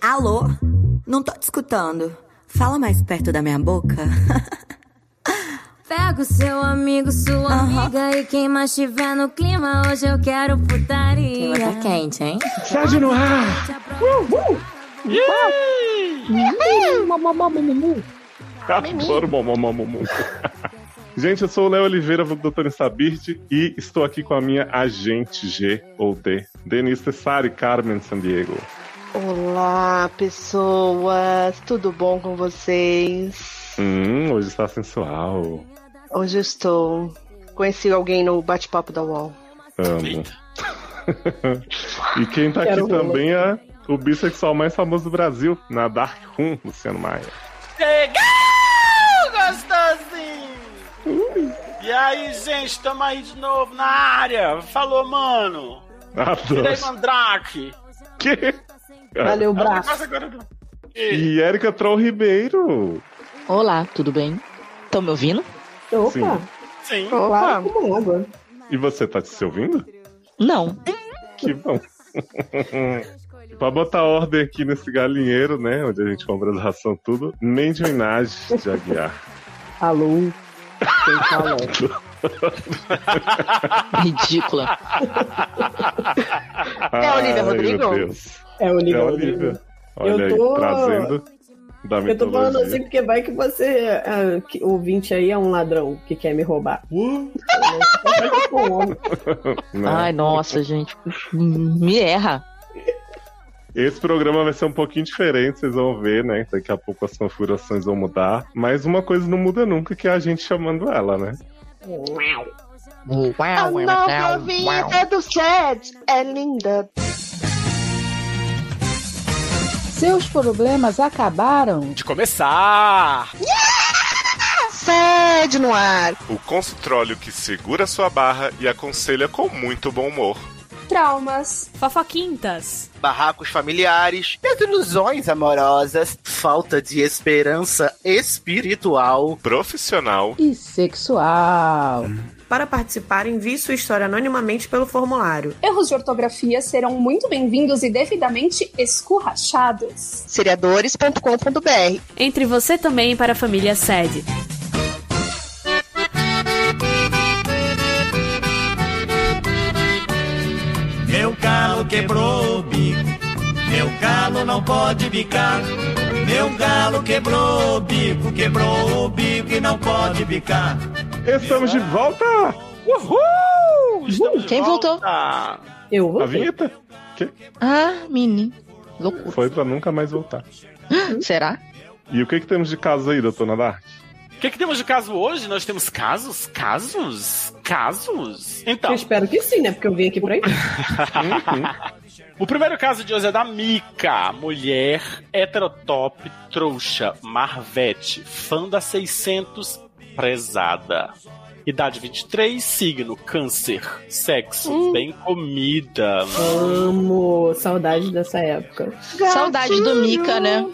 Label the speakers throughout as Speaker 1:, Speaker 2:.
Speaker 1: Alô? Não tô te escutando. Fala mais perto da minha boca.
Speaker 2: Pega o seu amigo, sua amiga e quem mais tiver no clima. Hoje eu quero putaria.
Speaker 1: Clima tá quente, hein?
Speaker 3: Sérgio no ar! Tá, Adoro mamamamamu. Gente, eu sou o Léo Oliveira, doutor em Sabirte, e estou aqui com a minha agente G ou D, Denise Tessari Carmen San Diego.
Speaker 4: Olá, pessoas! Tudo bom com vocês?
Speaker 3: Hum, hoje está sensual.
Speaker 4: Hoje eu estou. Conheci alguém no bate-papo da UOL.
Speaker 3: Amo. e quem tá aqui também é o bissexual mais famoso do Brasil, na Dark Room, Luciano Maia.
Speaker 5: Chegou, gostosinho! E aí, gente, tamo aí de novo na área. Falou, mano. Tirei
Speaker 3: Adoro.
Speaker 5: Mandrake.
Speaker 3: Que?
Speaker 6: Valeu,
Speaker 5: Mas
Speaker 6: braço.
Speaker 5: agora... não. E-
Speaker 3: E Érica Troll Ribeiro.
Speaker 7: Olá, tudo bem? Estão me ouvindo?
Speaker 3: Sim.
Speaker 6: Opa,
Speaker 5: Sim.
Speaker 4: Olá!
Speaker 6: claro, como água.
Speaker 3: E você tá se ouvindo?
Speaker 7: Não.
Speaker 3: Que bom. pra botar ordem aqui nesse galinheiro, né? Onde a gente compra as ração tudo. Nem de homenagem de Aguiar.
Speaker 6: Alô, quem fala?
Speaker 7: Ridícula.
Speaker 3: É
Speaker 4: Olivia Rodrigo?
Speaker 3: Meu Deus.
Speaker 6: É o
Speaker 3: É a
Speaker 6: nível.
Speaker 3: Olivia. Olha
Speaker 6: Eu
Speaker 3: aí,
Speaker 6: tô-
Speaker 3: trazendo da
Speaker 6: Eu tô falando assim
Speaker 3: mitologia.
Speaker 6: porque vai que você, ah, que- ouvinte aí, é um ladrão que quer me roubar. Vai que for um homem.
Speaker 3: né?
Speaker 7: Ai, nossa, gente. Me erra.
Speaker 3: Esse programa vai ser um pouquinho diferente, vocês vão ver, né? Daqui a pouco as configurações vão mudar. Mas uma coisa não muda nunca, que é a gente chamando ela, né?
Speaker 4: A
Speaker 7: Uau,
Speaker 4: nova vida do Shed é linda.
Speaker 8: Seus problemas acabaram?
Speaker 5: De começar!
Speaker 4: Shed no ar.
Speaker 9: O consultório que segura sua barra e aconselha com muito bom humor.
Speaker 10: Traumas. Fofoquintas.
Speaker 5: Barracos familiares, desilusões amorosas, falta de esperança espiritual.
Speaker 9: Profissional,
Speaker 8: E sexual?
Speaker 4: Para participar, envie sua história anonimamente pelo formulário.
Speaker 10: Erros de ortografia serão muito bem-vindos e devidamente escurrachados.
Speaker 4: Seriadores.com.br
Speaker 10: Entre você também para a família Sede.
Speaker 5: Meu galo quebrou o bico, meu galo não pode bicar. Meu galo quebrou o bico, quebrou o bico e não pode bicar.
Speaker 3: Estamos de volta!
Speaker 5: Uhul! Estamos
Speaker 7: Quem
Speaker 5: de
Speaker 7: voltou?
Speaker 11: Ah,
Speaker 5: volta.
Speaker 6: Eu
Speaker 3: A
Speaker 6: vou.
Speaker 3: vinheta
Speaker 7: Ah, menino. Loucura.
Speaker 3: foi pra nunca mais voltar.
Speaker 7: Será?
Speaker 3: E o que que temos de caso aí, doutor Nadar?
Speaker 5: O que, que temos de caso hoje? Nós temos casos? Casos? Casos?
Speaker 6: Eu
Speaker 5: Então,
Speaker 6: espero que sim, né? Porque eu vim aqui pra isso.
Speaker 5: o primeiro caso de hoje é da Mika, mulher heterotop, trouxa, marvete, fã da 600, prezada. Idade 23, signo, câncer, sexo,
Speaker 7: Hum.
Speaker 5: bem comida.
Speaker 6: Amo, saudade dessa época.
Speaker 7: Saudade do Mika, né?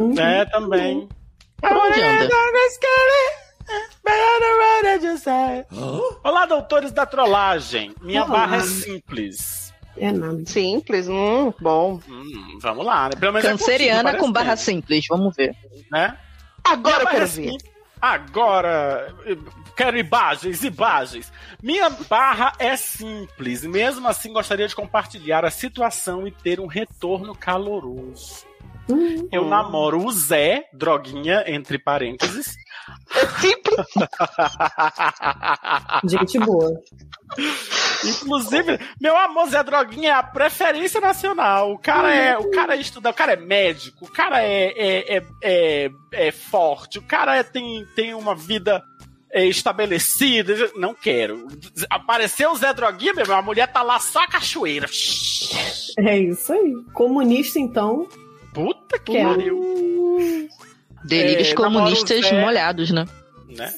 Speaker 6: Uhum.
Speaker 5: É, também.
Speaker 7: Pra onde anda?
Speaker 5: Olá, doutores da trollagem. Minha barra é simples.
Speaker 6: É nada.
Speaker 4: Simples, hum, bom.
Speaker 5: Hum, vamos lá, né? Pelo menos é
Speaker 7: Canceriana
Speaker 5: curtinho,
Speaker 7: com barra
Speaker 5: parece
Speaker 7: simples, vamos ver.
Speaker 5: bem, né?
Speaker 4: Agora
Speaker 5: Minha
Speaker 4: eu
Speaker 5: barra
Speaker 4: quero
Speaker 5: é
Speaker 4: ver.
Speaker 5: simples. Agora, eh, quero imagens, imagens. Minha barra é simples. Mesmo assim, gostaria de compartilhar a situação e ter um retorno caloroso.
Speaker 4: Uhum.
Speaker 6: Hum.
Speaker 5: Eu namoro o Zé, droguinha, entre parênteses.
Speaker 4: É Simples.
Speaker 5: Ah.
Speaker 6: Gente boa.
Speaker 5: Inclusive, meu amor, Zé Droguinha é a preferência nacional. O cara é, o cara é estudante, o cara é médico, o cara é, é, é, é, é forte, o cara é- tem, tem uma vida é, estabelecida. Não quero. Apareceu o Zé Droguinha, meu, a mulher tá lá só a cachoeira.
Speaker 6: É isso aí. Comunista, então.
Speaker 5: Puta que
Speaker 6: Quero.
Speaker 5: pariu.
Speaker 7: Delírios
Speaker 5: É,
Speaker 7: comunistas
Speaker 5: namoro Zé.
Speaker 7: molhados, né?
Speaker 5: Né?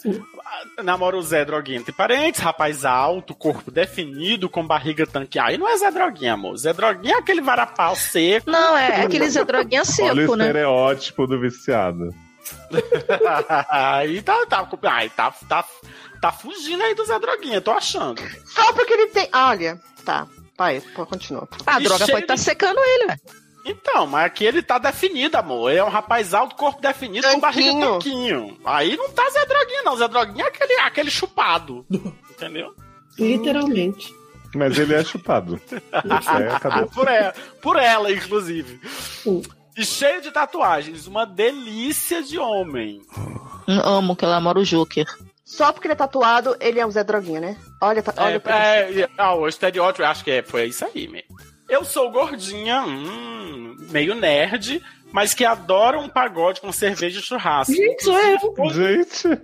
Speaker 5: Namora o Zé Droguinha entre parentes, rapaz alto, corpo definido, com barriga tanqueada. Aí não é Zé Droguinha, amor. Zé Droguinha é aquele varapau seco.
Speaker 7: Não, é aquele Zé Droguinha
Speaker 3: Olha o
Speaker 7: seco, né?
Speaker 3: estereótipo do viciado.
Speaker 5: aí tá, tá, aí tá, tá, tá fugindo aí do Zé Droguinha, tô achando.
Speaker 4: Só porque ele tem. Olha, Ah, tá. Vai, pô, continua.
Speaker 7: A Ah, droga
Speaker 5: cheio
Speaker 7: pode estar
Speaker 5: de-
Speaker 7: secando ele, né?
Speaker 5: Então, mas aqui ele tá definido, amor. Ele é um rapaz alto, corpo definido, com barriga
Speaker 4: Tanquinho.
Speaker 5: tanquinho. Aí não tá Zé Droguinha, não. Zé Droguinha é aquele, aquele chupado. Entendeu?
Speaker 6: Literalmente.
Speaker 11: Mas ele é chupado. é, acabou.
Speaker 5: por, ela, por ela, inclusive.
Speaker 4: Hum.
Speaker 5: E cheio de tatuagens. Uma delícia de homem.
Speaker 7: Amo que ela mora o Joker.
Speaker 4: Só porque ele é tatuado, ele é um Zé Droguinha, né? Olha, ta- olha
Speaker 5: É,
Speaker 4: pra ele.
Speaker 5: é, é, ah, o estereótipo, eu acho que é, foi isso aí mesmo. Eu sou gordinha, hum, meio nerd, mas que adora um pagode com cerveja e churrasco.
Speaker 6: Gente,
Speaker 4: é.
Speaker 6: sou eu.
Speaker 11: Gente,
Speaker 5: Né?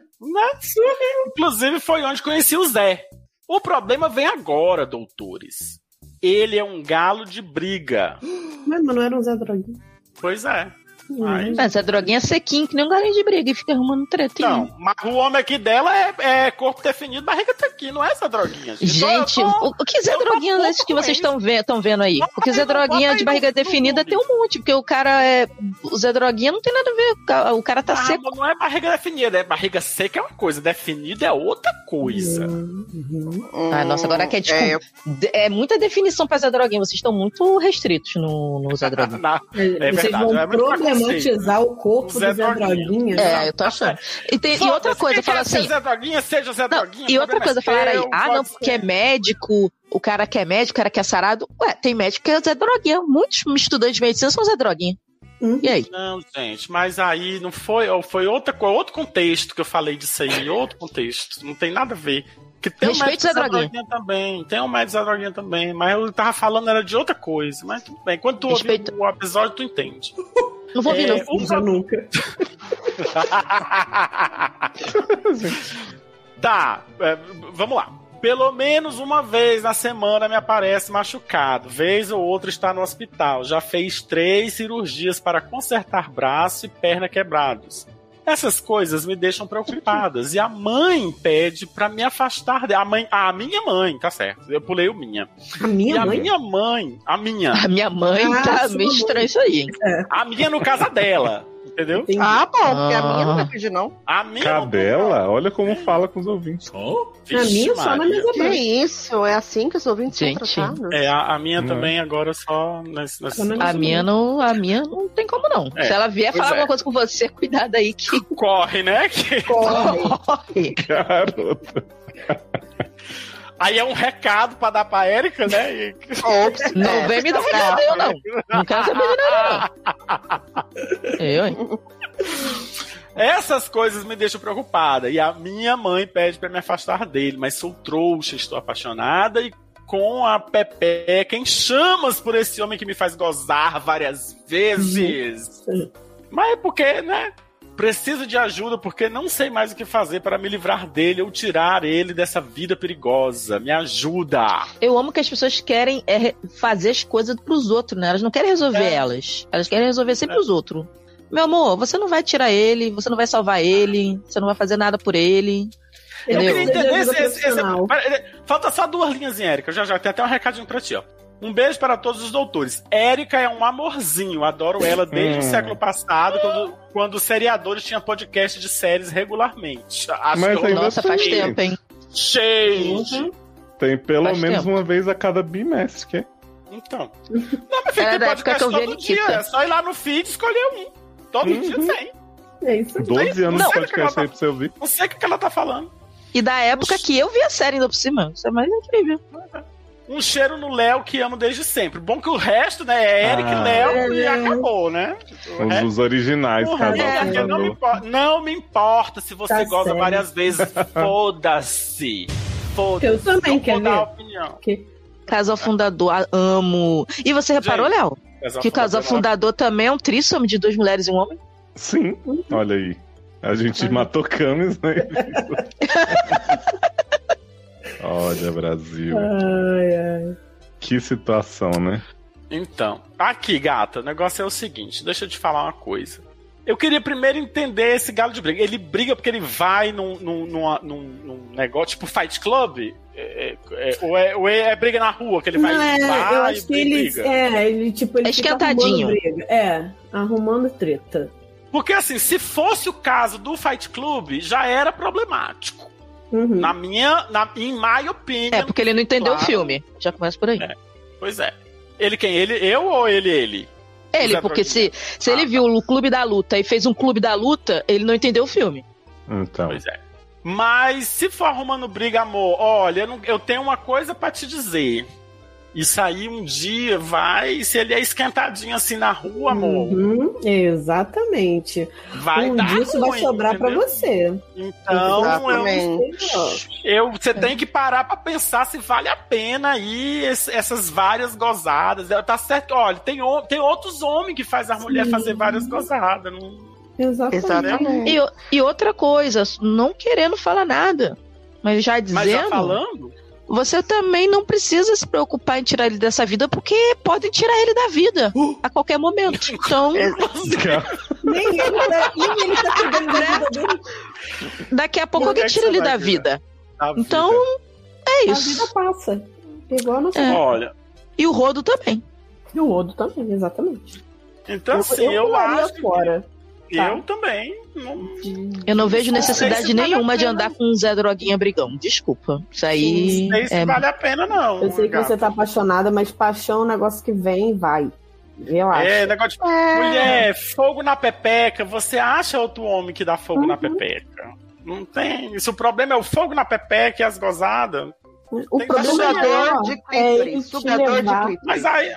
Speaker 5: Inclusive, foi onde conheci o Zé. O problema vem agora, doutores. Ele é um galo de briga.
Speaker 6: Mas, mano, era um Zé Droguinha.
Speaker 5: Pois é.
Speaker 6: Hum.
Speaker 5: Ai.
Speaker 7: Mas a droguinha é sequinho, que nem um galinho de briga, e fica arrumando tretinho.
Speaker 5: Então, mas o homem aqui dela é, é corpo definido, barriga tá aqui, não é essa droguinha.
Speaker 7: Gente,
Speaker 5: Eu tô-
Speaker 7: o, o que Zé
Speaker 5: eu tô
Speaker 7: Droguinha
Speaker 5: puto
Speaker 7: esse que
Speaker 5: com
Speaker 7: vocês
Speaker 5: isso.
Speaker 7: estão vendo, tão vendo aí?
Speaker 5: Bota
Speaker 7: Porque
Speaker 5: aí
Speaker 7: Zé
Speaker 5: no- bota
Speaker 7: Droguinha
Speaker 5: aí
Speaker 7: de barriga
Speaker 5: no- no
Speaker 7: definida
Speaker 5: Google.
Speaker 7: tem um monte, porque o cara é. O Zé Droguinha não tem nada a ver. o ca- O cara tá
Speaker 5: Ah,
Speaker 7: seco.
Speaker 5: mas Não é barriga definida, é barriga seca é uma coisa, definida é outra coisa.
Speaker 7: Hum.
Speaker 6: Uhum.
Speaker 7: Ah, nossa, agora quer desculpa. De- É muita definição pra Zé Droguinha. Vocês estão muito restritos no, no Zé Droguinha.
Speaker 5: Na-
Speaker 6: É, Vocês
Speaker 5: verdade,
Speaker 6: vão
Speaker 5: é muito
Speaker 6: problematizar o corpo
Speaker 5: Zé
Speaker 6: do Zé
Speaker 5: Droguinha.
Speaker 6: Droguinha.
Speaker 7: É, eu tô achando. E, tem- e
Speaker 5: Foda-se,
Speaker 7: outra coisa,
Speaker 5: quem
Speaker 7: fala
Speaker 5: quer ser
Speaker 7: assim.
Speaker 5: é Zé Droguinha, seja Zé
Speaker 7: Não,
Speaker 5: Droguinha,
Speaker 7: e
Speaker 5: o
Speaker 7: outra
Speaker 5: problema
Speaker 7: coisa,
Speaker 5: é
Speaker 7: falaram aí,
Speaker 5: seu,
Speaker 7: ah, não,
Speaker 5: pode
Speaker 7: porque
Speaker 5: ser.
Speaker 7: é médico, o cara que é médico, o cara que é sarado. Ué, tem médico que é Zé Droguinha. Muitos estudantes de medicina são Zé Droguinha.
Speaker 6: Hum.
Speaker 7: E aí?
Speaker 5: Não, gente, mas aí não foi, ou foi outra, co- outro contexto que eu falei disso aí, outro contexto, não tem nada a ver. Que tem um
Speaker 7: Respeito
Speaker 5: médico
Speaker 7: Zé
Speaker 5: Zé
Speaker 7: Droguinha.
Speaker 5: Droguinha também, tem um médico Zé Droguinha também, mas eu tava falando era de outra coisa, mas tudo bem, quando tu ouvir
Speaker 7: Respeito-
Speaker 5: o episódio tu entende.
Speaker 7: Não vou ouvir,
Speaker 5: É,
Speaker 7: não.
Speaker 5: o
Speaker 6: Usa nunca.
Speaker 5: tá, é, vamos lá. Pelo menos uma vez na semana me aparece machucado. Vez ou outra está no hospital. Já fez três cirurgias para consertar braço e perna quebrados. Essas coisas me deixam preocupadas. E a mãe pede para me afastar dela. A, mãe, a minha mãe, tá certo. Eu pulei o minha.
Speaker 6: A
Speaker 5: e
Speaker 6: minha
Speaker 5: a
Speaker 6: mãe.
Speaker 5: minha mãe, a minha.
Speaker 7: A minha mãe
Speaker 6: Ah,
Speaker 7: tá
Speaker 6: sua
Speaker 7: meio
Speaker 6: mãe.
Speaker 7: estranho isso aí, hein?
Speaker 6: É.
Speaker 5: A minha no casa dela. Entendeu?
Speaker 6: Entendi.
Speaker 4: Ah, bom, porque a
Speaker 7: Ah.
Speaker 4: minha não vai pedir, não.
Speaker 5: A minha. no-
Speaker 11: cadela, olha como fala com os ouvintes.
Speaker 6: a
Speaker 5: Vixe,
Speaker 6: minha só na
Speaker 5: Maria.
Speaker 6: mesa
Speaker 4: Que
Speaker 6: branca.
Speaker 4: isso? É assim que os ouvintes são
Speaker 7: Gente.
Speaker 4: tratados?
Speaker 5: É, a, a minha
Speaker 11: Não.
Speaker 5: também agora é só. Nesse, nesse-
Speaker 6: Só na
Speaker 7: A
Speaker 6: Mas
Speaker 7: minha não, a minha não tem como não.
Speaker 5: É,
Speaker 7: Se ela vier
Speaker 5: pois
Speaker 7: falar
Speaker 5: é.
Speaker 7: alguma coisa com você, cuidado aí que
Speaker 5: Corre, né? Que-
Speaker 7: corre.
Speaker 11: Garoto.
Speaker 5: Aí é um recado pra dar pra Érica, né? E-
Speaker 4: Ops,
Speaker 7: Não
Speaker 4: é.
Speaker 7: vem me dar um recado, eu não. Não quero saber de
Speaker 5: Ah,
Speaker 7: nada, É, não. Eu, hein?
Speaker 5: Essas coisas me deixam preocupada. E a minha mãe pede pra me afastar dele, mas sou trouxa, estou apaixonada e com a Pepeca em chamas por esse homem que me faz gozar várias vezes. Mas é porque, né? Preciso de ajuda porque não sei mais o que fazer para me livrar dele ou tirar ele dessa vida perigosa. Me ajuda!
Speaker 7: Eu amo que as pessoas querem é, re- fazer as coisas pros outros, né? Elas não querem resolver
Speaker 5: É.
Speaker 7: elas. Elas querem resolver sempre
Speaker 5: É.
Speaker 7: os outros. Meu amor, você não vai tirar ele, você não vai salvar ele, você não vai fazer nada por ele.
Speaker 6: Eu
Speaker 7: Entendeu?
Speaker 5: queria entender
Speaker 6: Ajuda
Speaker 5: esse- esse-
Speaker 6: é um profissional.
Speaker 5: Pera- Falta só duas linhas, Érica. Já já tem até um recadinho pra ti, ó. Um beijo para todos os doutores. Érica é um amorzinho, adoro ela desde
Speaker 11: Hum.
Speaker 5: o século passado, quando, quando os seriadores tinham podcast de séries regularmente. Acho
Speaker 11: Mas
Speaker 5: que eu-
Speaker 11: ainda
Speaker 7: Nossa, faz
Speaker 11: tem-
Speaker 7: tempo, hein?
Speaker 5: Gente!
Speaker 6: Uhum.
Speaker 11: Tem pelo
Speaker 7: Faz
Speaker 11: menos
Speaker 7: tempo.
Speaker 11: uma vez a cada bimestre.
Speaker 5: Então. Não, mas fica
Speaker 7: Era
Speaker 5: tem
Speaker 7: da época
Speaker 5: podcast
Speaker 7: que eu via
Speaker 5: todo
Speaker 7: Nikita.
Speaker 5: dia. É só ir lá no feed e escolher um. Todo dia
Speaker 11: Uhum.
Speaker 5: tem.
Speaker 6: É isso. aí.
Speaker 11: 12 anos
Speaker 5: Não.
Speaker 11: de podcast aí pra você ouvir.
Speaker 5: tá Não sei o que que ela tá falando.
Speaker 7: E da época que eu vi a série ainda por cima. Isso é mais incrível.
Speaker 5: Um cheiro no Léo que amo desde sempre. Bom que o resto, né? É Eric,
Speaker 11: Ah.
Speaker 5: Léo e
Speaker 6: É, Léo.
Speaker 5: acabou, né? O
Speaker 11: Os,
Speaker 5: resto-
Speaker 11: os originais, um
Speaker 5: o
Speaker 11: casal
Speaker 5: resto é
Speaker 3: tá
Speaker 5: que não, me
Speaker 11: fundador.
Speaker 5: importa, não me importa se você
Speaker 6: Tá
Speaker 5: goza
Speaker 6: certo.
Speaker 5: várias vezes. Foda-se. Foda-se.
Speaker 6: Eu também
Speaker 5: Não
Speaker 6: quero
Speaker 5: vou dar
Speaker 6: ver.
Speaker 5: opinião.
Speaker 7: Casal fundador, a- amo. E você reparou,
Speaker 5: Gente,
Speaker 7: Léo? Que o casal fundador também é um trissome de duas mulheres e um homem?
Speaker 11: Sim,
Speaker 6: Uhum.
Speaker 11: olha aí. A gente matou Camis, né? olha, Brasil.
Speaker 6: É. Ai, ai.
Speaker 11: Que situação, né?
Speaker 5: Então, aqui, gata, o negócio é o seguinte: deixa eu te falar uma coisa. Eu queria primeiro entender esse galo de briga. Ele briga porque ele vai num, num, numa- num- num negócio tipo Fight Club? É, é, é, ou, é, ou é briga na rua que ele vai
Speaker 6: Não, é,
Speaker 5: vai
Speaker 6: eu
Speaker 5: e
Speaker 6: acho que ele,
Speaker 5: briga?
Speaker 6: é, ele tipo, ele
Speaker 7: É
Speaker 6: fica
Speaker 7: esquentadinho.
Speaker 6: arrumando briga. É, arrumando treta.
Speaker 5: Porque assim, se fosse o caso do Fight Club, já era problemático.
Speaker 6: Uhum.
Speaker 5: Na minha, na, em my opinion,
Speaker 7: É, porque ele não entendeu
Speaker 5: Claro. É.
Speaker 7: o filme. Já começa por aí.
Speaker 5: pois é. Ah, Ele quem? Ele, eu ou ele, ele?
Speaker 7: Ele, porque se, se ele
Speaker 5: tá.
Speaker 7: viu o Clube da Luta e fez um Clube da Luta, ele não entendeu o filme.
Speaker 11: Então.
Speaker 5: Pois é. Mas se for arrumando briga, amor, olha, eu, não- eu tenho uma coisa pra te dizer. Isso aí um dia vai, se ele é esquentadinho assim na rua, amor,
Speaker 6: Uhum, exatamente.
Speaker 5: vai
Speaker 6: um
Speaker 5: dar
Speaker 6: dia isso
Speaker 5: ruim,
Speaker 6: vai sobrar pra
Speaker 5: entendeu?
Speaker 6: você.
Speaker 5: Então,
Speaker 6: Exatamente.
Speaker 5: eu, eu, você tem que parar pra pensar se vale a pena aí esse- essas várias gozadas. Tá certo, olha, tem, o- tem outros homens que faz as mulheres
Speaker 7: Sim.
Speaker 5: fazer várias gozadas. Não...
Speaker 6: Exatamente.
Speaker 5: Exatamente.
Speaker 7: E, o- e outra coisa, não querendo falar nada, mas já dizendo.
Speaker 5: Mas já falando,
Speaker 7: Você também não precisa se preocupar em tirar ele dessa vida, porque podem tirar ele da vida
Speaker 5: Uh!
Speaker 7: a qualquer momento. Então,
Speaker 5: É.
Speaker 6: Nem ele tá, nem ele tá cuidando da vida dele.
Speaker 7: daqui a pouco
Speaker 6: Por que
Speaker 5: é
Speaker 7: alguém
Speaker 6: que
Speaker 7: tira
Speaker 6: você
Speaker 7: ele
Speaker 6: vai
Speaker 7: da
Speaker 6: tirar?
Speaker 7: vida.
Speaker 5: Tá
Speaker 7: Então, é
Speaker 6: A
Speaker 7: isso.
Speaker 6: vida passa. Igual a nossa
Speaker 7: É.
Speaker 5: Olha.
Speaker 7: E o Rodo também.
Speaker 6: E o Rodo também, exatamente.
Speaker 5: Então, assim, eu
Speaker 6: pularia
Speaker 5: acho que-
Speaker 6: Fora. Tá.
Speaker 5: eu também. Não...
Speaker 7: Eu não vejo
Speaker 5: Não sei
Speaker 7: necessidade
Speaker 5: se vale a
Speaker 7: nenhuma de
Speaker 5: pena.
Speaker 7: andar com um Zé Droguinha brigão. Desculpa. Isso aí.
Speaker 5: Não sei se
Speaker 7: é-
Speaker 5: vale a pena, não.
Speaker 6: Eu sei que
Speaker 5: gata.
Speaker 6: você tá apaixonada, mas paixão é um negócio que vem e vai. Relaxa.
Speaker 5: É, negócio de mulher, fogo na pepeca. Você acha outro homem que dá fogo
Speaker 4: Uhum.
Speaker 5: na pepeca? Não tem. Isso o problema é o fogo na pepeca e as gozadas.
Speaker 6: O
Speaker 5: Tem
Speaker 6: problema é
Speaker 4: sugador de clítoris,
Speaker 6: ele te
Speaker 4: sugador de
Speaker 6: levar-
Speaker 4: clítoris.
Speaker 5: Mas aí.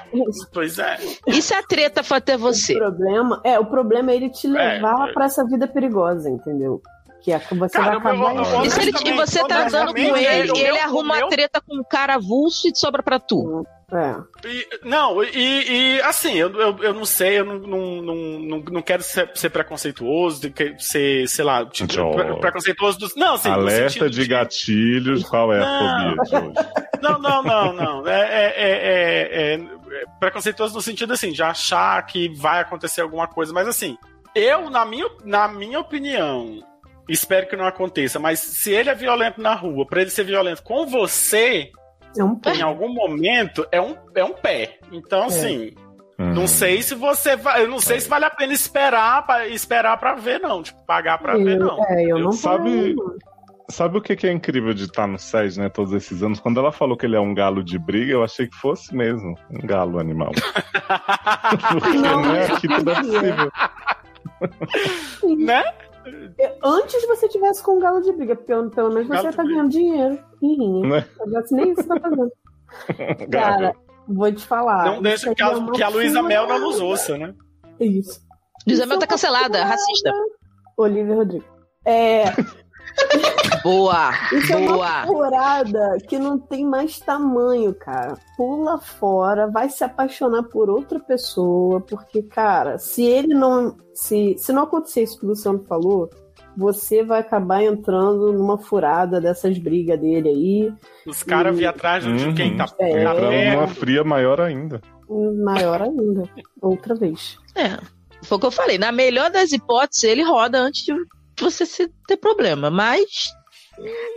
Speaker 5: Pois é.
Speaker 7: E se a treta for até você?
Speaker 6: O problema é, o problema é ele te levar
Speaker 5: é.
Speaker 6: pra essa vida perigosa, entendeu? Que é que você
Speaker 5: Cara,
Speaker 6: vai
Speaker 5: meu-
Speaker 6: acabar.
Speaker 5: meu-
Speaker 7: E, se ele- e
Speaker 5: honestamente,
Speaker 7: você tá andando com
Speaker 5: honestamente,
Speaker 7: ele
Speaker 5: o
Speaker 7: e ele
Speaker 5: meu-
Speaker 7: arruma
Speaker 5: o meu-
Speaker 7: a treta com um cara avulso e sobra pra tu?
Speaker 6: É.
Speaker 5: E- não, e, e, assim, eu, eu, eu não sei, eu não, não, não, não, não quero ser, ser preconceituoso, de que- ser, sei lá, tipo,
Speaker 11: Joe.
Speaker 5: pre- preconceituoso dos. Não, assim, no
Speaker 11: Alerta
Speaker 5: sentido
Speaker 11: de gatilhos, qual é a
Speaker 5: Não.
Speaker 11: fobia de hoje?
Speaker 5: Não, não, não, não. É, é- é- é- é preconceituoso no sentido assim, de achar que vai acontecer alguma coisa, mas assim, eu, na minha, na minha opinião, espero que não aconteça, mas se ele é violento na rua, pra ele ser violento com você,
Speaker 6: É um
Speaker 5: em algum momento, é um, é um pé. Então, assim. Não sei se você vai. Eu não sei se vale a pena esperar pra, esperar pra ver, não. Tipo, pagar pra ver, não.
Speaker 6: É, eu não
Speaker 11: Sabe,
Speaker 6: vou-
Speaker 11: sabe o que que é incrível de estar no SES, né, todos esses anos? Quando ela falou que ele é um galo de briga, eu achei que fosse mesmo um galo animal. Porque, né, aqui
Speaker 5: tipo,
Speaker 11: tudo é possível.
Speaker 5: Né?
Speaker 6: É, Antes você tivesse com um galo de briga, porque pelo pelo menos
Speaker 5: Galo
Speaker 6: você
Speaker 5: de
Speaker 6: tá ganhando dinheiro. Ih,
Speaker 11: Né?
Speaker 6: Agora se nem isso tá fazendo. Cara, vou te falar.
Speaker 5: Não deixa
Speaker 6: isso
Speaker 5: que
Speaker 6: aqui é
Speaker 5: a,
Speaker 6: uma
Speaker 5: que a Luísa Mel não
Speaker 6: furada.
Speaker 5: nos ouça, né?
Speaker 6: Isso.
Speaker 7: Luísa Mel
Speaker 6: Isso
Speaker 7: tá
Speaker 6: é uma
Speaker 7: cancelada,
Speaker 6: furada.
Speaker 7: racista.
Speaker 6: Olivia Rodrigo. É,
Speaker 7: Boa,
Speaker 6: isso é uma
Speaker 7: boa.
Speaker 6: furada que não tem mais tamanho, cara. Pula fora, vai se apaixonar por outra pessoa, porque, cara, se ele não. Se, se não acontecer isso que o Luciano falou, você vai acabar entrando numa furada dessas brigas dele aí,
Speaker 5: Os caras vêm atrás de
Speaker 11: Uhum.
Speaker 5: quem tá
Speaker 6: É.
Speaker 5: na
Speaker 11: Entrando numa
Speaker 5: terra.
Speaker 11: fria maior ainda.
Speaker 6: maior ainda. Outra vez.
Speaker 7: É. Foi o que eu falei. Na melhor das hipóteses, ele roda antes de você se- ter problema. Mas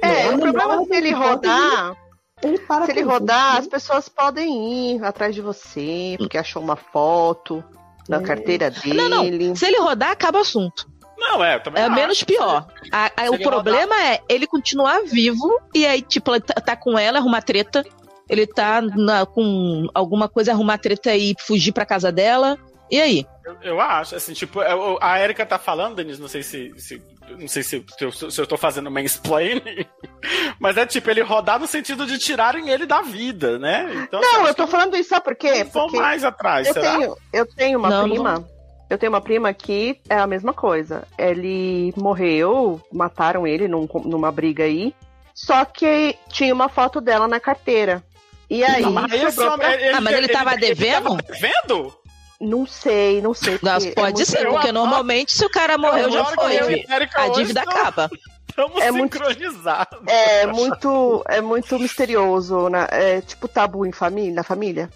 Speaker 4: É,
Speaker 6: Não,
Speaker 4: o problema
Speaker 6: não,
Speaker 4: é se ele
Speaker 6: não pode
Speaker 4: rodar.
Speaker 6: Ele para
Speaker 4: Se ele
Speaker 6: com isso,
Speaker 4: rodar,
Speaker 6: né?
Speaker 4: as pessoas podem ir atrás de você, porque achou uma foto na
Speaker 6: Hum.
Speaker 4: carteira dele.
Speaker 7: É. Ah, Não, não. se ele rodar, acaba o assunto.
Speaker 5: Não, é, eu também.
Speaker 7: É
Speaker 5: acho.
Speaker 7: menos pior. A- a-
Speaker 5: Se
Speaker 7: o
Speaker 5: ele
Speaker 7: problema é ele continuar vivo e aí, tipo, ela tá, tá com ela, arrumar treta. Ele tá na- com alguma coisa, arrumar treta e fugir pra casa dela. E aí?
Speaker 5: Eu, eu acho, assim, tipo, eu- a Erika tá falando, Denise, não sei se. se- não sei se, se eu, se eu tô fazendo mansplaining, mas é tipo, ele rodar no sentido de tirarem ele da vida, né? Então, assim,
Speaker 4: Não,
Speaker 5: acho
Speaker 4: eu tô falando isso, sabe por
Speaker 5: que
Speaker 4: quê?
Speaker 5: não vão
Speaker 4: Porque
Speaker 5: mais atrás,
Speaker 4: eu
Speaker 5: será?
Speaker 4: tenho, eu tenho uma
Speaker 7: Não, não
Speaker 4: prima. Eu tenho uma prima que é a mesma coisa. Ele morreu, mataram ele num- numa briga aí. Só que tinha uma foto dela na carteira. E aí,
Speaker 5: Ah, mas esse
Speaker 4: sobrou
Speaker 5: homem,
Speaker 4: pra-
Speaker 7: Ah, mas ele tava devendo?
Speaker 5: Tava devendo?
Speaker 4: não sei, não sei.
Speaker 7: Não,
Speaker 4: porque é
Speaker 7: pode
Speaker 4: muito- Então,
Speaker 7: ser,
Speaker 5: eu
Speaker 7: porque
Speaker 5: adoro-
Speaker 7: normalmente se o cara morreu, já
Speaker 5: Agora que eu
Speaker 7: foi.
Speaker 5: e Erika
Speaker 7: A
Speaker 5: hoje
Speaker 7: dívida
Speaker 5: tamo-
Speaker 7: acaba.
Speaker 5: Tamo
Speaker 4: É muito-
Speaker 5: sincronizados.
Speaker 4: É muito, é muito misterioso, né? É tipo tabu em família, na família.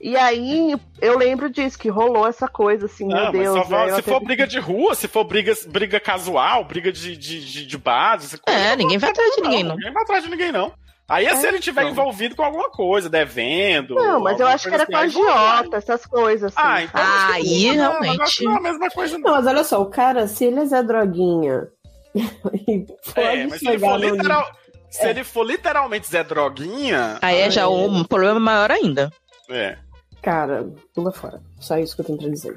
Speaker 4: E aí, eu lembro disso, que rolou essa coisa, assim,
Speaker 5: Não, Ah, mas
Speaker 4: meu Deus.
Speaker 5: só vai-
Speaker 4: né? Eu
Speaker 5: se for
Speaker 4: acredito-
Speaker 5: briga de rua, se for briga, briga casual, briga de, de, de, de base, essa coisa,
Speaker 7: É,
Speaker 5: não
Speaker 7: ninguém vai atrás de ninguém, não.
Speaker 5: Ninguém vai atrás de ninguém, não. Aí é, se ele tiver envolvido com alguma coisa, devendo.
Speaker 4: então. Não, mas eu
Speaker 5: alguma
Speaker 4: acho que
Speaker 5: coisa
Speaker 4: era com a
Speaker 5: assim, aí não vai.
Speaker 4: agiota, essas coisas. Assim,
Speaker 5: Ah, então.
Speaker 4: sabe?
Speaker 5: acho que
Speaker 7: Aí,
Speaker 5: não, mas acho
Speaker 7: realmente.
Speaker 5: que Não é a mesma coisa,
Speaker 6: Não,
Speaker 5: não.
Speaker 6: mas olha só, o cara, se ele é Zé Droguinha. e pode
Speaker 5: É, mas se ele,
Speaker 6: chegar
Speaker 5: for
Speaker 6: no
Speaker 5: literal- se
Speaker 7: é
Speaker 5: ele for literalmente Zé Droguinha.
Speaker 7: Aí é já um problema maior ainda.
Speaker 5: É.
Speaker 6: Cara, pula fora. Só isso que eu tenho pra dizer.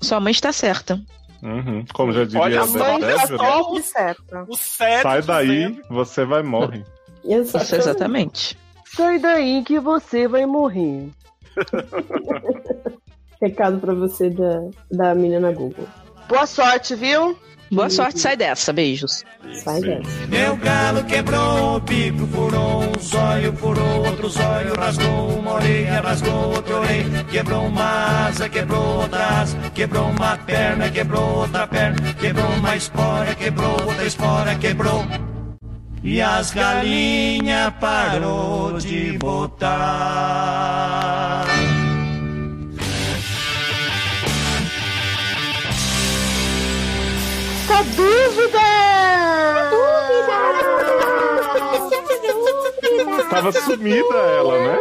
Speaker 7: Sua mãe está certa.
Speaker 11: Uhum. Como já diria
Speaker 5: Olha,
Speaker 11: a
Speaker 5: a mãe
Speaker 11: Beth,
Speaker 5: já
Speaker 11: né?
Speaker 5: só
Speaker 4: Top certa.
Speaker 5: o set.
Speaker 11: sai daí, você vai morrer.
Speaker 7: Isso, exatamente.
Speaker 4: Sai daí que você vai morrer.
Speaker 6: Recado pra você da, da menina Google.
Speaker 4: Boa sorte, viu?
Speaker 7: Boa sorte, sai dessa. Beijos.
Speaker 6: Sai
Speaker 11: Sim.
Speaker 6: dessa.
Speaker 12: Meu galo quebrou o bico, furou um zóio, furou outro zóio, rasgou uma orelha, rasgou outra orelha, quebrou uma asa, quebrou outra asa, quebrou uma perna, quebrou outra perna, quebrou uma espora, quebrou outra espora, quebrou. E as galinhas parou de botar.
Speaker 4: Tá dúvida!
Speaker 6: é
Speaker 4: tá
Speaker 11: Tava sumida ela, né?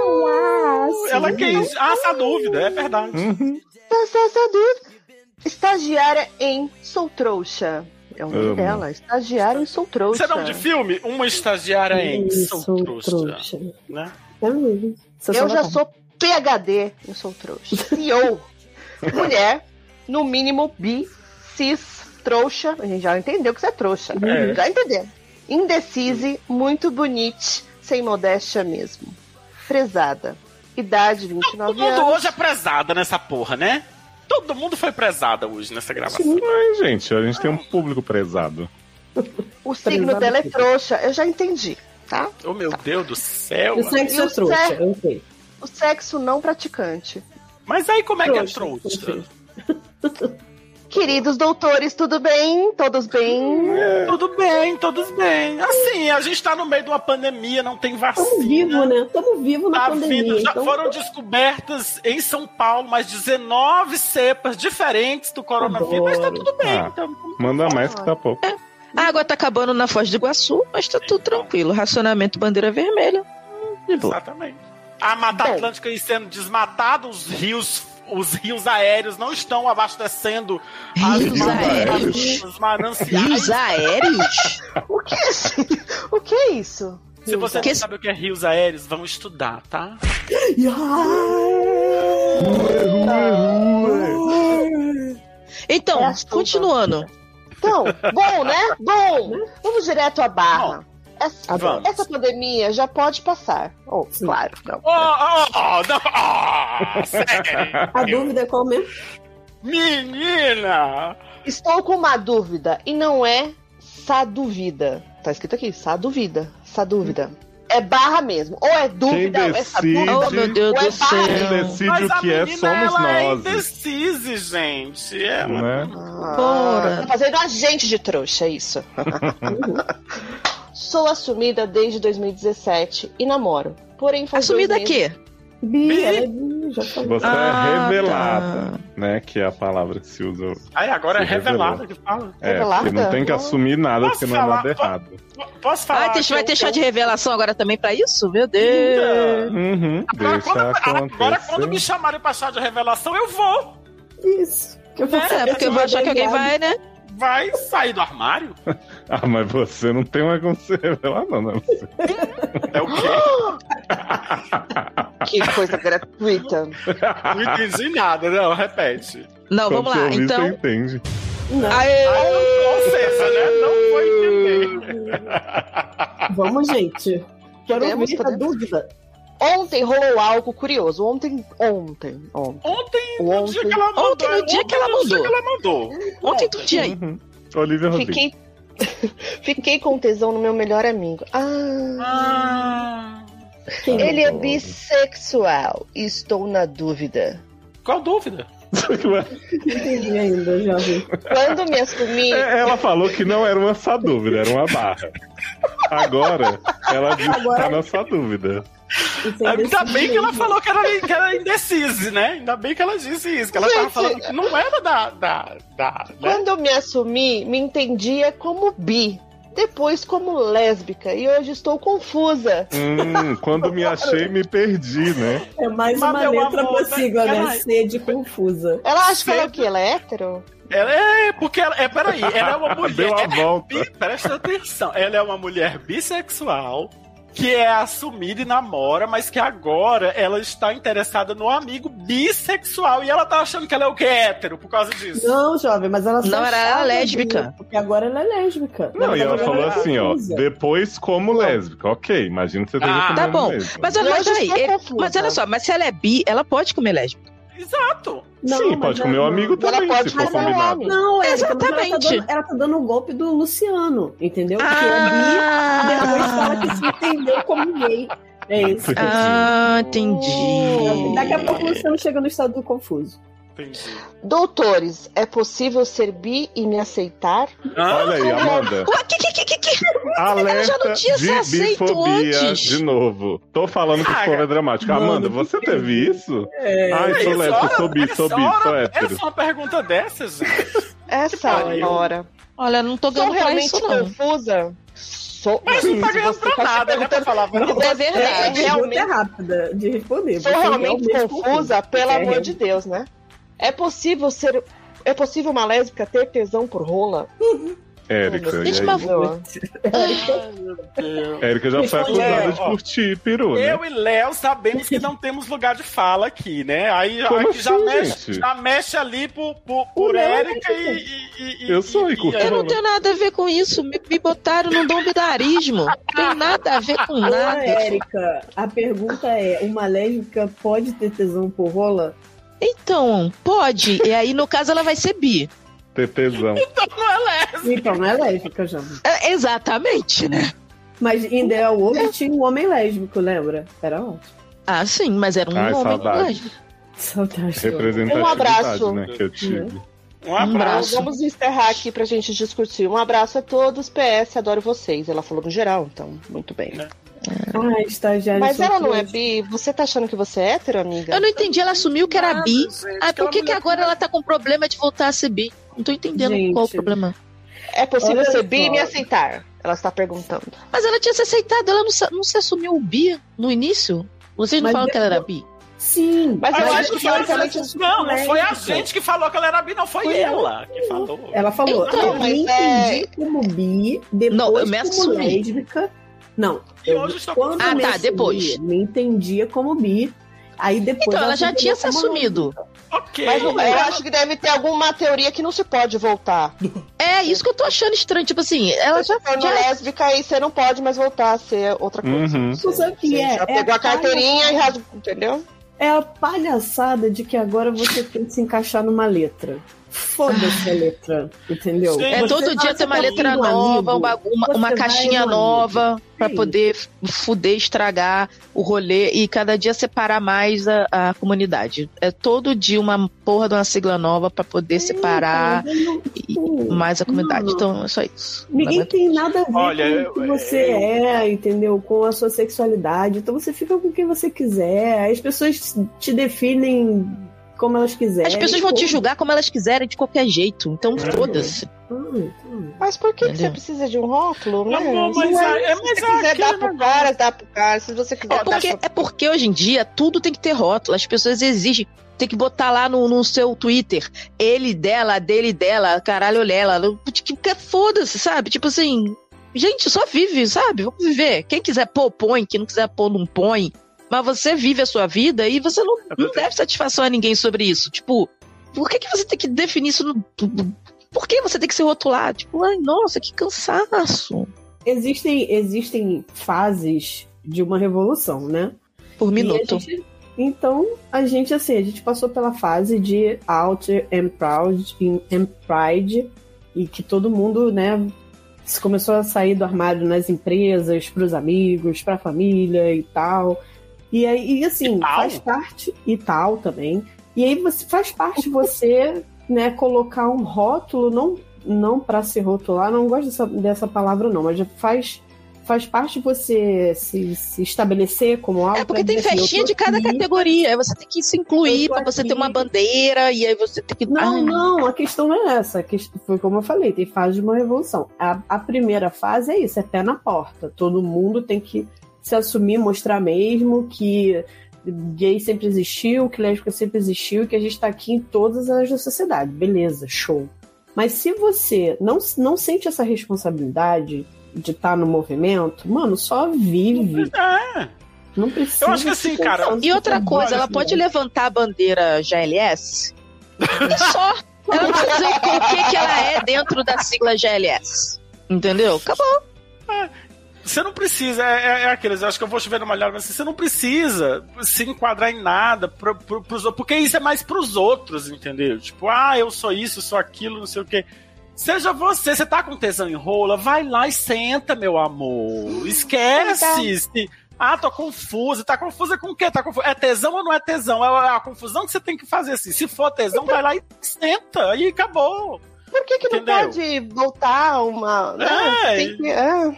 Speaker 5: Ela quis. Ah, essa dúvida, é verdade.
Speaker 11: Uhum.
Speaker 4: Tá essa dúvida. Estagiária em Sou Trouxa. É o nome
Speaker 11: Amo.
Speaker 4: dela. Estagiária em Sou Trouxa.
Speaker 5: Isso é nome de filme? Uma estagiária em Sou Trouxa. Né?
Speaker 6: É mesmo. Você
Speaker 4: Eu
Speaker 6: só tá
Speaker 4: já
Speaker 6: vai-
Speaker 4: sou PHD em Sou Trouxa. CEO. Mulher, no mínimo bi, cis, trouxa. A gente já entendeu que você é trouxa.
Speaker 5: É.
Speaker 4: Já entendeu. Indecise, muito bonite, sem modéstia mesmo. Fresada. Idade,
Speaker 5: Todo
Speaker 4: 29
Speaker 5: mundo
Speaker 4: anos.
Speaker 5: hoje é prezada nessa porra, né? Todo mundo foi prezada hoje nessa gravação.
Speaker 11: Sim, mas, gente, a gente tem um público prezado.
Speaker 4: O signo
Speaker 6: Prezada
Speaker 4: dela é
Speaker 6: por quê?
Speaker 4: trouxa. Eu já entendi, tá?
Speaker 5: Oh, meu Deus do céu.
Speaker 6: Eu sei que
Speaker 4: E
Speaker 6: sou
Speaker 4: o
Speaker 6: é trouxa,
Speaker 4: Zé?
Speaker 6: eu sei.
Speaker 4: O sexo não praticante.
Speaker 5: Mas aí como é que é
Speaker 6: Trouxa,
Speaker 5: trouxa?
Speaker 4: Queridos doutores, tudo bem? Todos bem?
Speaker 5: É. Tudo bem, todos bem. Assim, a gente tá no meio de uma pandemia, não tem
Speaker 6: Estamos
Speaker 5: vacina.
Speaker 6: vivos, né? Estamos vivos na
Speaker 5: Tá
Speaker 6: pandemia.
Speaker 5: vindo, já
Speaker 6: então-
Speaker 5: foram descobertas em São Paulo mais 19 cepas diferentes do coronavírus, mas tá
Speaker 6: Adoro.
Speaker 5: tudo bem.
Speaker 11: Ah.
Speaker 5: então-
Speaker 11: Manda mais que tá pouco.
Speaker 7: A água tá acabando na Foz do Iguaçu, mas tá tudo tranquilo. Racionamento bandeira vermelha. hum, De boa.
Speaker 5: Exatamente. A Mata
Speaker 4: Bom.
Speaker 5: Atlântica aí sendo desmatada, os rios, os rios aéreos não estão abastecendo as
Speaker 7: Rios
Speaker 5: manan-
Speaker 7: aéreos.
Speaker 5: os mananciais.
Speaker 7: Rios aéreos?
Speaker 4: O que é isso? O que é isso?
Speaker 5: Se você
Speaker 7: Que-
Speaker 5: não sabe o que é rios aéreos, vão estudar, tá?
Speaker 7: Então,
Speaker 4: É assunto.
Speaker 7: continuando.
Speaker 4: Então, bom, né? Bom! Vamos direto à barra. Essa,
Speaker 5: Vamos.
Speaker 4: essa pandemia já pode passar. Oh, claro. Não.
Speaker 5: Oh, oh, oh, não, oh, sério.
Speaker 6: A dúvida é qual mesmo?
Speaker 5: Menina!
Speaker 4: Estou com uma dúvida e não é sá dúvida. Tá escrito aqui, sá dúvida, sá dúvida. É barra mesmo. Ou é dúvida, ou é sá
Speaker 11: decide?
Speaker 4: dúvida.
Speaker 7: Oh, meu Deus
Speaker 4: Ué,
Speaker 7: do
Speaker 4: vai.
Speaker 11: Quem
Speaker 7: céu.
Speaker 11: decide
Speaker 5: Mas
Speaker 11: o
Speaker 5: a
Speaker 11: que é
Speaker 5: menina,
Speaker 11: somos
Speaker 5: ela é
Speaker 11: nós.
Speaker 5: indecise, gente. É,
Speaker 11: Né?
Speaker 4: Ah,
Speaker 7: Bora.
Speaker 4: Tá fazendo a gente de trouxa, é isso. Sou assumida desde 2017 e namoro. Porém, faz
Speaker 7: Assumida
Speaker 4: dois meses-
Speaker 7: aqui.
Speaker 6: Bi, ela é bi, já falou.
Speaker 11: Você
Speaker 7: Ah,
Speaker 11: é revelada, né? Que é a palavra que se usa.
Speaker 5: Aí agora é
Speaker 11: Se revelou.
Speaker 5: revelada que fala.
Speaker 11: É,
Speaker 4: Revelada?
Speaker 11: porque não tem que assumir nada,
Speaker 5: Posso
Speaker 11: porque não é nada
Speaker 5: falar?
Speaker 11: errado.
Speaker 5: Posso falar? então?
Speaker 7: Ah, tem-
Speaker 5: que
Speaker 7: vai
Speaker 5: eu-
Speaker 7: ter chá
Speaker 5: eu-
Speaker 7: de revelação agora também pra isso? Meu
Speaker 5: Então.
Speaker 7: Deus.
Speaker 11: Uhum,
Speaker 5: Agora
Speaker 11: deixa
Speaker 5: quando,
Speaker 11: acontecer.
Speaker 5: agora, quando me chamarem pra chá de revelação, eu vou. Né?
Speaker 6: Isso. Que eu vou
Speaker 7: É, porque eu vou achar que alguém vai, né?
Speaker 5: Vai sair do armário?
Speaker 11: Ah, mas você não tem mais como se revelar, não, né?
Speaker 5: É o quê?
Speaker 4: Que coisa gratuita.
Speaker 5: Não entendi nada, não. Repete.
Speaker 7: Não,
Speaker 11: Quando você
Speaker 7: vamos lá.
Speaker 11: ouvir,
Speaker 7: Então.
Speaker 11: você entende.
Speaker 5: Ah,
Speaker 7: Aê!
Speaker 5: eu- ou seja, né? Não vou entender.
Speaker 6: Vamos, gente. Quero
Speaker 4: Podemos,
Speaker 6: ouvir essa
Speaker 4: podemos.
Speaker 6: dúvida.
Speaker 4: Ontem rolou algo curioso. Ontem, ontem, ontem.
Speaker 5: Ontem, no dia que ela mandou. é
Speaker 7: Ontem, no dia que ela
Speaker 5: no dia
Speaker 7: mandou.
Speaker 5: que ela mandou.
Speaker 7: Ontem do dia aí.
Speaker 11: Uhum. Olivia Rodrigo.
Speaker 4: Fiquei, fiquei com tesão no meu melhor amigo. Ah,
Speaker 5: Ah,
Speaker 4: ele é bissexual. Estou na dúvida.
Speaker 5: qual dúvida?
Speaker 6: Não entendi ainda, jovem.
Speaker 4: Quando me assumi,
Speaker 11: É, Ela falou que não era uma só dúvida, era uma barra. Agora, ela diz que tá na sua dúvida.
Speaker 6: Isso é
Speaker 5: Ainda bem que ela
Speaker 6: indecisivo.
Speaker 5: falou que era, que era indecise, né? Ainda bem que ela disse isso, que ela tava
Speaker 4: Gente.
Speaker 5: falando que não era da. da, da né?
Speaker 4: quando eu me assumi, me entendia como bi, depois como lésbica e hoje estou confusa.
Speaker 11: Hum, quando me achei, me perdi, né?
Speaker 6: É mais
Speaker 5: Mas,
Speaker 6: uma
Speaker 5: meu
Speaker 6: letra
Speaker 5: amor,
Speaker 6: pra sigla, né?
Speaker 5: caralho.
Speaker 6: C de confusa.
Speaker 4: Ela acha que ela é o
Speaker 5: Sempre.
Speaker 4: quê? Ela é hétero?
Speaker 5: Ela é, porque ela. É, peraí, ela é uma mulher.
Speaker 11: Deu a volta.
Speaker 5: bi- presta atenção. Ela é uma mulher bissexual, que é assumida e namora, mas que agora ela está interessada no amigo bissexual e ela tá achando que ela é o que hétero por causa disso.
Speaker 6: Não, jovem, mas ela só
Speaker 7: Não, era
Speaker 6: achava
Speaker 7: lésbica.
Speaker 6: bonito, Porque agora ela é lésbica.
Speaker 11: Não, e ela falou
Speaker 6: é
Speaker 11: assim, ó,
Speaker 6: Lésbica.
Speaker 11: depois como lésbica. Ok, imagina que você esteja
Speaker 5: Ah.
Speaker 11: comendo
Speaker 7: Tá bom.
Speaker 11: lésbica.
Speaker 7: Mas olha,
Speaker 6: Eu
Speaker 7: mas,
Speaker 6: já
Speaker 7: peraí,
Speaker 6: estou
Speaker 7: ele-
Speaker 6: confusa.
Speaker 7: mas olha só, mas se ela é bi, ela pode comer lésbica.
Speaker 5: Exato.
Speaker 6: Não,
Speaker 11: Sim,
Speaker 6: mas
Speaker 11: pode
Speaker 6: ela
Speaker 11: comer o
Speaker 6: não-
Speaker 11: amigo
Speaker 6: Ela
Speaker 11: também,
Speaker 6: pode,
Speaker 11: se for
Speaker 6: mas ela é
Speaker 11: combinado.
Speaker 6: Não, Érica, mas ela tá
Speaker 7: Exatamente.
Speaker 6: dando- Ela tá dando o golpe do Luciano, entendeu? Porque
Speaker 7: Ah!
Speaker 6: é bi, depois fala que se entendeu como gay. É isso.
Speaker 7: Ah, entendi.
Speaker 6: Daqui a pouco o Luciano chega no estado do confuso.
Speaker 5: Entendi.
Speaker 4: Doutores, é possível ser bi e me aceitar?
Speaker 11: Olha aí,
Speaker 5: Ah.
Speaker 11: Amanda.
Speaker 7: Ué, que, que, que, que, que?
Speaker 11: Ah,
Speaker 7: Eu já
Speaker 11: Alerta
Speaker 7: não tinha se
Speaker 11: de
Speaker 7: aceito
Speaker 11: bifobia
Speaker 7: antes.
Speaker 11: de novo. Tô falando que
Speaker 5: Ah,
Speaker 11: esse povo é dramático.
Speaker 6: mano,
Speaker 11: Amanda,
Speaker 6: que
Speaker 11: você teve isso?
Speaker 6: É.
Speaker 11: Ai, sou
Speaker 5: Isso,
Speaker 11: lésbica,
Speaker 5: olha,
Speaker 11: sou bi,
Speaker 5: é
Speaker 11: sou
Speaker 5: só-
Speaker 11: bi, sou hétero.
Speaker 5: É só uma pergunta dessas, gente.
Speaker 4: Essa
Speaker 5: pariu.
Speaker 4: hora.
Speaker 7: Olha, não tô
Speaker 4: Sou
Speaker 7: ganhando pra
Speaker 4: realmente
Speaker 7: isso, não.
Speaker 4: confusa? Sou.
Speaker 5: Mas não tá ganhando pra nada, né? Pra falar a verdade.
Speaker 7: É
Speaker 6: Essa
Speaker 7: verdade.
Speaker 4: É,
Speaker 6: pergunta
Speaker 4: realmente-
Speaker 6: é rápida de responder.
Speaker 4: Sou
Speaker 6: Você
Speaker 4: realmente confusa, pelo
Speaker 6: É,
Speaker 4: amor
Speaker 6: realmente.
Speaker 4: de Deus, né? É possível ser. É possível uma lésbica ter tesão por rola?
Speaker 6: Hum.
Speaker 11: Érica, e
Speaker 7: Gente,
Speaker 11: aí?
Speaker 7: mas-
Speaker 4: Não.
Speaker 11: Érica já foi
Speaker 6: Deixa eu olhar,
Speaker 11: acusada de
Speaker 5: ó.
Speaker 11: curtir peru, né?
Speaker 5: Eu e Léo sabemos que não temos lugar de fala aqui, né? Aí,
Speaker 11: Como
Speaker 5: aí que já,
Speaker 11: assim,
Speaker 5: mexe,
Speaker 11: gente?
Speaker 5: já mexe ali por, por, por
Speaker 6: Léo é
Speaker 5: Érica e, e- e-
Speaker 11: Eu sou
Speaker 5: e-
Speaker 11: Igor.
Speaker 5: e-
Speaker 7: Eu não tenho nada a ver com isso. Me, me botaram num domidarismo. Não tem nada a ver com
Speaker 6: Olá,
Speaker 7: nada.
Speaker 6: Ah, Érica, a pergunta é: uma lésbica pode ter tesão por rola?
Speaker 7: Então, pode. E aí, no caso, ela vai ser bi.
Speaker 11: Ter tesão.
Speaker 6: Então, não é lésbica, já.
Speaker 7: É, exatamente, né? É.
Speaker 6: Mas em The World tinha um homem lésbico, lembra? Era ótimo.
Speaker 7: Ah, sim, mas
Speaker 4: É
Speaker 7: era um
Speaker 11: Ai,
Speaker 7: homem
Speaker 11: saudade.
Speaker 7: lésbico.
Speaker 6: Saudade.
Speaker 11: Representatividade,
Speaker 4: Um abraço.
Speaker 11: né, que eu tive.
Speaker 5: Um abraço.
Speaker 4: Nós vamos encerrar aqui pra gente discutir. Um abraço a todos, PS, adoro vocês. Ela falou no geral, então, muito bem.
Speaker 6: Ai, estagiário.
Speaker 4: Mas
Speaker 6: sou
Speaker 4: ela não é
Speaker 6: criança.
Speaker 4: bi? Você tá achando que você é hétero, amiga?
Speaker 7: Eu não entendi, ela assumiu que era bi.
Speaker 5: gente,
Speaker 7: Ah, por
Speaker 5: aquela
Speaker 7: que, que
Speaker 5: mulher
Speaker 7: agora ela tá com problema de voltar a ser bi? Não tô entendendo
Speaker 6: Gente.
Speaker 7: qual o problema.
Speaker 4: É possível
Speaker 6: Olha
Speaker 4: ser bi e
Speaker 6: só.
Speaker 4: me aceitar? Ela está perguntando.
Speaker 7: Mas ela tinha se aceitado, ela não se, não se assumiu bi no início? Vocês não
Speaker 6: Mas
Speaker 7: falam que ela era bi?
Speaker 6: Sim.
Speaker 4: Mas eu acho que
Speaker 5: foi a
Speaker 4: teoricamente
Speaker 5: gente-
Speaker 6: isso
Speaker 5: Não, não foi a
Speaker 6: lésbica.
Speaker 5: gente que falou que ela era bi, não foi
Speaker 6: Foi
Speaker 5: ela que falou.
Speaker 6: Ela falou:
Speaker 7: Então,
Speaker 6: eu
Speaker 4: mas
Speaker 6: me
Speaker 4: é-
Speaker 6: entendi como bi, depois
Speaker 7: Não, eu me
Speaker 6: como
Speaker 7: assumi.
Speaker 6: lésbica. Não.
Speaker 5: E
Speaker 6: eu-
Speaker 5: hoje estou
Speaker 6: quando
Speaker 7: Ah,
Speaker 6: eu me
Speaker 7: tá,
Speaker 6: assumi,
Speaker 7: depois.
Speaker 6: Me entendia como bi. Aí depois.
Speaker 7: Então, ela já
Speaker 6: entendeu
Speaker 7: tinha se
Speaker 6: como
Speaker 7: assumido.
Speaker 5: Ok.
Speaker 4: Mas eu
Speaker 5: ela-
Speaker 4: acho que deve ter alguma teoria que não se pode voltar.
Speaker 7: É, isso que eu tô achando estranho. Tipo assim, ela
Speaker 4: Você
Speaker 7: já.
Speaker 4: já foi
Speaker 7: já-
Speaker 4: lésbica e você não pode mais voltar a ser outra coisa.
Speaker 11: Uhum.
Speaker 6: Não sei o que
Speaker 4: Você
Speaker 6: é.
Speaker 4: já
Speaker 6: é
Speaker 4: pegou
Speaker 6: palha-
Speaker 4: a carteirinha e rasgou, entendeu?
Speaker 6: É a palhaçada de que agora você tem que se encaixar numa letra. Foda-se a letra, entendeu?
Speaker 5: Sim.
Speaker 7: É
Speaker 5: Você
Speaker 7: todo dia
Speaker 6: fala,
Speaker 7: tem uma
Speaker 6: você
Speaker 7: letra
Speaker 6: tem um
Speaker 7: nova,
Speaker 6: amigo,
Speaker 7: uma, uma,
Speaker 6: você
Speaker 7: uma
Speaker 6: vai
Speaker 7: caixinha
Speaker 6: no amigo.
Speaker 7: nova pra
Speaker 6: Sim.
Speaker 7: poder f- fuder, estragar o rolê e cada dia separar mais a, a comunidade. É todo dia uma porra de uma sigla nova pra poder separar
Speaker 6: Então, eu não-
Speaker 7: e-
Speaker 6: Sim.
Speaker 7: mais a comunidade.
Speaker 6: Não.
Speaker 7: Então é só isso.
Speaker 6: Ninguém tem nada a ver
Speaker 5: Olha,
Speaker 6: com o que
Speaker 5: eu-
Speaker 6: você é, entendeu? Com a sua sexualidade. Então você fica com quem você quiser. Aí As pessoas te definem como elas quiserem.
Speaker 7: As pessoas vão te
Speaker 6: Foda-se.
Speaker 7: julgar como elas quiserem, de qualquer jeito. Então
Speaker 5: É.
Speaker 7: foda-se.
Speaker 6: Hum, hum.
Speaker 4: Mas por que, que você
Speaker 7: Entendeu?
Speaker 4: precisa de um rótulo? Né?
Speaker 5: Amor, mas
Speaker 4: Não
Speaker 5: é- é-
Speaker 4: se
Speaker 5: mas
Speaker 4: você
Speaker 5: é
Speaker 4: quiser
Speaker 5: aquele
Speaker 4: dar pro cara, dá pro cara. Se você quiser
Speaker 7: É
Speaker 4: dar
Speaker 7: porque,
Speaker 4: pro...
Speaker 7: é porque hoje em dia tudo tem que ter rótulo. As pessoas exigem. Tem que botar lá no, no seu Twitter. Ele, dela, dele, dela, caralho, lela. Tipo, que foda-se, sabe? Tipo assim. Gente, só vive, sabe? Vamos viver. Quem quiser pôr, põe. Quem não quiser pôr, não põe. Mas você vive a sua vida e você não, não deve satisfação a ninguém sobre isso. Tipo, por que, que você tem que definir isso? No, por que você tem que se rotular? Tipo, ai, nossa, que cansaço.
Speaker 6: Existem, existem fases de uma revolução, né?
Speaker 7: Por
Speaker 6: E a
Speaker 7: minuto.
Speaker 6: gente- então, a gente, assim, a gente passou pela fase de out and proud, in- and pride, e que todo mundo, né, se começou a sair do armário nas empresas, pros amigos, pra família e tal. E aí, e, assim,
Speaker 5: E tal?
Speaker 6: faz parte, e tal também. E aí você faz parte você, né, colocar um rótulo, não, não para se rotular, não gosto dessa, dessa palavra, não, mas já faz. Faz parte você se, se estabelecer como algo.
Speaker 7: É porque tem
Speaker 6: pra dizer assim, eu
Speaker 7: festinha
Speaker 6: tô
Speaker 7: de cada
Speaker 6: aqui.
Speaker 7: categoria. Aí você tem que se incluir
Speaker 6: Eu tô
Speaker 7: pra você ter
Speaker 6: aqui.
Speaker 7: uma bandeira e aí você tem que.
Speaker 6: Não,
Speaker 7: Ai,
Speaker 6: não, a questão não é essa. A quest- Foi como eu falei, tem fase de uma revolução. A, a primeira fase é isso, é pé na porta. Todo mundo tem que se assumir, mostrar mesmo que gay sempre existiu, que lésbica sempre existiu, que a gente tá aqui em todas as áreas da sociedade. Beleza, show. Mas se você não, não sente essa responsabilidade de estar no movimento, mano, só vive.
Speaker 5: É.
Speaker 6: Não precisa.
Speaker 5: Eu acho que assim,
Speaker 6: ficar
Speaker 5: cara, assim,
Speaker 6: tanto
Speaker 7: E outra
Speaker 6: trabalho,
Speaker 7: coisa, ela pode
Speaker 6: né?
Speaker 7: levantar a bandeira GLS e só. Ela não pode dizer o que, que ela é dentro da sigla GLS. Entendeu? Acabou.
Speaker 5: Você não precisa, é, é- é aqueles, eu acho que eu vou chover numa olhada, mas assim, você não precisa se enquadrar em nada, pro, pro, pros outros, porque isso é mais pros outros, entendeu? Tipo, ah, eu sou isso, eu sou aquilo, não sei o quê. Seja você, você tá com tesão em rola, vai lá e senta, meu
Speaker 4: Hum,
Speaker 5: amor. Esquece. se- Ah, tô confusa. Tá confusa com o quê? Tá confusa. É tesão ou não é tesão? É a confusão que você tem que fazer assim. Se for tesão, vai lá e senta. E acabou.
Speaker 4: Por que, que não
Speaker 5: Entendeu?
Speaker 4: pode voltar a uma. né?
Speaker 5: É,
Speaker 4: Tem que- é.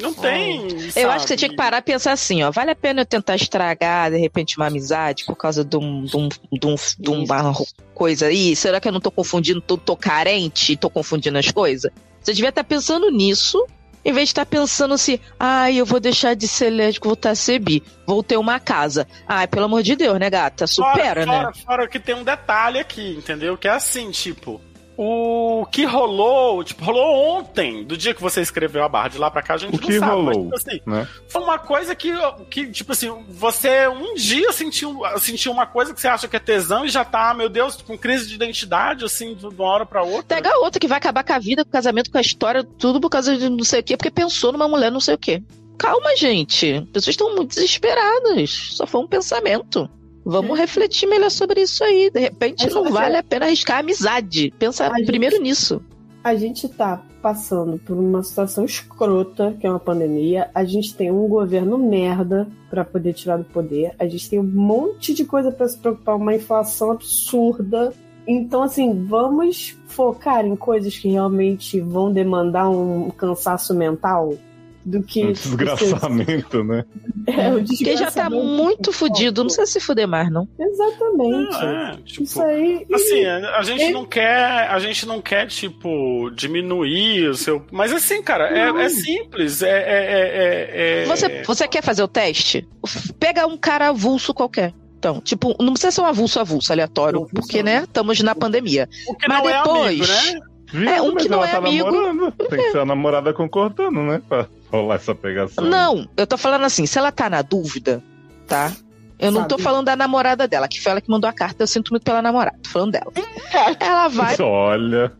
Speaker 5: Não tem.
Speaker 7: Eu acho que você tinha que parar e pensar assim, ó. Vale a pena eu tentar estragar, de repente, uma amizade por causa de um, de um, de um, de uma coisa aí? Será que eu não tô confundindo, tô, tô carente, tô confundindo as coisas? Você devia estar pensando nisso, em vez de estar pensando se, ai, eu vou deixar de ser lésbico, vou estar a ser bi, vou ter uma casa. Ai, pelo amor de Deus, né, gata? Supera,
Speaker 5: fora, fora,
Speaker 7: né?
Speaker 5: Fora que tem um detalhe aqui, entendeu? Que é assim, tipo, o que rolou, tipo, rolou ontem, do dia que você escreveu a barra de lá pra cá, a gente
Speaker 11: O
Speaker 5: não
Speaker 11: que
Speaker 5: sabe, mas,
Speaker 11: rolou?
Speaker 5: tipo assim,
Speaker 11: né?
Speaker 5: foi uma coisa que, que, tipo assim, você um dia sentiu, sentiu uma coisa que você acha que é tesão e já tá, meu Deus, com crise de identidade, assim, de uma hora pra outra.
Speaker 7: Pega outra que vai acabar com a vida, com o casamento, com a história, tudo por causa de não sei o quê, porque pensou numa mulher não sei o quê. Calma, gente. Pessoas estão muito desesperadas. Só foi um pensamento. Vamos refletir melhor sobre isso aí. De repente,
Speaker 6: É. Mas
Speaker 7: não
Speaker 6: você-
Speaker 7: vale a pena arriscar a amizade. Pensa
Speaker 6: A gente-
Speaker 7: primeiro nisso.
Speaker 6: A gente tá passando por uma situação escrota, que é uma pandemia. A gente tem um governo merda pra poder tirar do poder. A gente tem um monte de coisa pra se preocupar, uma inflação absurda. Então, assim, vamos focar em coisas que realmente vão demandar um cansaço mental do que.
Speaker 11: Um desgraçamento, né?
Speaker 6: É, o
Speaker 7: Porque já tá
Speaker 6: desgraçamento.
Speaker 7: muito fudido. Não precisa se fuder mais, não.
Speaker 6: Exatamente.
Speaker 5: Ah, é, tipo,
Speaker 6: Isso aí.
Speaker 5: Assim, a a gente não quer, a gente não quer tipo diminuir o seu, mas assim, cara, é, é simples, é, é- é- é- é-
Speaker 7: Você, você quer fazer o teste? F- Pega um cara avulso qualquer. Então, tipo, não precisa ser um avulso avulso, aleatório, porque, né, estamos na pandemia.
Speaker 5: O que
Speaker 7: Mas
Speaker 5: não é amigo,
Speaker 7: depois.
Speaker 5: né?
Speaker 11: Viu?
Speaker 7: É, um
Speaker 11: Mas
Speaker 7: que não
Speaker 11: ela
Speaker 7: é
Speaker 11: tá
Speaker 7: amigo.
Speaker 11: namorando. Tem que ser a namorada concordando, né? Pra rolar essa pegação.
Speaker 7: Não, eu tô falando assim, se ela tá na dúvida, tá? Eu não tô
Speaker 6: Sabe.
Speaker 7: falando da namorada dela, que foi ela que mandou a carta, eu sinto muito pela namorada, tô falando dela. Ela vai,
Speaker 11: Olha.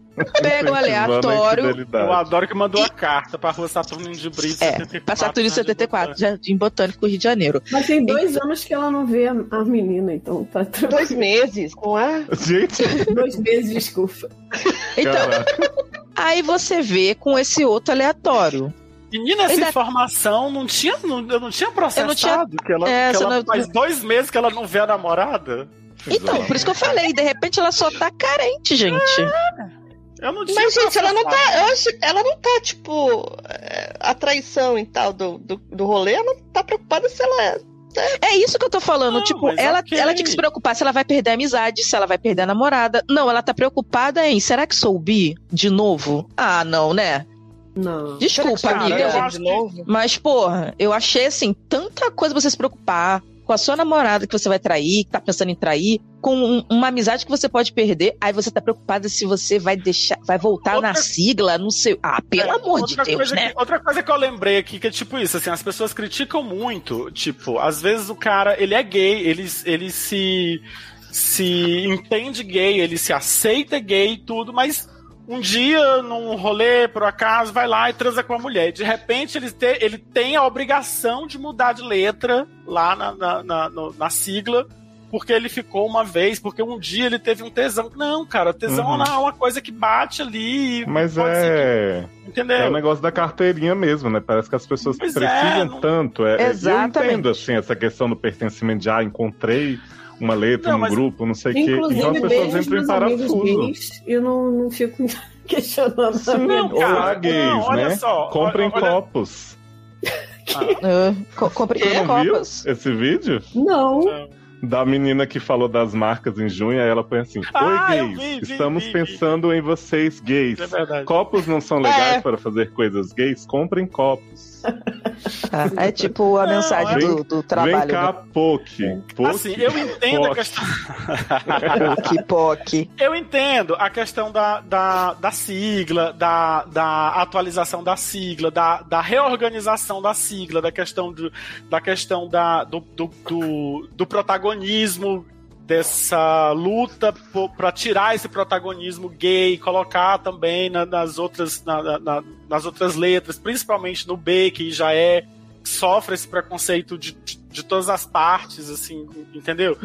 Speaker 7: pega o aleatório,
Speaker 5: Eu adoro que mandou a carta pra rua Saturnino de Brito.
Speaker 7: é, pra Saturno 74, Jardim Botânico, Rio de Janeiro.
Speaker 6: Mas tem dois anos que ela não vê a a menina, então tá tranquilo.
Speaker 4: tá- Dois meses, não é?
Speaker 11: Gente,
Speaker 6: Dois meses, desculpa.
Speaker 7: Então,
Speaker 11: cara,
Speaker 7: aí você vê com esse outro aleatório.
Speaker 5: Menina, essa
Speaker 7: Ainda-
Speaker 5: informação não tinha, não, eu não tinha processado
Speaker 7: tinha-
Speaker 5: que ela,
Speaker 7: É,
Speaker 5: que
Speaker 7: você
Speaker 5: ela
Speaker 7: não-
Speaker 5: faz dois meses que ela não vê a namorada.
Speaker 7: Então, por isso que eu falei, de repente ela só tá carente, gente.
Speaker 5: Eu não tinha
Speaker 4: Mas, gente, ela não
Speaker 5: processado.
Speaker 4: tá. Eu acho, ela não tá, tipo. é, A traição e tal do, do, do rolê, ela não tá preocupada se ela é.
Speaker 7: É isso que eu tô falando.
Speaker 5: Não,
Speaker 7: tipo,
Speaker 5: mas
Speaker 7: ela,
Speaker 5: ok.
Speaker 7: ela tinha que se preocupar se ela vai perder a amizade, se ela vai perder a namorada. Não, ela tá preocupada em será que sou bi de novo? Ah, não, né?
Speaker 6: Não.
Speaker 7: Desculpa,
Speaker 5: Cara,
Speaker 7: amiga.
Speaker 5: eu acho que
Speaker 7: Mas, porra, eu achei assim, tanta coisa pra você se preocupar com a sua namorada que você vai trair, que tá pensando em trair, com um- uma amizade que você pode perder, aí você tá preocupada se você vai deixar, vai voltar
Speaker 5: Outra-
Speaker 7: na sigla, não sei. Ah, pelo
Speaker 5: É,
Speaker 7: amor de
Speaker 5: outra
Speaker 7: Deus,
Speaker 5: coisa
Speaker 7: né?
Speaker 5: que- outra coisa que eu lembrei aqui, que é tipo isso, assim, as pessoas criticam muito, tipo, às vezes o cara, ele é gay, ele, ele se, se entende gay, ele se aceita gay e tudo, mas um dia, num rolê, por acaso, vai lá e transa com a mulher. E de repente, ele, te- ele tem a obrigação de mudar de letra lá na, na, na- no- na sigla, porque ele ficou uma vez, porque um dia ele teve um tesão. Não, cara, tesão
Speaker 11: Uhum.
Speaker 5: é uma coisa que bate ali. e
Speaker 11: Mas
Speaker 5: pode ser
Speaker 11: é.
Speaker 5: que- Entendeu?
Speaker 11: É o negócio da carteirinha mesmo, né? Parece que as pessoas
Speaker 5: Pois é,
Speaker 11: precisam
Speaker 5: não-
Speaker 11: tanto. É, é-
Speaker 7: Exatamente.
Speaker 11: Eu entendo, assim, essa questão do pertencimento de, ah, encontrei uma letra,
Speaker 5: Não,
Speaker 11: um
Speaker 5: mas-
Speaker 11: grupo, não sei o quê. Então as
Speaker 6: Inclusive,
Speaker 11: pessoas
Speaker 6: beijo
Speaker 11: entram em
Speaker 6: meus amigos
Speaker 11: parafuso.
Speaker 6: gays, eu não, não fico questionando.
Speaker 11: Sim,
Speaker 5: Não, cara,
Speaker 11: olá, gays,
Speaker 5: não, olha
Speaker 11: né?
Speaker 5: só,
Speaker 11: Comprem
Speaker 5: olha-
Speaker 11: copos.
Speaker 7: Ah, co- comprei
Speaker 11: Você não viu
Speaker 7: copas.
Speaker 11: esse vídeo?
Speaker 6: Não.
Speaker 11: Da menina que falou das marcas em junho, aí ela põe assim:
Speaker 5: Ah,
Speaker 11: Oi,
Speaker 5: eu
Speaker 11: gays,
Speaker 5: vi, vi,
Speaker 11: estamos
Speaker 5: vi, vi."
Speaker 11: pensando em vocês, gays.
Speaker 5: É verdade.
Speaker 11: Copos não são
Speaker 7: É.
Speaker 11: legais para fazer coisas gays? Comprem copos.
Speaker 7: Ah, é tipo a mensagem
Speaker 11: vem-
Speaker 7: do, do trabalho.
Speaker 11: Vem cá,
Speaker 7: né?
Speaker 11: Poke. Poke.
Speaker 5: Assim, eu entendo a
Speaker 11: Poke.
Speaker 5: questão.
Speaker 7: Que poque.
Speaker 5: eu entendo entendo a questão da, da, da sigla, da, da atualização da sigla, da, da reorganização da sigla, da questão, do, da questão da, do, do, do, do protagonismo dessa luta para tirar esse protagonismo gay e colocar também na- nas, outras, na- na- nas outras letras, principalmente no B, que já é sofre esse preconceito de, de, de todas as partes, assim, entendeu?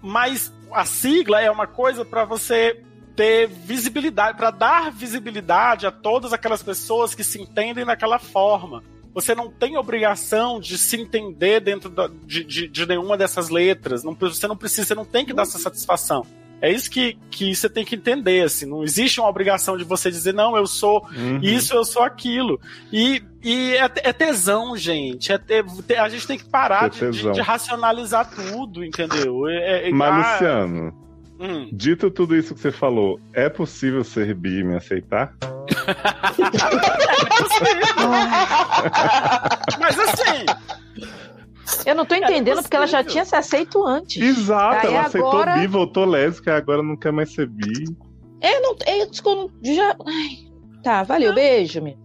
Speaker 5: Mas a sigla é uma coisa para você ter visibilidade, para dar visibilidade a todas aquelas pessoas que se entendem daquela forma. Você não tem obrigação de se entender dentro da- de, de, de nenhuma dessas letras. Não pre- você não precisa, você não tem que dar essa satisfação. É isso que, que você tem que entender, assim. Não existe uma obrigação de você dizer, não, eu sou
Speaker 13: Uhum.
Speaker 5: isso, eu sou aquilo. E, e é, é tesão, gente. É te- te- a gente tem que parar
Speaker 3: É
Speaker 5: de- de-
Speaker 3: tesão.
Speaker 5: de racionalizar tudo, entendeu? É- é-
Speaker 3: Mas,
Speaker 5: ah,
Speaker 3: Luciano,
Speaker 5: hum.
Speaker 3: dito tudo isso que você falou, é possível ser bi e me aceitar?
Speaker 5: Mas assim.
Speaker 7: Eu não tô entendendo, porque ela já
Speaker 5: possível.
Speaker 7: tinha se aceito antes.
Speaker 3: Exato,
Speaker 7: Aí
Speaker 3: ela aceitou
Speaker 7: agora-
Speaker 3: bi, voltou lésbica, agora não quer mais ser bi.
Speaker 7: É, não. É, isso que eu não- já. Ai. Tá, valeu, beijo, minha.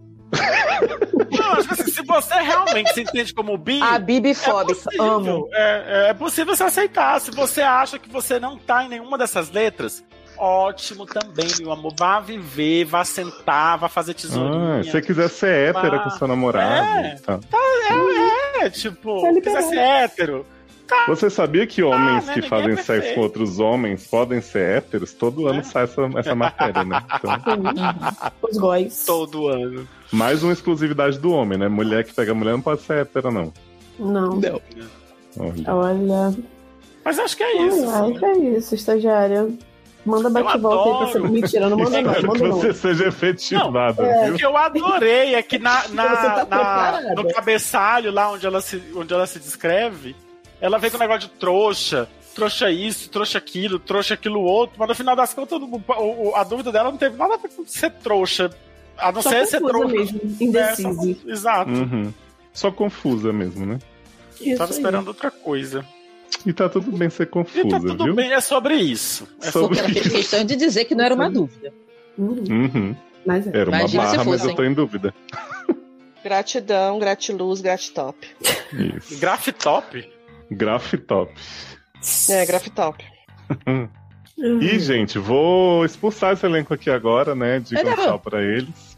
Speaker 5: Não, acho que assim, se você realmente se entende como bi.
Speaker 7: A bibifóbica,
Speaker 5: é possível,
Speaker 7: amo.
Speaker 5: É, é possível se aceitar. Se você acha que você não tá em nenhuma dessas letras, ótimo também, meu amor. Vá viver, vá sentar, vá fazer tesourinha.
Speaker 3: Ah, se você quiser ser hétera com seu namorado.
Speaker 5: É.
Speaker 3: tá.
Speaker 5: Tá, é, é,
Speaker 6: Tá
Speaker 5: tipo, se quiser ser hétero.
Speaker 3: Você sabia que homens
Speaker 5: né?
Speaker 3: que
Speaker 5: Ninguém
Speaker 3: fazem
Speaker 5: é perfeito.
Speaker 3: sexo com outros homens podem ser héteros? Todo
Speaker 5: É.
Speaker 3: ano sai essa, essa matéria, né?
Speaker 6: Os góis.
Speaker 5: Todo ano.
Speaker 3: Mais uma exclusividade do homem, né? Mulher que pega mulher não pode ser hétera, não.
Speaker 6: Não.
Speaker 3: Olha.
Speaker 6: Olha.
Speaker 5: Mas acho que é isso.
Speaker 6: Ai, que é isso, estagiária. Manda bate-volta aí pra você.
Speaker 5: adoro.
Speaker 6: Mentira, não manda não.
Speaker 3: Espero que
Speaker 6: Manda não.
Speaker 3: você seja efetivada,
Speaker 6: é.
Speaker 3: viu?
Speaker 5: O que eu adorei é que na, na-
Speaker 6: Você tá
Speaker 5: na-
Speaker 6: preparada?
Speaker 5: no cabeçalho lá onde ela, se, onde ela se descreve, ela vem com o negócio de trouxa, trouxa isso, trouxa aquilo, trouxa aquilo outro, mas no final das contas o- o- a dúvida dela não teve nada a ver com ser trouxa, a não
Speaker 6: Só
Speaker 5: ser ser
Speaker 6: confusa
Speaker 5: trouxa.
Speaker 6: mesmo,
Speaker 5: É, só-
Speaker 6: indecise.
Speaker 5: exato.
Speaker 3: Uhum. Só confusa mesmo, né?
Speaker 6: Isso
Speaker 5: Tava
Speaker 6: aí.
Speaker 5: esperando outra coisa.
Speaker 3: E tá tudo bem ser confusa,
Speaker 5: E tá tudo
Speaker 3: viu?
Speaker 5: bem, é sobre isso. É
Speaker 3: Sobre
Speaker 7: Ela fez questão de dizer que não era uma dúvida.
Speaker 3: Uhum.
Speaker 6: Mas é.
Speaker 3: Era uma
Speaker 7: Imagina se
Speaker 3: barra, mas
Speaker 7: fosse,
Speaker 3: eu tô
Speaker 7: hein?
Speaker 3: em dúvida.
Speaker 4: Gratidão, gratiluz, gratitop.
Speaker 3: Isso.
Speaker 5: Graftop?
Speaker 3: Graftop.
Speaker 4: É, grafitop. Uhum.
Speaker 3: E, gente, vou expulsar esse elenco aqui agora, né? Diga um
Speaker 4: Eita.
Speaker 3: tchau pra eles.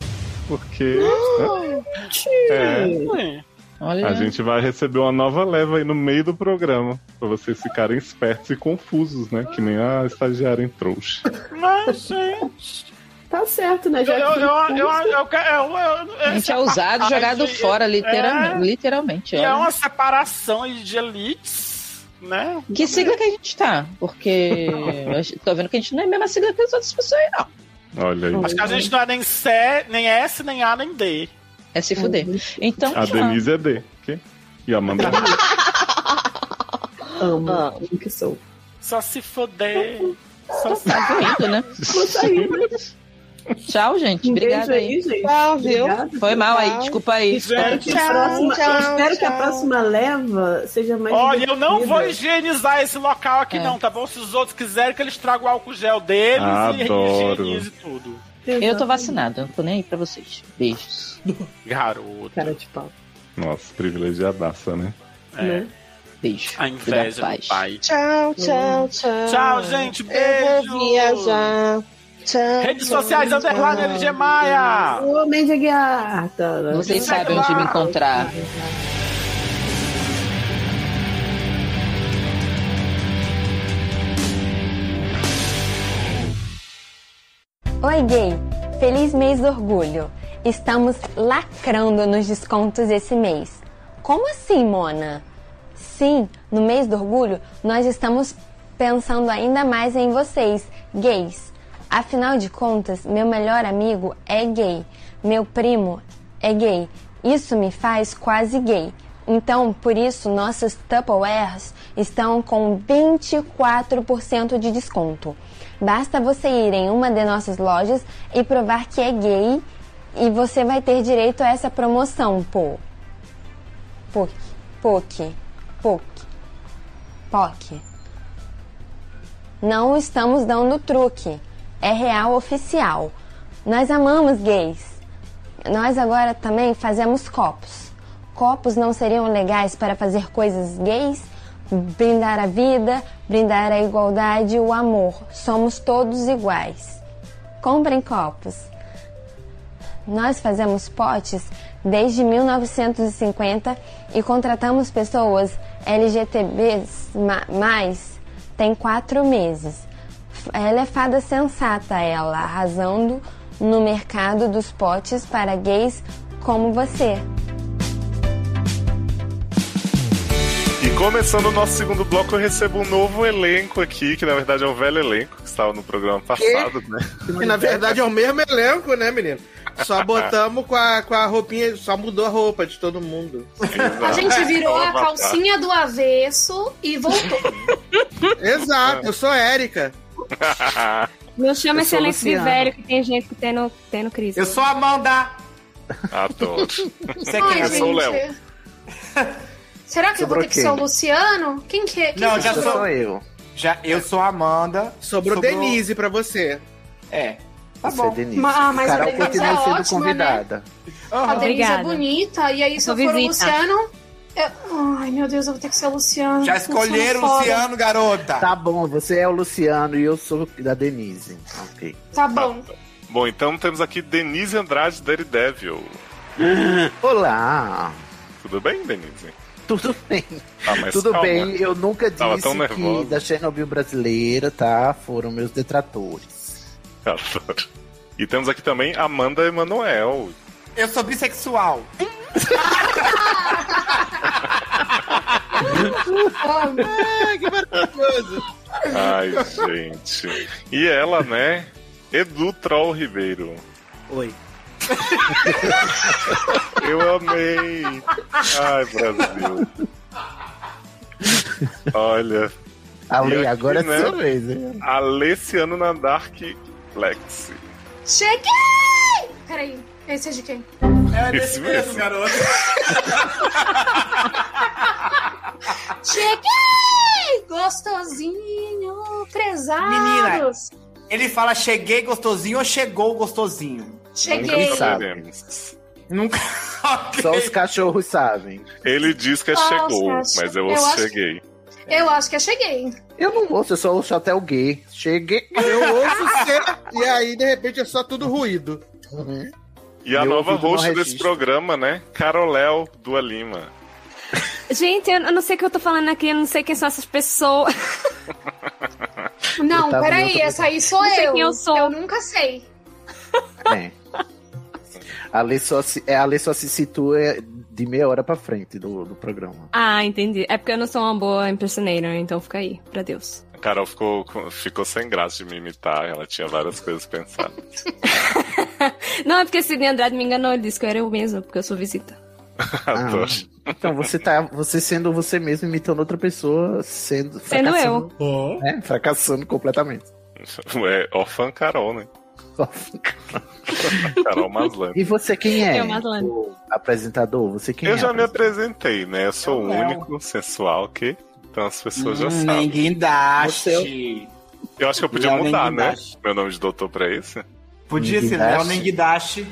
Speaker 3: Porque. É.
Speaker 5: É.
Speaker 3: A gente vai receber uma nova leva aí no meio do programa. Pra vocês ficarem espertos e confusos, né? Que nem a estagiária em trouxa.
Speaker 5: Mas, gente.
Speaker 6: Tá certo, né?
Speaker 5: Eu,
Speaker 6: Já
Speaker 5: eu,
Speaker 6: que-
Speaker 5: eu, eu, eu, eu, eu-
Speaker 7: A gente é usado, jogado fora, literalmente.
Speaker 5: É.
Speaker 7: literalmente
Speaker 5: E é
Speaker 7: olha.
Speaker 5: uma separação de elites, né?
Speaker 7: Que sigla que a gente tá? Porque eu acho- tô vendo que a gente não é a mesma sigla que as outras pessoas aí, não.
Speaker 3: Olha aí.
Speaker 5: Acho que a gente não é nem, C, nem S, nem A, nem D.
Speaker 7: É se fuder. Então,
Speaker 3: A Denise é D. ok? E a Amanda é D.
Speaker 6: Amo. Amo Ah, que sou.
Speaker 5: Só se fuder. Só se
Speaker 7: tá doendo, né? Tchau, gente. Obrigada
Speaker 6: beijo aí,
Speaker 7: aí.
Speaker 6: gente. Tchau, viu? Obrigada,
Speaker 7: Foi mal aí,
Speaker 6: tchau.
Speaker 7: desculpa aí.
Speaker 6: Espero, que, a
Speaker 5: Tchau,
Speaker 6: próxima,
Speaker 5: tchau,
Speaker 6: espero que a
Speaker 5: tchau.
Speaker 6: próxima leva seja mais.
Speaker 5: Olha, eu não vou
Speaker 6: divertida.
Speaker 5: higienizar esse local aqui,
Speaker 6: É.
Speaker 5: não, tá bom? Se os outros quiserem que eles tragam o álcool gel deles
Speaker 7: Adoro.
Speaker 5: e higienize tudo.
Speaker 7: Eu tô vacinada, não tô nem aí pra vocês. Beijos.
Speaker 5: Garoto.
Speaker 6: Cara de pau.
Speaker 3: Nossa, privilegiadaça, né?
Speaker 5: É.
Speaker 7: Beijo.
Speaker 5: A inveja
Speaker 7: Cuidado,
Speaker 5: do pai.
Speaker 4: Tchau, tchau, tchau.
Speaker 5: Hum. Tchau, gente.
Speaker 4: Eu vou viajar. Tchau.
Speaker 5: Redes sociais, underline LG Maia.
Speaker 6: Ô, Mendigarta.
Speaker 7: Vocês
Speaker 5: é
Speaker 7: sabem onde me encontrar.
Speaker 1: Oi, gay! Feliz mês do orgulho! Estamos lacrando nos descontos esse mês. Como assim, Mona? Sim, no mês do orgulho nós estamos pensando ainda mais em vocês, gays. Afinal de contas, meu melhor amigo é gay, meu primo é gay. Isso me faz quase gay. Então, por isso, nossos Tupperwares estão com 24% de desconto. Basta você ir em uma de nossas lojas e provar que é gay e você vai ter direito a essa promoção, pô. PUC, PUC, PUC, POC. Não estamos dando truque. é real oficial. Nós amamos gays. Nós agora também fazemos copos. Copos não seriam legais para fazer coisas gays? Brindar a vida, brindar a igualdade e o amor. Somos todos iguais. Comprem copos. Nós fazemos potes desde 1950 e contratamos pessoas LGTBs ma- mais tem quatro meses. F- Ela é fada sensata, ela, arrasando no mercado dos potes para gays como você.
Speaker 3: E começando o nosso segundo bloco, eu recebo um novo elenco aqui, que na verdade é o velho elenco que estava no programa passado, né?
Speaker 14: Que na verdade é o mesmo elenco, né, menino? Só botamos com a, com a roupinha, só mudou a roupa de todo mundo.
Speaker 15: Ah,
Speaker 10: A
Speaker 15: é.
Speaker 10: gente virou a calcinha do avesso e voltou.
Speaker 14: Exato, eu sou a Érica.
Speaker 16: Não chama
Speaker 14: Eu
Speaker 16: esse
Speaker 14: sou
Speaker 16: elenco de
Speaker 14: Luciano.
Speaker 16: velho que tem gente que tem no, tem no Cris.
Speaker 15: Eu sou a Amanda.
Speaker 3: Adoro.
Speaker 15: Você é quem?
Speaker 10: Ai,
Speaker 15: Eu sou o
Speaker 10: gente.
Speaker 15: Léo.
Speaker 10: Será que eu vou
Speaker 15: Sobrou
Speaker 10: ter que ser o
Speaker 15: quem?
Speaker 10: Luciano? Quem que é? Quem
Speaker 15: Não,
Speaker 10: que
Speaker 15: já
Speaker 10: sobrou?
Speaker 15: sou eu. Já, eu sou a Amanda.
Speaker 14: Sobrou Denise pra você.
Speaker 15: É.
Speaker 10: Tá
Speaker 15: Você
Speaker 10: bom.
Speaker 15: é Denise.
Speaker 10: Ma- ah, mas
Speaker 15: Carol
Speaker 10: a Denise
Speaker 15: continua
Speaker 10: é
Speaker 15: sendo
Speaker 10: ótima,
Speaker 15: convidada.
Speaker 10: A Denise é
Speaker 15: Obrigada.
Speaker 10: bonita, e aí se
Speaker 15: Eu
Speaker 10: eu
Speaker 15: sou
Speaker 10: for o
Speaker 15: visita.
Speaker 10: Luciano. eu- Ai, meu Deus, eu vou ter que ser o Luciano.
Speaker 15: Já escolheram o
Speaker 10: Luciano foda.
Speaker 15: Luciano, garota.
Speaker 17: Tá bom, você é o Luciano e eu sou da Denise. então, Ok.
Speaker 10: Tá bom.
Speaker 3: Bom, então temos aqui Denise Andrade, Daredevil.
Speaker 17: Olá.
Speaker 3: Tudo bem, Denise?
Speaker 17: Tudo bem.
Speaker 3: Ah, mas
Speaker 17: Tudo
Speaker 3: calma.
Speaker 17: bem, eu nunca
Speaker 3: Tava
Speaker 17: disse
Speaker 3: tão
Speaker 17: que
Speaker 3: nervosa.
Speaker 17: da Chernobyl brasileira, tá? Foram meus detratores.
Speaker 3: Adoro. E temos aqui também Amanda Emanuel.
Speaker 15: Eu sou bissexual.
Speaker 14: ah, que maravilhoso.
Speaker 3: Ai, gente. E ela, né? Edu Troll Ribeiro.
Speaker 17: Oi.
Speaker 3: Eu amei. Ai, Brasil. Olha.
Speaker 17: Ale,
Speaker 3: E né?
Speaker 17: agora é sua vez, hein?
Speaker 3: Alessiano Nandark Lexi.
Speaker 10: Cheguei! Peraí, esse é de quem?
Speaker 3: É desse Esse mesmo, mesmo.
Speaker 15: garoto.
Speaker 10: Cheguei! Gostosinho, prezado.
Speaker 15: Menina, ele fala cheguei gostosinho ou chegou gostosinho?
Speaker 10: Cheguei.
Speaker 17: Nunca sabe.
Speaker 15: Nunca.
Speaker 17: Só os cachorros sabem.
Speaker 3: Ele diz que é
Speaker 10: Nossa,
Speaker 3: chegou,
Speaker 10: acho-
Speaker 3: mas eu,
Speaker 10: eu acho-
Speaker 3: cheguei.
Speaker 10: Eu acho que é cheguei.
Speaker 17: Eu não ouço, eu só ouço até o gay. Cheguei.
Speaker 14: Eu ouço você e aí de repente é só tudo ruído.
Speaker 3: E a
Speaker 17: Meu
Speaker 3: nova
Speaker 17: ouvido não
Speaker 3: host desse
Speaker 17: resiste.
Speaker 3: programa, né? Caroléu Dua Lima.
Speaker 16: Gente, eu eu não sei o que eu tô falando aqui, eu não sei quem são essas pessoas.
Speaker 10: Não, peraí, essa aí sou
Speaker 16: Não sei
Speaker 10: eu.
Speaker 16: quem eu sou.
Speaker 10: nunca sei.
Speaker 17: É. A Lê só se, é, a Lê só se situa de meia hora pra frente do, do programa.
Speaker 16: Ah, entendi. É porque eu não sou uma boa impersonator, então fica aí, pra Deus.
Speaker 3: A Carol ficou, com- ficou sem graça de me imitar, ela tinha várias coisas pensadas.
Speaker 16: Não, é porque Sidney Andrade me enganou, ele disse que eu era eu mesmo, porque eu sou visita.
Speaker 3: Adoro.
Speaker 17: Então você tá você sendo você mesmo imitando outra pessoa, sendo
Speaker 16: Sendo
Speaker 17: fracassando, né? fracassando completamente.
Speaker 3: É órfã Carol, né? Carol Maslan.
Speaker 17: E você quem é?
Speaker 3: Eu, Maslany.
Speaker 17: o apresentador, você quem
Speaker 3: Eu
Speaker 17: é?
Speaker 3: já me apresentei, né? Eu sou o
Speaker 17: Eu não.
Speaker 3: único sensual que. Então as pessoas já
Speaker 15: Hum,
Speaker 3: sabem.
Speaker 15: Ninguém
Speaker 17: é
Speaker 15: daste.
Speaker 3: Eu acho que eu podia
Speaker 15: Léo
Speaker 3: mudar, né?
Speaker 15: Nenguindaste.
Speaker 3: Meu nome de doutor pra esse?
Speaker 15: Podia ser Léo Nenguidashi.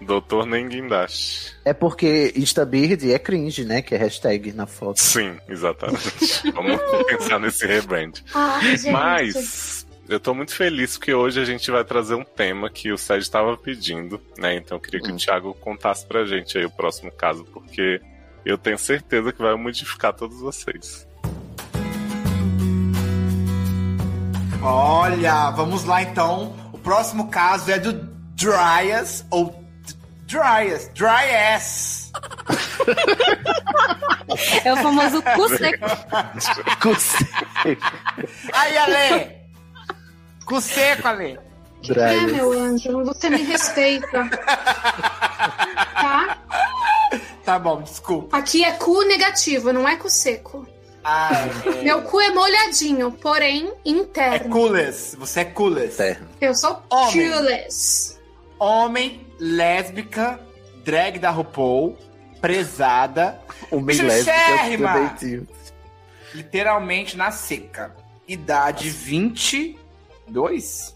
Speaker 3: Doutor Nenguindashi.
Speaker 17: É porque Instabird é cringe, né? Que é hashtag na foto.
Speaker 3: Sim, exatamente. Vamos pensar nesse rebrand.
Speaker 12: Ah,
Speaker 10: Ai, gente.
Speaker 3: Mas eu tô muito feliz porque hoje a gente vai trazer um tema que o Sérgio estava pedindo, né? Então eu queria
Speaker 17: Hum.
Speaker 3: que o Thiago contasse pra gente aí o próximo caso, porque eu tenho certeza que vai modificar todos vocês.
Speaker 15: Olha, vamos lá então. O próximo caso é do Dryas ou D- Dryas, Dryas.
Speaker 16: É o famoso cu seco.
Speaker 17: Cu seco.
Speaker 15: Aí, Ale! Cu seco, Ale!
Speaker 10: É, meu anjo, você me respeita. tá?
Speaker 15: Tá bom, desculpa.
Speaker 10: Aqui é cu negativo, não é cu seco.
Speaker 15: Ai,
Speaker 10: Meu cu é molhadinho, porém
Speaker 15: é
Speaker 10: interno.
Speaker 15: coolest, você é coolest.
Speaker 10: Eu sou
Speaker 15: Homem.
Speaker 10: coolless.
Speaker 15: Homem, lésbica, drag da RuPaul, presada,
Speaker 17: O meio lésbico
Speaker 15: bichérrima.
Speaker 17: também, tio.
Speaker 15: literalmente na seca. Idade 22?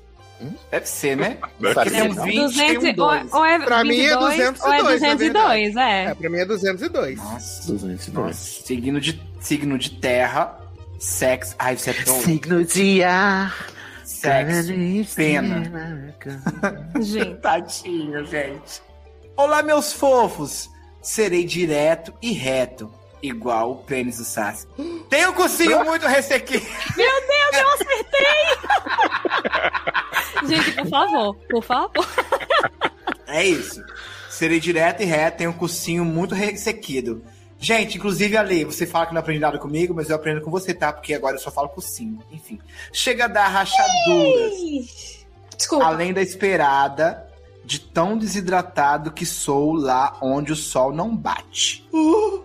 Speaker 15: Deve ser, né?
Speaker 17: Hum? Deve
Speaker 15: tem um
Speaker 17: ser.
Speaker 15: 20, tem um
Speaker 2: 200 ou-
Speaker 15: 2.
Speaker 2: ou é
Speaker 14: Pra mim é
Speaker 2: 22, ou é
Speaker 14: 202, na
Speaker 2: 202, é.
Speaker 14: É, pra mim é 202.
Speaker 15: Nossa. Nossa, signo de, signo de terra, sexo. Ai, você é tão.
Speaker 17: Signo de ar.
Speaker 15: Sexo.
Speaker 17: é.
Speaker 15: Pena.
Speaker 2: Gente.
Speaker 15: Tadinho, gente. Olá, meus fofos. Serei direto e reto, igual o pênis do Sassi. Tem um cursinho muito ressequido.
Speaker 2: Meu Deus, eu acertei! Gente, por favor, por favor.
Speaker 15: É isso. Serei direto e reto, tem um cursinho muito ressequido. Gente, inclusive a lei, você fala que não aprende nada comigo, mas eu aprendo com você, tá? Porque agora eu só falo cursinho. Enfim. Chega a dar rachaduras.
Speaker 10: Desculpa.
Speaker 15: Além da esperada, de tão desidratado que sou lá onde o sol não bate. Uh,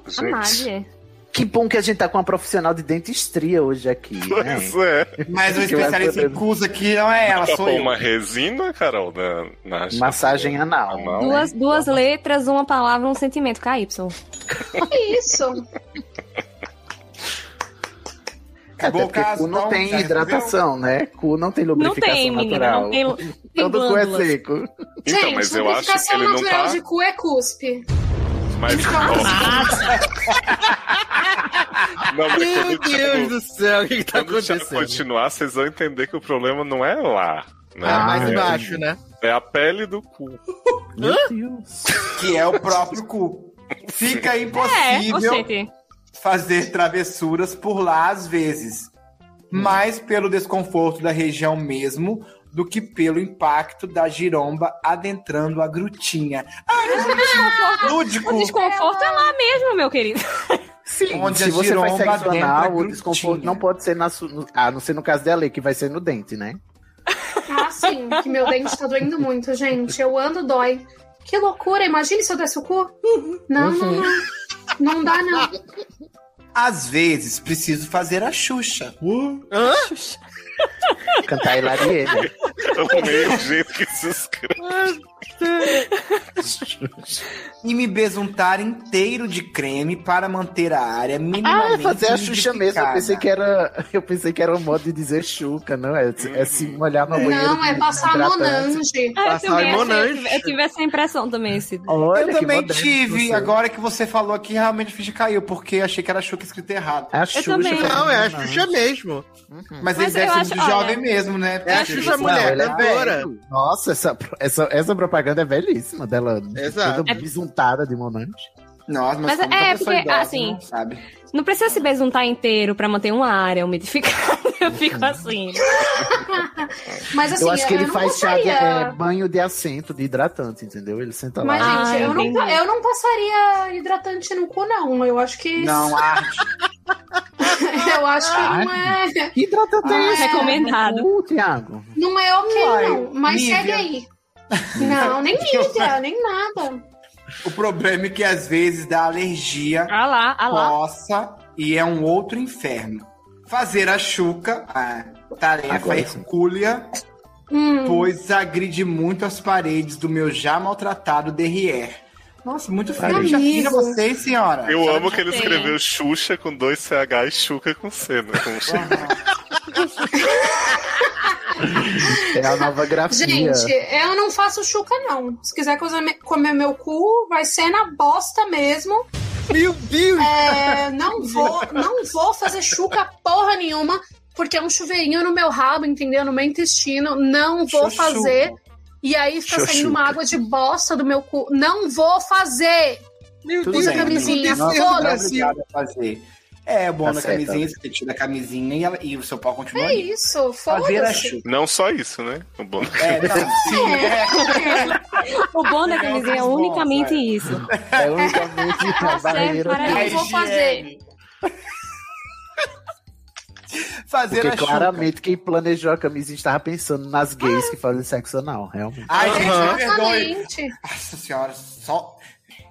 Speaker 17: Que bom que a gente tá com uma profissional de dentistria hoje aqui.
Speaker 3: Pois
Speaker 17: né?
Speaker 3: é. Tá
Speaker 15: Mas o
Speaker 17: Que vai
Speaker 15: especialista em
Speaker 17: poder-
Speaker 15: cusa aqui não é ela,
Speaker 3: Ela
Speaker 15: sou
Speaker 3: Topou
Speaker 15: eu.
Speaker 3: uma resina, Carol, na, na
Speaker 17: Massagem anal.
Speaker 16: Duas, duas letras, uma palavra, um sentimento. KY.
Speaker 10: Que isso?
Speaker 17: Até
Speaker 15: Acabou o
Speaker 17: porque
Speaker 15: caso,
Speaker 17: cu não
Speaker 15: então,
Speaker 17: tem
Speaker 15: já resolveu?
Speaker 17: hidratação, né? Cu não tem lubrificação
Speaker 16: tem, menina,
Speaker 17: natural.
Speaker 16: não tem lu- tem
Speaker 17: Todo cu é
Speaker 16: glândulas.
Speaker 17: seco.
Speaker 3: Então, mas eu acho que ele não
Speaker 10: natural
Speaker 3: tá. Ah,
Speaker 10: de cu é cuspe.
Speaker 3: Mas, ó, não, mas
Speaker 14: Meu
Speaker 3: quando o Thiago-
Speaker 14: Deus do céu, o que, que tá
Speaker 3: quando o Thiago
Speaker 14: acontecendo?
Speaker 3: continuar, vocês vão entender que o problema não é lá. Né?
Speaker 14: Ah, mais
Speaker 3: É-
Speaker 14: embaixo, né?
Speaker 3: É a pele do cu.
Speaker 17: Meu
Speaker 15: Que é o próprio cu. Fica impossível
Speaker 2: É, oxente.
Speaker 15: fazer travessuras por lá às vezes. Mais pelo desconforto da região mesmo do que pelo impacto da giromba adentrando a grutinha.
Speaker 2: O
Speaker 15: Lúdico.
Speaker 2: desconforto, o desconforto é lá mesmo, meu querido.
Speaker 17: Sim,
Speaker 15: Onde a
Speaker 17: se você
Speaker 15: giromba é
Speaker 17: faz sexo
Speaker 15: adentra a
Speaker 17: anal, o
Speaker 15: grutinha.
Speaker 17: desconforto não pode ser na su... no- A não ser no caso da lei, que vai ser no dente, né?
Speaker 10: Ah, sim, que meu dente tá doendo muito, gente. Eu ando, dói. Que loucura, imagine se eu desse o cu. Não, não,
Speaker 17: Uhum.
Speaker 10: não. Não dá, não.
Speaker 15: Às vezes preciso fazer a Xuxa.
Speaker 17: Cantar hilarie, né?
Speaker 3: Eu amei o jeito que se escreve.
Speaker 15: e me besuntar inteiro de creme para manter a área
Speaker 17: Ah,
Speaker 15: minimamente
Speaker 17: fazer a Xuxa mesmo. Eu
Speaker 15: é lubrificada.
Speaker 17: pensei que era. Eu pensei que era um modo de dizer Xuca, não é? É se molhar na banheira.
Speaker 10: Não, é passar Monange.
Speaker 2: Ah, eu
Speaker 17: Passar
Speaker 2: também achei, eu,
Speaker 17: Monange.
Speaker 2: tive, eu tive essa impressão também, Cid.
Speaker 15: eu também tive. Agora que você falou aqui, realmente a ficha caiu, porque achei que era Xuxa escrito errado.
Speaker 17: É a
Speaker 2: Xuxa, também.
Speaker 14: Não, é a Xuxa mesmo. Uhum.
Speaker 15: Mas ele
Speaker 2: Mas
Speaker 15: deve
Speaker 2: eu
Speaker 15: ser
Speaker 2: acho-
Speaker 15: muito
Speaker 2: olha,
Speaker 15: jovem mesmo, né?
Speaker 14: É a
Speaker 15: Porque-
Speaker 14: Xuxa mulher,
Speaker 17: ela é
Speaker 14: cantora.
Speaker 17: Nossa, essa, essa, essa propaganda é velhíssima dela.
Speaker 14: Exato.
Speaker 17: Toda bisuntada de Monange.
Speaker 15: Nossa,
Speaker 2: Mas como é, uma pessoa porque, idosa, assim,
Speaker 17: né,
Speaker 2: não
Speaker 15: sabe?
Speaker 2: Não precisa se besuntar inteiro pra manter uma área umidificada. Eu fico
Speaker 17: Uhum.
Speaker 2: assim.
Speaker 10: Mas assim,
Speaker 17: eu acho que ele
Speaker 10: não
Speaker 17: faz chá de,
Speaker 10: passaria...
Speaker 17: é, banho de assento, de hidratante, entendeu? Ele senta
Speaker 10: Mas,
Speaker 17: lá.
Speaker 10: gente, Ah, eu, não, eu não passaria hidratante no cu, não. Eu acho que.
Speaker 15: Não, arde.
Speaker 10: eu acho que não é.
Speaker 17: Que
Speaker 18: Ah,
Speaker 17: hidratante é esse?
Speaker 2: recomendado.
Speaker 17: Cu, Thiago.
Speaker 10: Não é ok,
Speaker 15: Uai,
Speaker 10: não. Mas
Speaker 15: Nívia.
Speaker 10: segue aí. Não, nem Nívia, nem nada.
Speaker 15: O problema é que às vezes dá alergia,
Speaker 2: Ah lá, ah lá.
Speaker 15: coça e é um outro inferno. Fazer a Xuca, a tarefa
Speaker 17: Agora sim.
Speaker 15: hercúlea,
Speaker 10: Hum.
Speaker 15: pois agride muito as paredes do meu já maltratado derrière. Nossa, muito frio.
Speaker 17: Parede.
Speaker 15: Já tira vocês, senhora.
Speaker 3: Eu amo que ele
Speaker 2: tem.
Speaker 3: escreveu Xuxa com dois CH e Xuca com C, né? Com X.
Speaker 17: É a nova grafia.
Speaker 10: Gente, eu não faço chuca, não. Se quiser coisa- comer meu cu, vai ser na bosta mesmo.
Speaker 14: Meu Deus!
Speaker 10: É, não, vou, não vou fazer chuca porra nenhuma, porque é um chuveirinho no meu rabo, entendeu? No meu intestino. Não vou
Speaker 15: Chuchu.
Speaker 10: fazer. E aí fica saindo
Speaker 17: Chuchuca.
Speaker 10: uma água de bosta do meu cu. Não vou fazer!
Speaker 14: Meu
Speaker 15: Tudo
Speaker 14: Deus,
Speaker 15: bem,
Speaker 14: a camisinha
Speaker 10: menina.
Speaker 15: não,
Speaker 10: Nossa,
Speaker 14: feia do
Speaker 15: não é
Speaker 14: Brasil.
Speaker 15: obrigado a fazer. É bom
Speaker 17: Tá
Speaker 15: na
Speaker 17: certo.
Speaker 15: camisinha, você tira a camisinha e, ela- e o seu pau continua
Speaker 10: É
Speaker 15: ali.
Speaker 10: isso,
Speaker 15: Fazer a
Speaker 10: foda-se.
Speaker 15: Xuca.
Speaker 3: Não só isso, né? O bom.
Speaker 15: É, não, sim, é.
Speaker 2: O bom da camisinha é
Speaker 15: Bom,
Speaker 2: unicamente
Speaker 15: é.
Speaker 2: isso.
Speaker 17: É unicamente
Speaker 10: Tá
Speaker 17: a barreira.
Speaker 2: para
Speaker 10: Não vou fazer.
Speaker 15: higiene. Fazer
Speaker 17: Porque
Speaker 15: a Xuca.
Speaker 17: claramente quem planejou a camisinha estava pensando nas gays que fazem sexo anal, realmente.
Speaker 15: Ai, gente, me perdoe.
Speaker 10: Exatamente.
Speaker 15: Nossa senhora, só.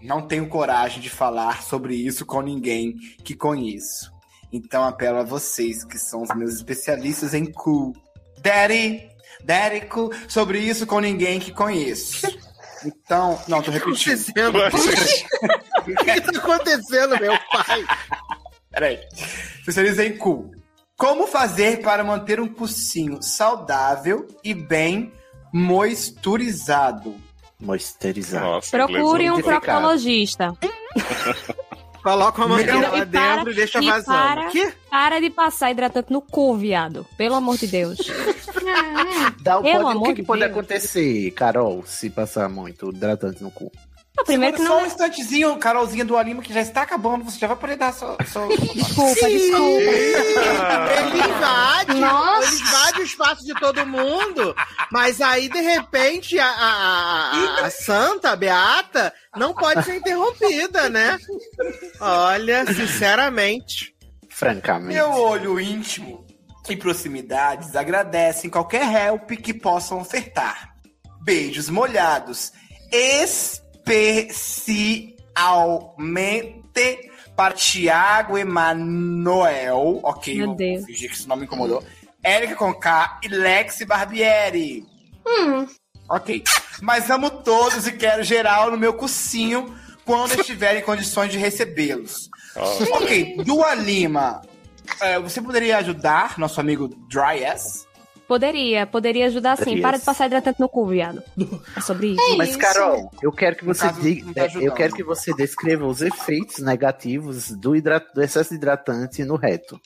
Speaker 15: Não tenho coragem de falar sobre isso com ninguém que conheço. Então apelo a vocês, que são os meus especialistas em cu. Daddy, daddy cu, sobre isso com ninguém que conheço. Então, não, tô
Speaker 14: O que tá
Speaker 15: repetindo.
Speaker 14: acontecendo? O que tá acontecendo, meu pai?
Speaker 15: Peraí. Especialista em cu. Como fazer para manter um focinho saudável e bem moisturizado?
Speaker 17: Moisturizado. é
Speaker 2: Procure um proctologista.
Speaker 14: Coloca uma mangueira Um lá
Speaker 2: E para-
Speaker 14: dentro e deixa
Speaker 2: e
Speaker 14: vazando.
Speaker 2: Para,
Speaker 14: Que?
Speaker 2: para de passar hidratante no cu, viado. Pelo amor de Deus.
Speaker 17: Dá o
Speaker 2: Pelo
Speaker 17: pode- o
Speaker 2: amor
Speaker 17: que,
Speaker 2: de
Speaker 17: que pode
Speaker 2: Deus.
Speaker 17: acontecer, Carol, se passar muito hidratante no cu?
Speaker 2: primeiro
Speaker 15: Segura só
Speaker 2: que não é.
Speaker 15: um instantezinho, Carolzinha do Anima, que já está acabando. Você já vai poder dar sua... sua...
Speaker 2: Desculpa, desculpa.
Speaker 14: Ele invade,
Speaker 10: Nossa.
Speaker 14: ele invade o espaço de todo mundo, mas aí, de repente, a, a- a- a santa, a beata, não pode ser interrompida, né? Olha, sinceramente.
Speaker 17: Francamente.
Speaker 15: Meu olho íntimo e proximidades agradecem qualquer help que possam ofertar. Beijos molhados, especialmente para Tiago Emanuel. Ok,
Speaker 2: Meu
Speaker 15: eu
Speaker 2: Deus.
Speaker 15: fingir que esse nome incomodou. Érica Conká e Lexi Barbieri. Ok. Mas amo todos e quero geral no meu cursinho quando estiver em condições de recebê-los.
Speaker 3: Ó.
Speaker 15: Ok, Dua Lima, é, você poderia ajudar nosso amigo Dry Ass?
Speaker 2: Poderia, poderia ajudar sim.
Speaker 17: Poderia.
Speaker 2: Para de passar hidratante no cu, viado. É sobre isso.
Speaker 17: Mas, Carol, eu quero que
Speaker 2: No
Speaker 17: você
Speaker 2: caso,
Speaker 17: diga,
Speaker 2: não tá
Speaker 17: é,
Speaker 2: ajudando.
Speaker 17: eu quero que você descreva os efeitos negativos do, hidra- do excesso de hidratante no reto.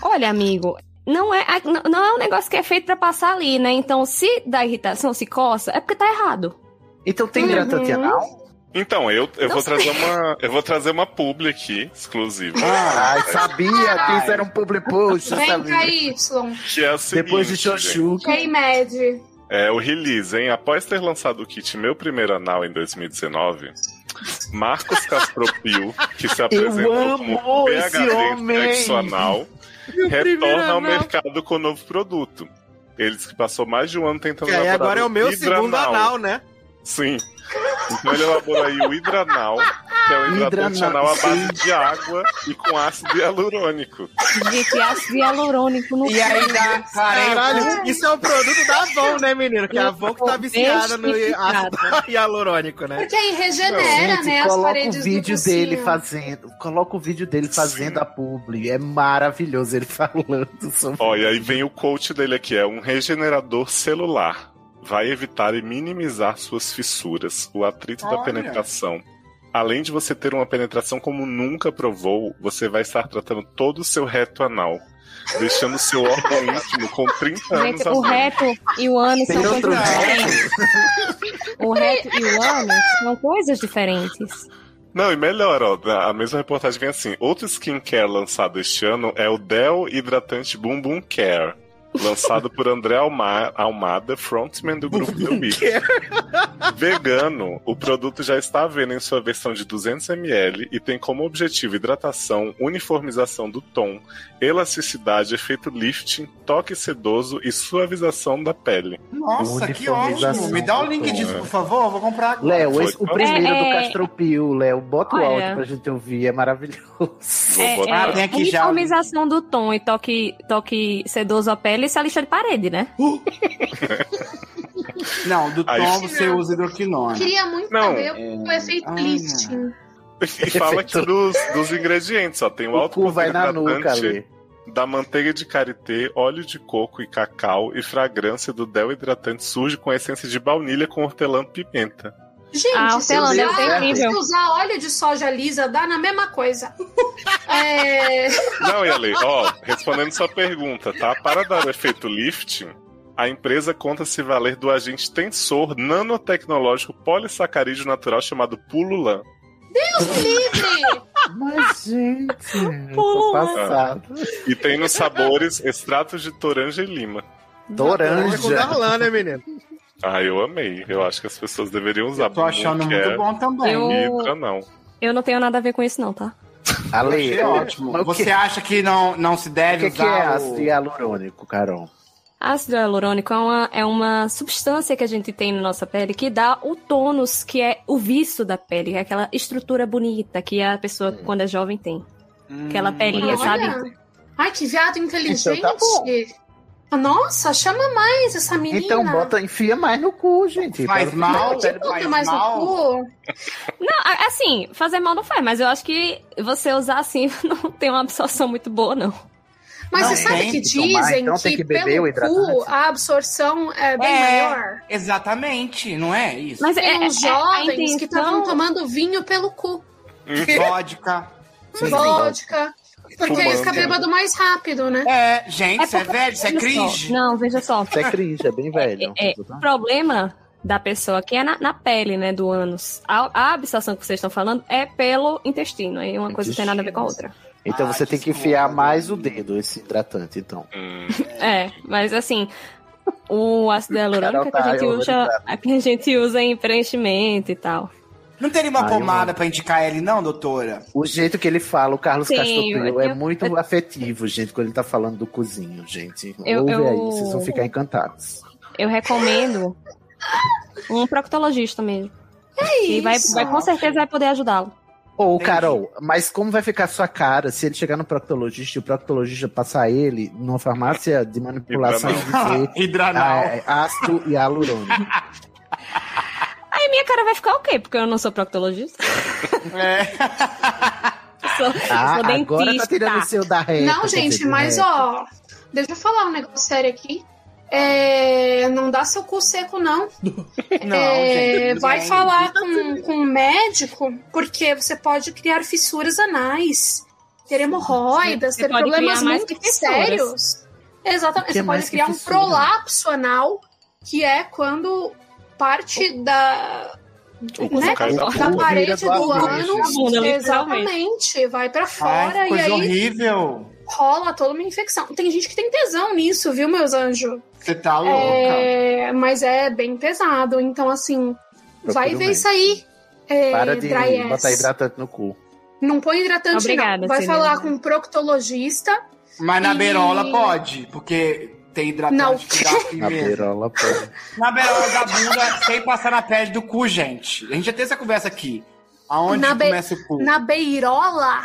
Speaker 2: Olha, amigo, não é, a- n- não é um negócio que é feito pra passar ali, né? Então, se dá irritação, se coça, é porque tá errado.
Speaker 17: Então
Speaker 3: tem hidratante
Speaker 17: anal?
Speaker 3: Então, eu, eu,
Speaker 2: Não
Speaker 3: vou
Speaker 2: sei.
Speaker 3: trazer uma, eu vou trazer uma publi aqui, exclusiva.
Speaker 17: Ah,
Speaker 3: Ah.
Speaker 17: Ai, sabia que
Speaker 3: Ai.
Speaker 17: isso era um public post,
Speaker 10: Vem
Speaker 17: sabia?
Speaker 10: KY.
Speaker 3: Que é a seguinte,
Speaker 17: Depois de
Speaker 3: gente.
Speaker 17: Xoxuca.
Speaker 10: K-Med.
Speaker 3: É, o release, hein? Após ter lançado o kit Meu Primeiro Anal em 2019, Marcos Castropio, que se apresentou como
Speaker 17: amo esse homem!
Speaker 3: PHD sexo anal, retorna ao
Speaker 14: primeiro anal.
Speaker 3: mercado com o novo produto. Ele disse que passou mais de um ano tentando
Speaker 14: Que aí
Speaker 3: elaborar
Speaker 14: agora é o meu segundo
Speaker 3: hidranal.
Speaker 14: anal, né?
Speaker 3: Sim. Então ele elaborou aí o hidranal, que é um hidratante
Speaker 17: Hidranal,
Speaker 3: anal à
Speaker 17: sim.
Speaker 3: base de água e com ácido hialurônico.
Speaker 2: Gente, ácido hialurônico no né?
Speaker 15: E aí dá
Speaker 14: Caralho, isso é um produto da Avon, né, menino? Que a Avon que tá viciada no
Speaker 2: Bestificada.
Speaker 14: ácido hialurônico, né?
Speaker 10: Porque aí regenera,
Speaker 17: Gente,
Speaker 10: né, as
Speaker 17: coloca
Speaker 10: paredes
Speaker 17: o
Speaker 10: do
Speaker 17: vídeo
Speaker 10: cursinho.
Speaker 17: dele fazendo. Coloca o vídeo dele fazendo a publi. É maravilhoso ele falando sobre.
Speaker 3: Ó, e aí vem o coach dele aqui, é um regenerador celular. Vai evitar e minimizar suas fissuras, o atrito da
Speaker 19: Olha.
Speaker 3: penetração. Além de você ter uma penetração como nunca provou, você vai estar tratando todo o seu reto anal, deixando seu órgão íntimo com 30 anos
Speaker 2: Gente,
Speaker 3: a
Speaker 2: o
Speaker 15: assim.
Speaker 3: menos.
Speaker 2: reto e o ânus
Speaker 3: Tem
Speaker 2: são coisas
Speaker 3: outro
Speaker 2: diferentes. O reto e o ânus são coisas diferentes.
Speaker 3: Não, e melhor, ó, a mesma reportagem vem assim: outro skincare lançado este ano é o Dell Hidratante Boom Boom Care, lançado por André Alma- Almada, frontman do grupo The Week. Vegano, o produto já está à venda em sua versão de 200ml e tem como objetivo hidratação, uniformização do tom, elasticidade, efeito lifting, toque sedoso e suavização da pele.
Speaker 15: Nossa, que ótimo! Me dá o link disso, por favor, eu vou comprar agora.
Speaker 17: Léo, esse- o
Speaker 3: Foi.
Speaker 17: primeiro
Speaker 15: É,
Speaker 17: do
Speaker 15: é.
Speaker 17: Castropio, Léo, bota o
Speaker 2: Olha.
Speaker 17: áudio pra gente ouvir, é maravilhoso.
Speaker 2: É, é, uniformização do tom e toque, toque sedoso à pele, isso é lixa de parede, né?
Speaker 15: Não, do
Speaker 3: Aí-
Speaker 15: tom você usa hidroquinona.
Speaker 10: Queria muito
Speaker 3: Não,
Speaker 17: é,
Speaker 10: saber é o efeito
Speaker 17: ah.
Speaker 10: lifting.
Speaker 2: Ah,
Speaker 3: E fala aqui dos, dos ingredientes, ó. Tem o,
Speaker 17: O
Speaker 3: alto
Speaker 17: cu vai na
Speaker 3: hidratante
Speaker 17: nuca, Lê.
Speaker 3: da manteiga de karité, óleo de coco e cacau e fragrância do Del hidratante surge com essência de baunilha com hortelã e pimenta.
Speaker 10: Gente,
Speaker 2: Ah,
Speaker 10: se,
Speaker 2: hortelã,
Speaker 10: usar,
Speaker 2: deve ser incrível.
Speaker 10: se usar óleo de soja lisa, dá na mesma coisa. É...
Speaker 3: Não, Yale, ó, respondendo sua pergunta, tá? Para dar o efeito lifting, a empresa conta se valer do agente tensor nanotecnológico polissacarídeo natural chamado Pululan.
Speaker 10: Deus me livre!
Speaker 17: Mas, gente, tô
Speaker 10: Pululan.
Speaker 17: passado.
Speaker 3: Ah. E tem nos sabores extratos de toranja e lima.
Speaker 15: tá
Speaker 17: Toranja.
Speaker 14: Com Darlan, né, menino?
Speaker 3: Ah, eu amei. Eu acho que as pessoas deveriam usar.
Speaker 15: tô achando
Speaker 3: Boom
Speaker 15: muito
Speaker 3: Care
Speaker 15: bom também.
Speaker 3: e
Speaker 2: Eu-
Speaker 3: Hidra, não.
Speaker 2: Eu não tenho nada a ver com isso, não, tá?
Speaker 17: Ale,
Speaker 15: Achei ótimo. Você acha que não, não se
Speaker 17: O
Speaker 15: deve
Speaker 17: que, que é
Speaker 15: usar
Speaker 17: ácido hialurônico, Carol?
Speaker 2: Ácido hialurônico é uma, é uma substância que a gente tem na nossa pele que dá o tônus, que é o viço da pele, que é aquela estrutura bonita que a pessoa,
Speaker 17: Hum.
Speaker 2: quando é jovem, tem. Aquela pelinha,
Speaker 10: Olha.
Speaker 2: sabe?
Speaker 10: Ai, que viado inteligente.
Speaker 17: Então tá bom.
Speaker 10: Nossa, chama mais essa menina.
Speaker 17: Então bota, enfia mais no cu, gente.
Speaker 15: Faz
Speaker 17: Para-
Speaker 15: mal?
Speaker 17: Pera-
Speaker 10: Bota
Speaker 15: faz
Speaker 10: mais
Speaker 15: mal?
Speaker 10: no cu.
Speaker 2: Não, a- assim, fazer mal não faz, mas eu acho que você usar assim não tem uma absorção muito boa, não.
Speaker 10: Mas
Speaker 17: Não
Speaker 10: você sabe
Speaker 17: tem
Speaker 10: que
Speaker 17: que tomar,
Speaker 10: dizem
Speaker 17: então
Speaker 10: que,
Speaker 17: tem que beber o
Speaker 10: pelo
Speaker 17: hidratante?
Speaker 10: cu a absorção é bem
Speaker 15: É,
Speaker 10: maior.
Speaker 15: Exatamente, não é isso?
Speaker 10: Mas tem
Speaker 2: é-
Speaker 10: uns
Speaker 2: é- é a
Speaker 10: jovens que
Speaker 2: intenção-
Speaker 10: estavam tomando vinho pelo cu.
Speaker 15: Vodka. Sim, sim.
Speaker 10: Vodka. Porque aí fica
Speaker 15: Fumando.
Speaker 10: bêbado mais rápido, né?
Speaker 15: É, gente,
Speaker 2: É porque- veja só, Não, veja só.
Speaker 17: Isso é cringe, é bem velho.
Speaker 2: É, o problema da pessoa aqui é na, na pele, né, do ânus. A, a absorção que vocês estão falando é pelo intestino, aí uma coisa não tem nada a ver com a outra.
Speaker 17: Então você tem que enfiar mais o dedo, esse hidratante, então.
Speaker 2: É, mas assim, o ácido hialurônico é que a gente
Speaker 17: Carol tá
Speaker 2: usa, é que a gente usa em preenchimento e tal.
Speaker 15: Não teria uma
Speaker 17: Ai,
Speaker 15: pomada pra indicar ele, não, doutora?
Speaker 17: O jeito que ele fala, o Carlos
Speaker 2: Sim,
Speaker 17: Castro
Speaker 2: eu-
Speaker 17: é
Speaker 2: eu-
Speaker 17: muito afetivo, gente, quando ele tá falando do cozinho, gente.
Speaker 2: Eu-
Speaker 17: Ouve
Speaker 2: eu-
Speaker 17: aí, vocês vão ficar encantados.
Speaker 2: Eu recomendo um proctologista mesmo.
Speaker 10: É
Speaker 2: E vai,
Speaker 10: isso.
Speaker 2: vai- com certeza vai poder ajudá-lo.
Speaker 17: Ô, Carol, mas como vai ficar sua cara se ele chegar no proctologista e o proctologista passar ele numa farmácia de manipulação e
Speaker 15: Hidranal.
Speaker 17: dizer ah, é, ácido e hialurônico?
Speaker 2: Aí minha cara vai ficar ok, porque eu não sou proctologista. Eu sou, eu
Speaker 17: Ah,
Speaker 2: sou dentista.
Speaker 17: agora tá tirando o seu da reta.
Speaker 10: Não, gente,
Speaker 17: quer dizer,
Speaker 10: mas
Speaker 17: né?
Speaker 10: ó, deixa eu falar um negócio sério aqui. É, não dá seu cu seco, não.
Speaker 15: Não,
Speaker 10: É,
Speaker 15: gente, não
Speaker 10: vai
Speaker 15: é.
Speaker 10: falar com, com um médico, porque você pode criar fissuras anais, ter hemorroidas,
Speaker 2: Você
Speaker 10: ter
Speaker 2: pode
Speaker 10: problemas
Speaker 2: criar mais
Speaker 10: muito
Speaker 2: que fissuras.
Speaker 10: sérios. Exatamente.
Speaker 2: Ter
Speaker 10: Você
Speaker 2: mais
Speaker 10: pode
Speaker 2: que
Speaker 10: criar um
Speaker 2: fissura.
Speaker 10: prolapso anal, que é quando parte da.
Speaker 2: O cu
Speaker 10: Né?
Speaker 2: cai da
Speaker 10: Da
Speaker 2: bunda.
Speaker 10: parede do
Speaker 2: Vira do avesso, gente.
Speaker 10: ânus, exatamente, vai pra fora
Speaker 15: Ai,
Speaker 10: e
Speaker 15: coisa
Speaker 10: aí
Speaker 15: horrível.
Speaker 10: rola toda uma infecção. Tem gente que tem tesão nisso, viu, meus anjos?
Speaker 15: Você tá louca.
Speaker 10: É, mas é bem pesado. Então, assim,
Speaker 17: Procure
Speaker 10: vai ver
Speaker 17: um médico.
Speaker 10: isso aí. É,
Speaker 17: Para de
Speaker 10: dry ass.
Speaker 17: botar hidratante no cu.
Speaker 10: Não põe hidratante,
Speaker 2: Obrigada,
Speaker 10: não. Vai
Speaker 2: Celina.
Speaker 10: falar com um proctologista.
Speaker 15: Mas na
Speaker 10: E-
Speaker 15: berola pode, porque tem hidratante
Speaker 10: Não.
Speaker 15: que dá assim
Speaker 17: Na
Speaker 15: mesmo.
Speaker 17: beirola, pô.
Speaker 15: Na berola da bunda, sem passar na pele do cu, gente. A gente já teve essa conversa aqui. Aonde
Speaker 10: Na be-
Speaker 15: começa o cu?
Speaker 10: Na beirola.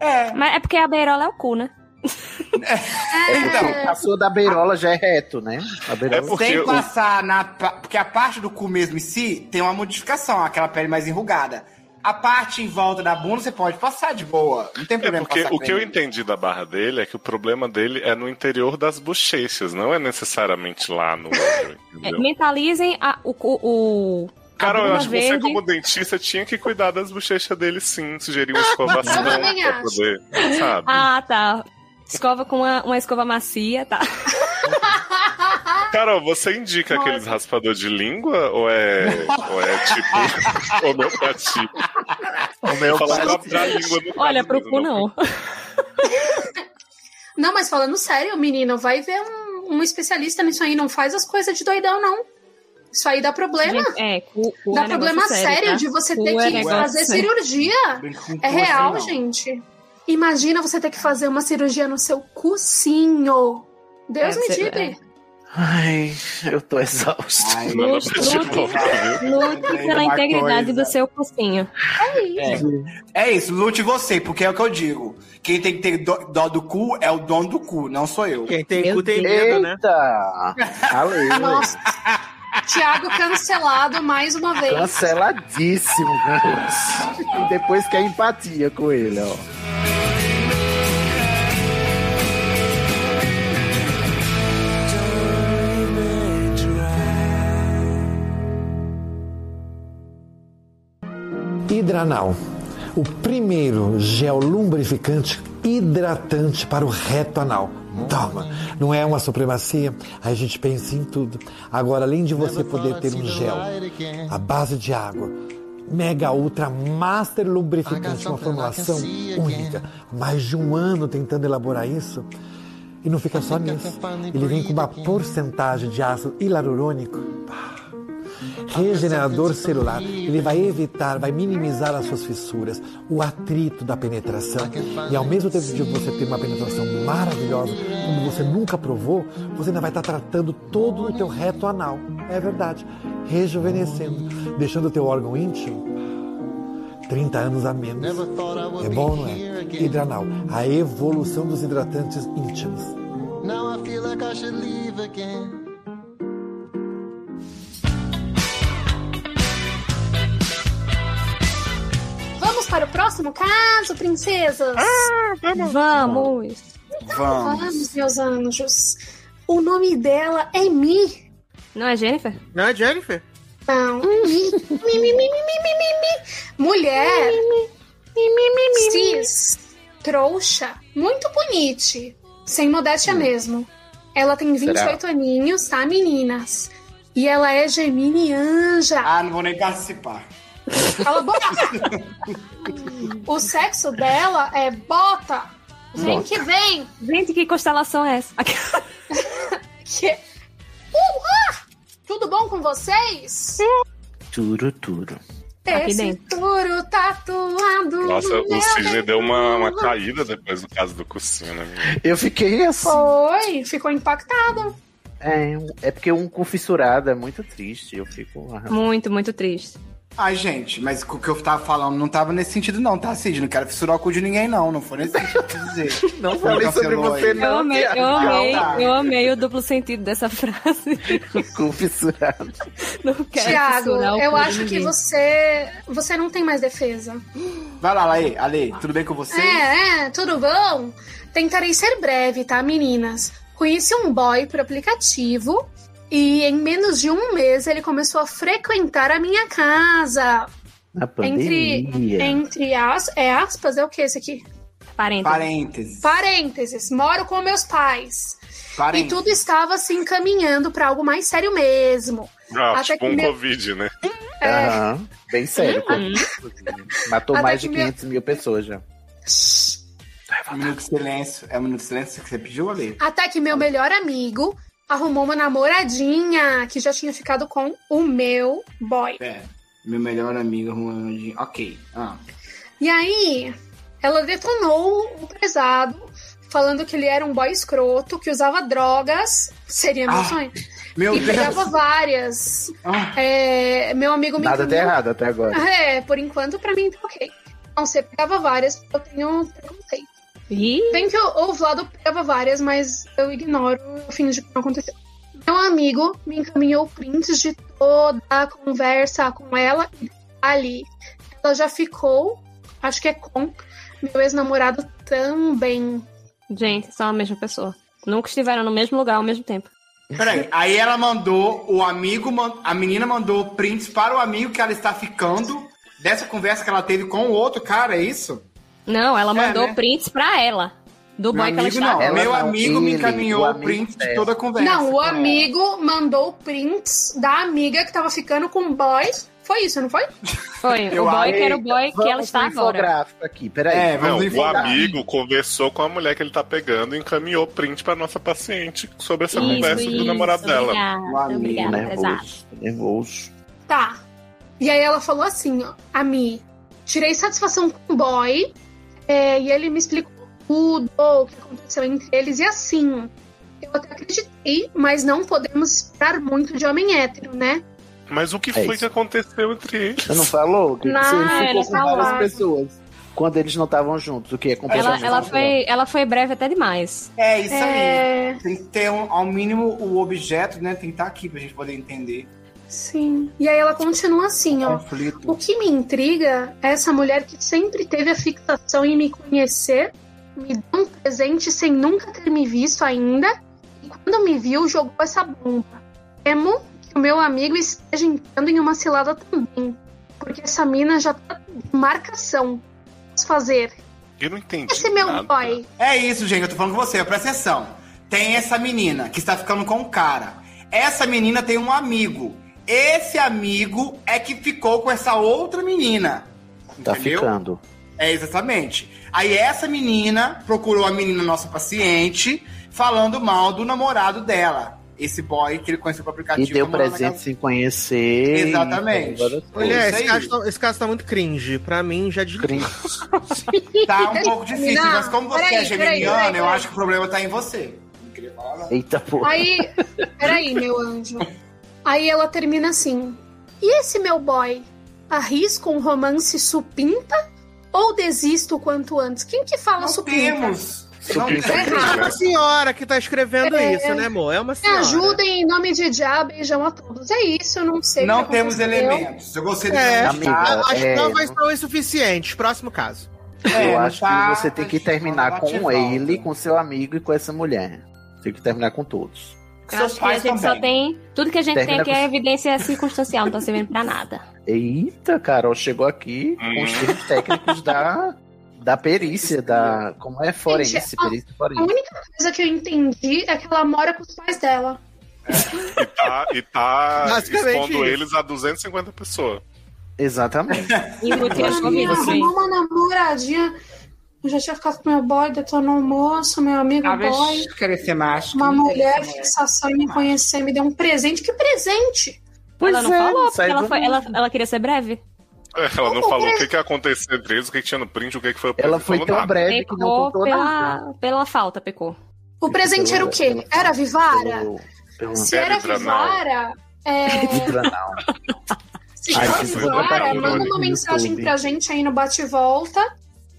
Speaker 15: É.
Speaker 2: Mas é porque a beirola é o cu, né?
Speaker 17: Então, passou da beirola já é reto, né? A
Speaker 3: É
Speaker 17: beirola
Speaker 15: Sem passar na. pa- Porque a parte do cu mesmo em si tem uma modificação, aquela pele mais enrugada. A parte em volta da bunda você pode passar de boa. Não tem
Speaker 3: É
Speaker 15: problema
Speaker 3: porque
Speaker 15: passar
Speaker 3: o que eu
Speaker 15: creme.
Speaker 3: entendi da barra dele é que o problema dele é no interior das bochechas, não é necessariamente lá no olho,
Speaker 2: É,
Speaker 3: entendeu?
Speaker 2: mentalizem a, o, cu- o, a
Speaker 3: Carol, eu
Speaker 2: bunda
Speaker 3: acho que você,
Speaker 2: verde.
Speaker 3: como dentista, tinha que cuidar das bochechas dele sim, sugerir uma escovação
Speaker 2: Eu também
Speaker 3: pra
Speaker 2: acho.
Speaker 3: poder, sabe?
Speaker 2: Ah, tá. Escova com uma, uma escova macia, tá?
Speaker 3: Carol, você indica
Speaker 2: Nossa.
Speaker 3: aqueles raspador de língua ou é, ou é tipo homeopatia? Falar pra, pra língua no
Speaker 2: Olha, pro cu não.
Speaker 10: Não, mas falando sério, menino, vai ver um, um especialista nisso aí. Não faz as coisas de doidão, não. Isso aí dá problema.
Speaker 2: Gente, é, cu, cu
Speaker 10: Dá
Speaker 2: é
Speaker 10: problema
Speaker 2: negócio
Speaker 10: sério,
Speaker 2: tá?
Speaker 10: de você
Speaker 2: Cu
Speaker 10: ter
Speaker 2: é
Speaker 10: que
Speaker 2: negócio
Speaker 10: fazer
Speaker 2: sério.
Speaker 10: cirurgia.
Speaker 15: cu
Speaker 10: É
Speaker 15: assim,
Speaker 10: real,
Speaker 15: não.
Speaker 10: gente. Imagina você ter que fazer uma cirurgia no seu cucinho. Deus
Speaker 17: É,
Speaker 10: me
Speaker 17: você-
Speaker 10: livre.
Speaker 17: Ai, eu tô exausto.
Speaker 15: Ai,
Speaker 3: é
Speaker 2: Lute, lute pela
Speaker 15: Uma
Speaker 2: integridade
Speaker 15: coisa.
Speaker 2: do seu cocinho.
Speaker 10: É isso.
Speaker 15: É. É isso, lute você, porque é o que eu digo. Quem tem que ter dó, dó do cu é o dono do cu, não sou eu. Quem
Speaker 14: tem cu tem
Speaker 15: dedo, né? É.
Speaker 17: Valeu.
Speaker 10: Nossa. Tiago cancelado mais uma vez.
Speaker 17: Canceladíssimo, Carlos. E depois quer empatia com ele, ó.
Speaker 19: Hidranal, o primeiro gel lubrificante hidratante para o reto anal. Toma! Não é uma supremacia? Aí a gente pensa em tudo. Agora, além de você poder ter um gel à base de água, mega ultra master lubrificante, uma formulação única, mais de um ano tentando elaborar isso, e não fica só nisso. Ele vem com uma porcentagem de ácido hilarurônico regenerador celular. Ele vai evitar, vai minimizar as suas fissuras, o atrito da penetração. E ao mesmo tempo de você ter uma penetração maravilhosa, como você nunca provou, você ainda vai estar tratando todo o teu reto anal. É verdade. Rejuvenescendo, deixando o teu órgão íntimo 30 anos a menos. É bom, não é? Hidranal, a evolução dos hidratantes íntimos.
Speaker 12: Now I feel like I should leave again.
Speaker 10: Vamos para o próximo caso, princesas?
Speaker 2: Ah, Vamos!
Speaker 15: Vamos.
Speaker 10: Vamos, meus anjos. O nome dela é Mi.
Speaker 2: Não é Jennifer? Hum.
Speaker 14: Não é Jennifer?
Speaker 10: Não. Mi, mi, mi, mi, mi, mi, mi, mi. Mulher. Cis. Trouxa. Muito bonite. Sem modéstia
Speaker 3: Hum.
Speaker 10: mesmo. Ela tem 28 aninhos, tá, meninas? E ela é Gemini Anja.
Speaker 15: Ah, não vou nem participar.
Speaker 10: Cala a boca. o sexo dela é bota. Vem
Speaker 2: Bota.
Speaker 10: que vem.
Speaker 2: Gente, que constelação é essa?
Speaker 10: Que- Uhá! Tudo bom com vocês?
Speaker 2: Hum.
Speaker 17: Turo, turo.
Speaker 2: Tá
Speaker 10: Esse touro tatuado.
Speaker 3: Nossa,
Speaker 10: no
Speaker 3: o
Speaker 10: meu
Speaker 3: Sidney deu uma, uma
Speaker 10: dedo.
Speaker 3: caída depois do caso do cursinho, né? menino?
Speaker 17: Eu fiquei assim.
Speaker 10: Foi, ficou impactado.
Speaker 17: É, é porque um com fissurado é muito triste. Eu fico. arrasado.
Speaker 2: Muito, muito triste.
Speaker 15: Ai, gente, mas o que eu tava falando não tava nesse sentido, não, tá, Cid? Não quero fissurar o cu de ninguém, não. Não foi nesse sentido que eu quis dizer. não
Speaker 17: falei sobre você, não,
Speaker 2: Eu amei, eu
Speaker 17: Não,
Speaker 2: amei,
Speaker 17: tá.
Speaker 2: eu amei o duplo sentido dessa frase.
Speaker 17: com fissurado.
Speaker 2: Não quero
Speaker 10: Tiago,
Speaker 2: fissurar o
Speaker 10: eu
Speaker 2: cu é de
Speaker 10: acho que
Speaker 2: ninguém.
Speaker 10: você você não tem mais defesa.
Speaker 15: Vai lá, Laê, Ale, tudo bem com você?
Speaker 10: É, é, tudo bom? Tentarei ser breve, tá, meninas? Conheci um boy por aplicativo e em menos de um mês ele começou a frequentar a minha casa.
Speaker 17: Na
Speaker 10: Entre,
Speaker 17: pandemia.
Speaker 10: entre as, é aspas, é o que esse aqui?
Speaker 2: Parênteses.
Speaker 15: Parênteses.
Speaker 10: Parênteses, moro com meus pais. E
Speaker 15: Parênteses.
Speaker 10: tudo estava se encaminhando para algo mais sério mesmo.
Speaker 3: Ah,
Speaker 10: Até
Speaker 3: tipo
Speaker 10: que
Speaker 3: um
Speaker 10: meu-
Speaker 3: Covid, né?
Speaker 17: Aham, Bem sério. inclusive. Matou
Speaker 10: Até
Speaker 17: mais
Speaker 10: é que
Speaker 17: de
Speaker 10: meu-
Speaker 17: 500 mil pessoas já.
Speaker 15: Um minuto de silêncio. É um minuto de silêncio que você pediu, Ale?
Speaker 10: Até que meu melhor amigo arrumou uma namoradinha que já tinha ficado com o meu boy.
Speaker 15: É. Meu melhor amigo arrumando de... Ok. Ah.
Speaker 10: E aí, ela detonou o prezado, falando que ele era um boy escroto, que usava drogas, seria meu
Speaker 17: Ah,
Speaker 10: sonho,
Speaker 15: meu
Speaker 10: e
Speaker 17: Deus. Ah.
Speaker 10: pegava várias. É, meu amigo me
Speaker 17: Nada de
Speaker 10: encaminhou-
Speaker 17: errado até agora.
Speaker 10: É, por enquanto pra mim tá ok. Não sei, pegava várias, porque eu tenho preconceito. Bem que eu, o Vlado pegava várias, mas eu ignoro, eu finjo que não aconteceu. Meu amigo me encaminhou prints de toda a conversa com ela e ali. Ela já ficou, acho que é com, meu ex-namorado também.
Speaker 2: Gente, são a mesma pessoa. Nunca estiveram no mesmo lugar ao mesmo tempo.
Speaker 15: Peraí, aí ela mandou, o amigo, man- a menina mandou prints para o amigo que ela está ficando dessa conversa que ela teve com o outro cara, é isso?
Speaker 2: Não, ela mandou
Speaker 15: né?
Speaker 2: prints pra ela. Do
Speaker 15: Meu
Speaker 2: boy que ela
Speaker 15: amigo
Speaker 2: estava.
Speaker 15: não, meu amigo me encaminhou o print de toda a conversa.
Speaker 10: não, o
Speaker 15: com ela.
Speaker 10: amigo mandou prints da amiga que tava ficando com o boy. Foi isso, não foi?
Speaker 2: Foi,
Speaker 17: Eu acho- Vamos pro infográfico aqui, peraí.
Speaker 3: não, o
Speaker 17: infográfico.
Speaker 3: amigo conversou com a mulher que ele tá pegando e encaminhou print pra nossa paciente sobre essa
Speaker 10: Isso,
Speaker 3: conversa do
Speaker 10: isso,
Speaker 3: namorado dela.
Speaker 10: obrigada,
Speaker 3: O amigo.
Speaker 10: obrigada,
Speaker 17: Um Nervoso. Nervoso.
Speaker 10: Tá. E aí ela falou assim, ó, a Mi, tirei satisfação com o boy, é, e ele me explicou tudo o que aconteceu entre eles, e assim, eu até acreditei, mas não podemos esperar muito de homem hétero, né?
Speaker 3: Mas o que foi que aconteceu entre eles?
Speaker 17: É Você não falou? Que
Speaker 10: Não,
Speaker 17: você
Speaker 10: ele
Speaker 17: ficou com várias
Speaker 10: falou.
Speaker 17: pessoas. Quando eles não estavam juntos, o que é
Speaker 2: tá Ela,
Speaker 17: compensamento.
Speaker 2: ela, foi, ela foi breve até demais.
Speaker 15: É isso
Speaker 10: É.
Speaker 15: aí. Tem que ter um- ao mínimo o objeto, né? Tem que estar aqui pra gente poder entender.
Speaker 10: Sim. E aí ela continua assim, ó.
Speaker 15: Conflito.
Speaker 10: O que me intriga é essa mulher que sempre teve a fixação em me conhecer, me deu um presente sem nunca ter me visto ainda, e quando me viu, jogou essa bomba. Temo que o meu amigo esteja entrando em uma cilada também, porque essa mina já tá de marcação. Posso fazer?
Speaker 3: Eu não entendi.
Speaker 10: Esse meu boy.
Speaker 15: É isso, gente. Eu tô falando com você. Presta atenção. Tem essa menina que está ficando com um cara. Essa menina tem um amigo. Esse amigo é que ficou com essa outra menina.
Speaker 17: Tá
Speaker 15: Entendeu?
Speaker 17: ficando.
Speaker 15: É, exatamente. Aí essa menina procurou a menina nossa paciente falando mal do namorado dela. Esse boy que ele conheceu pro
Speaker 17: E
Speaker 15: aplicativo.
Speaker 17: deu
Speaker 15: morava na
Speaker 17: presente
Speaker 15: casa-
Speaker 17: sem conhecer. Então,
Speaker 15: Exatamente.
Speaker 17: Agora foi.
Speaker 15: É
Speaker 14: Mulher,
Speaker 15: isso
Speaker 14: esse
Speaker 15: aí.
Speaker 14: caso, tá, esse caso tá muito cringe. Pra mim, já desligou.
Speaker 15: Tá um pouco difícil,
Speaker 10: Não,
Speaker 15: mas como você
Speaker 10: peraí,
Speaker 15: é
Speaker 10: peraí, peraí,
Speaker 15: geminiano, eu
Speaker 10: peraí.
Speaker 15: acho que o problema tá em você. Não queria falar nada.
Speaker 17: Eita porra.
Speaker 10: Aí, peraí, meu anjo. Aí ela termina assim: E esse meu boy? Arrisco um romance supinta ou desisto o quanto antes? Quem que fala supinta?
Speaker 15: Temos.
Speaker 14: Não, é uma senhora que tá escrevendo
Speaker 10: É.
Speaker 14: isso, né, amor? É uma
Speaker 10: Me
Speaker 14: senhora.
Speaker 10: ajudem em nome de Já, beijão a todos. É isso, eu não sei. o
Speaker 15: Não
Speaker 10: que
Speaker 15: temos
Speaker 10: aconteceu.
Speaker 15: elementos. Eu gostei
Speaker 14: É,
Speaker 15: desse
Speaker 14: acho que
Speaker 15: comentário.
Speaker 14: as provas são insuficientes. Próximo caso.
Speaker 17: eu
Speaker 14: É, não
Speaker 17: acho
Speaker 14: tá-
Speaker 17: que você tem que terminar
Speaker 14: não
Speaker 17: com
Speaker 14: bate e volta.
Speaker 17: ele, com seu amigo e com essa mulher. Tem que terminar com todos.
Speaker 2: Eu acho que a gente só tem. Tudo que a gente
Speaker 17: Termina
Speaker 2: tem aqui
Speaker 17: com-
Speaker 2: é evidência circunstancial, não tá servindo pra nada.
Speaker 17: Eita, Carol, chegou aqui com
Speaker 3: Uhum.
Speaker 17: os termos técnicos da, da perícia, da. Como é forense?
Speaker 10: a-
Speaker 17: Perícia
Speaker 10: A
Speaker 17: forense.
Speaker 10: única coisa que eu entendi é que ela mora com os pais dela.
Speaker 3: E tá, e tá
Speaker 17: Basicamente
Speaker 3: expondo
Speaker 17: isso.
Speaker 3: eles a 250 pessoas.
Speaker 17: Exatamente.
Speaker 10: Eu arrumou uma namoradinha. Eu já tinha ficado com meu boy, detonou um moço, meu amigo
Speaker 20: Talvez
Speaker 10: boy.
Speaker 20: crescer macho.
Speaker 10: Uma
Speaker 20: não
Speaker 10: mulher,
Speaker 20: interessa,
Speaker 10: fixação em me conhecer, me deu um presente. Que presente?
Speaker 2: ela
Speaker 10: é.
Speaker 2: não falou, porque ela, foi- ela- ela queria ser breve.
Speaker 3: Ela não falou o que, que aconteceu entre eles, o que, que tinha no print, o que, que foi o print.
Speaker 17: Ela
Speaker 3: não
Speaker 17: foi
Speaker 3: falou
Speaker 17: tão
Speaker 3: nada.
Speaker 17: breve que não
Speaker 2: Pecou
Speaker 17: contou nada.
Speaker 2: pela, pela falta, pecou.
Speaker 10: O presente era o quê? Era Vivara? Se era
Speaker 17: Vidranal.
Speaker 10: Vivara, é,
Speaker 17: Vidranal.
Speaker 10: se
Speaker 17: Ai,
Speaker 10: for
Speaker 17: que botar
Speaker 10: Vivara,
Speaker 17: aqui
Speaker 10: manda
Speaker 17: no
Speaker 10: uma mensagem
Speaker 17: YouTube.
Speaker 10: pra gente aí no bate-volta.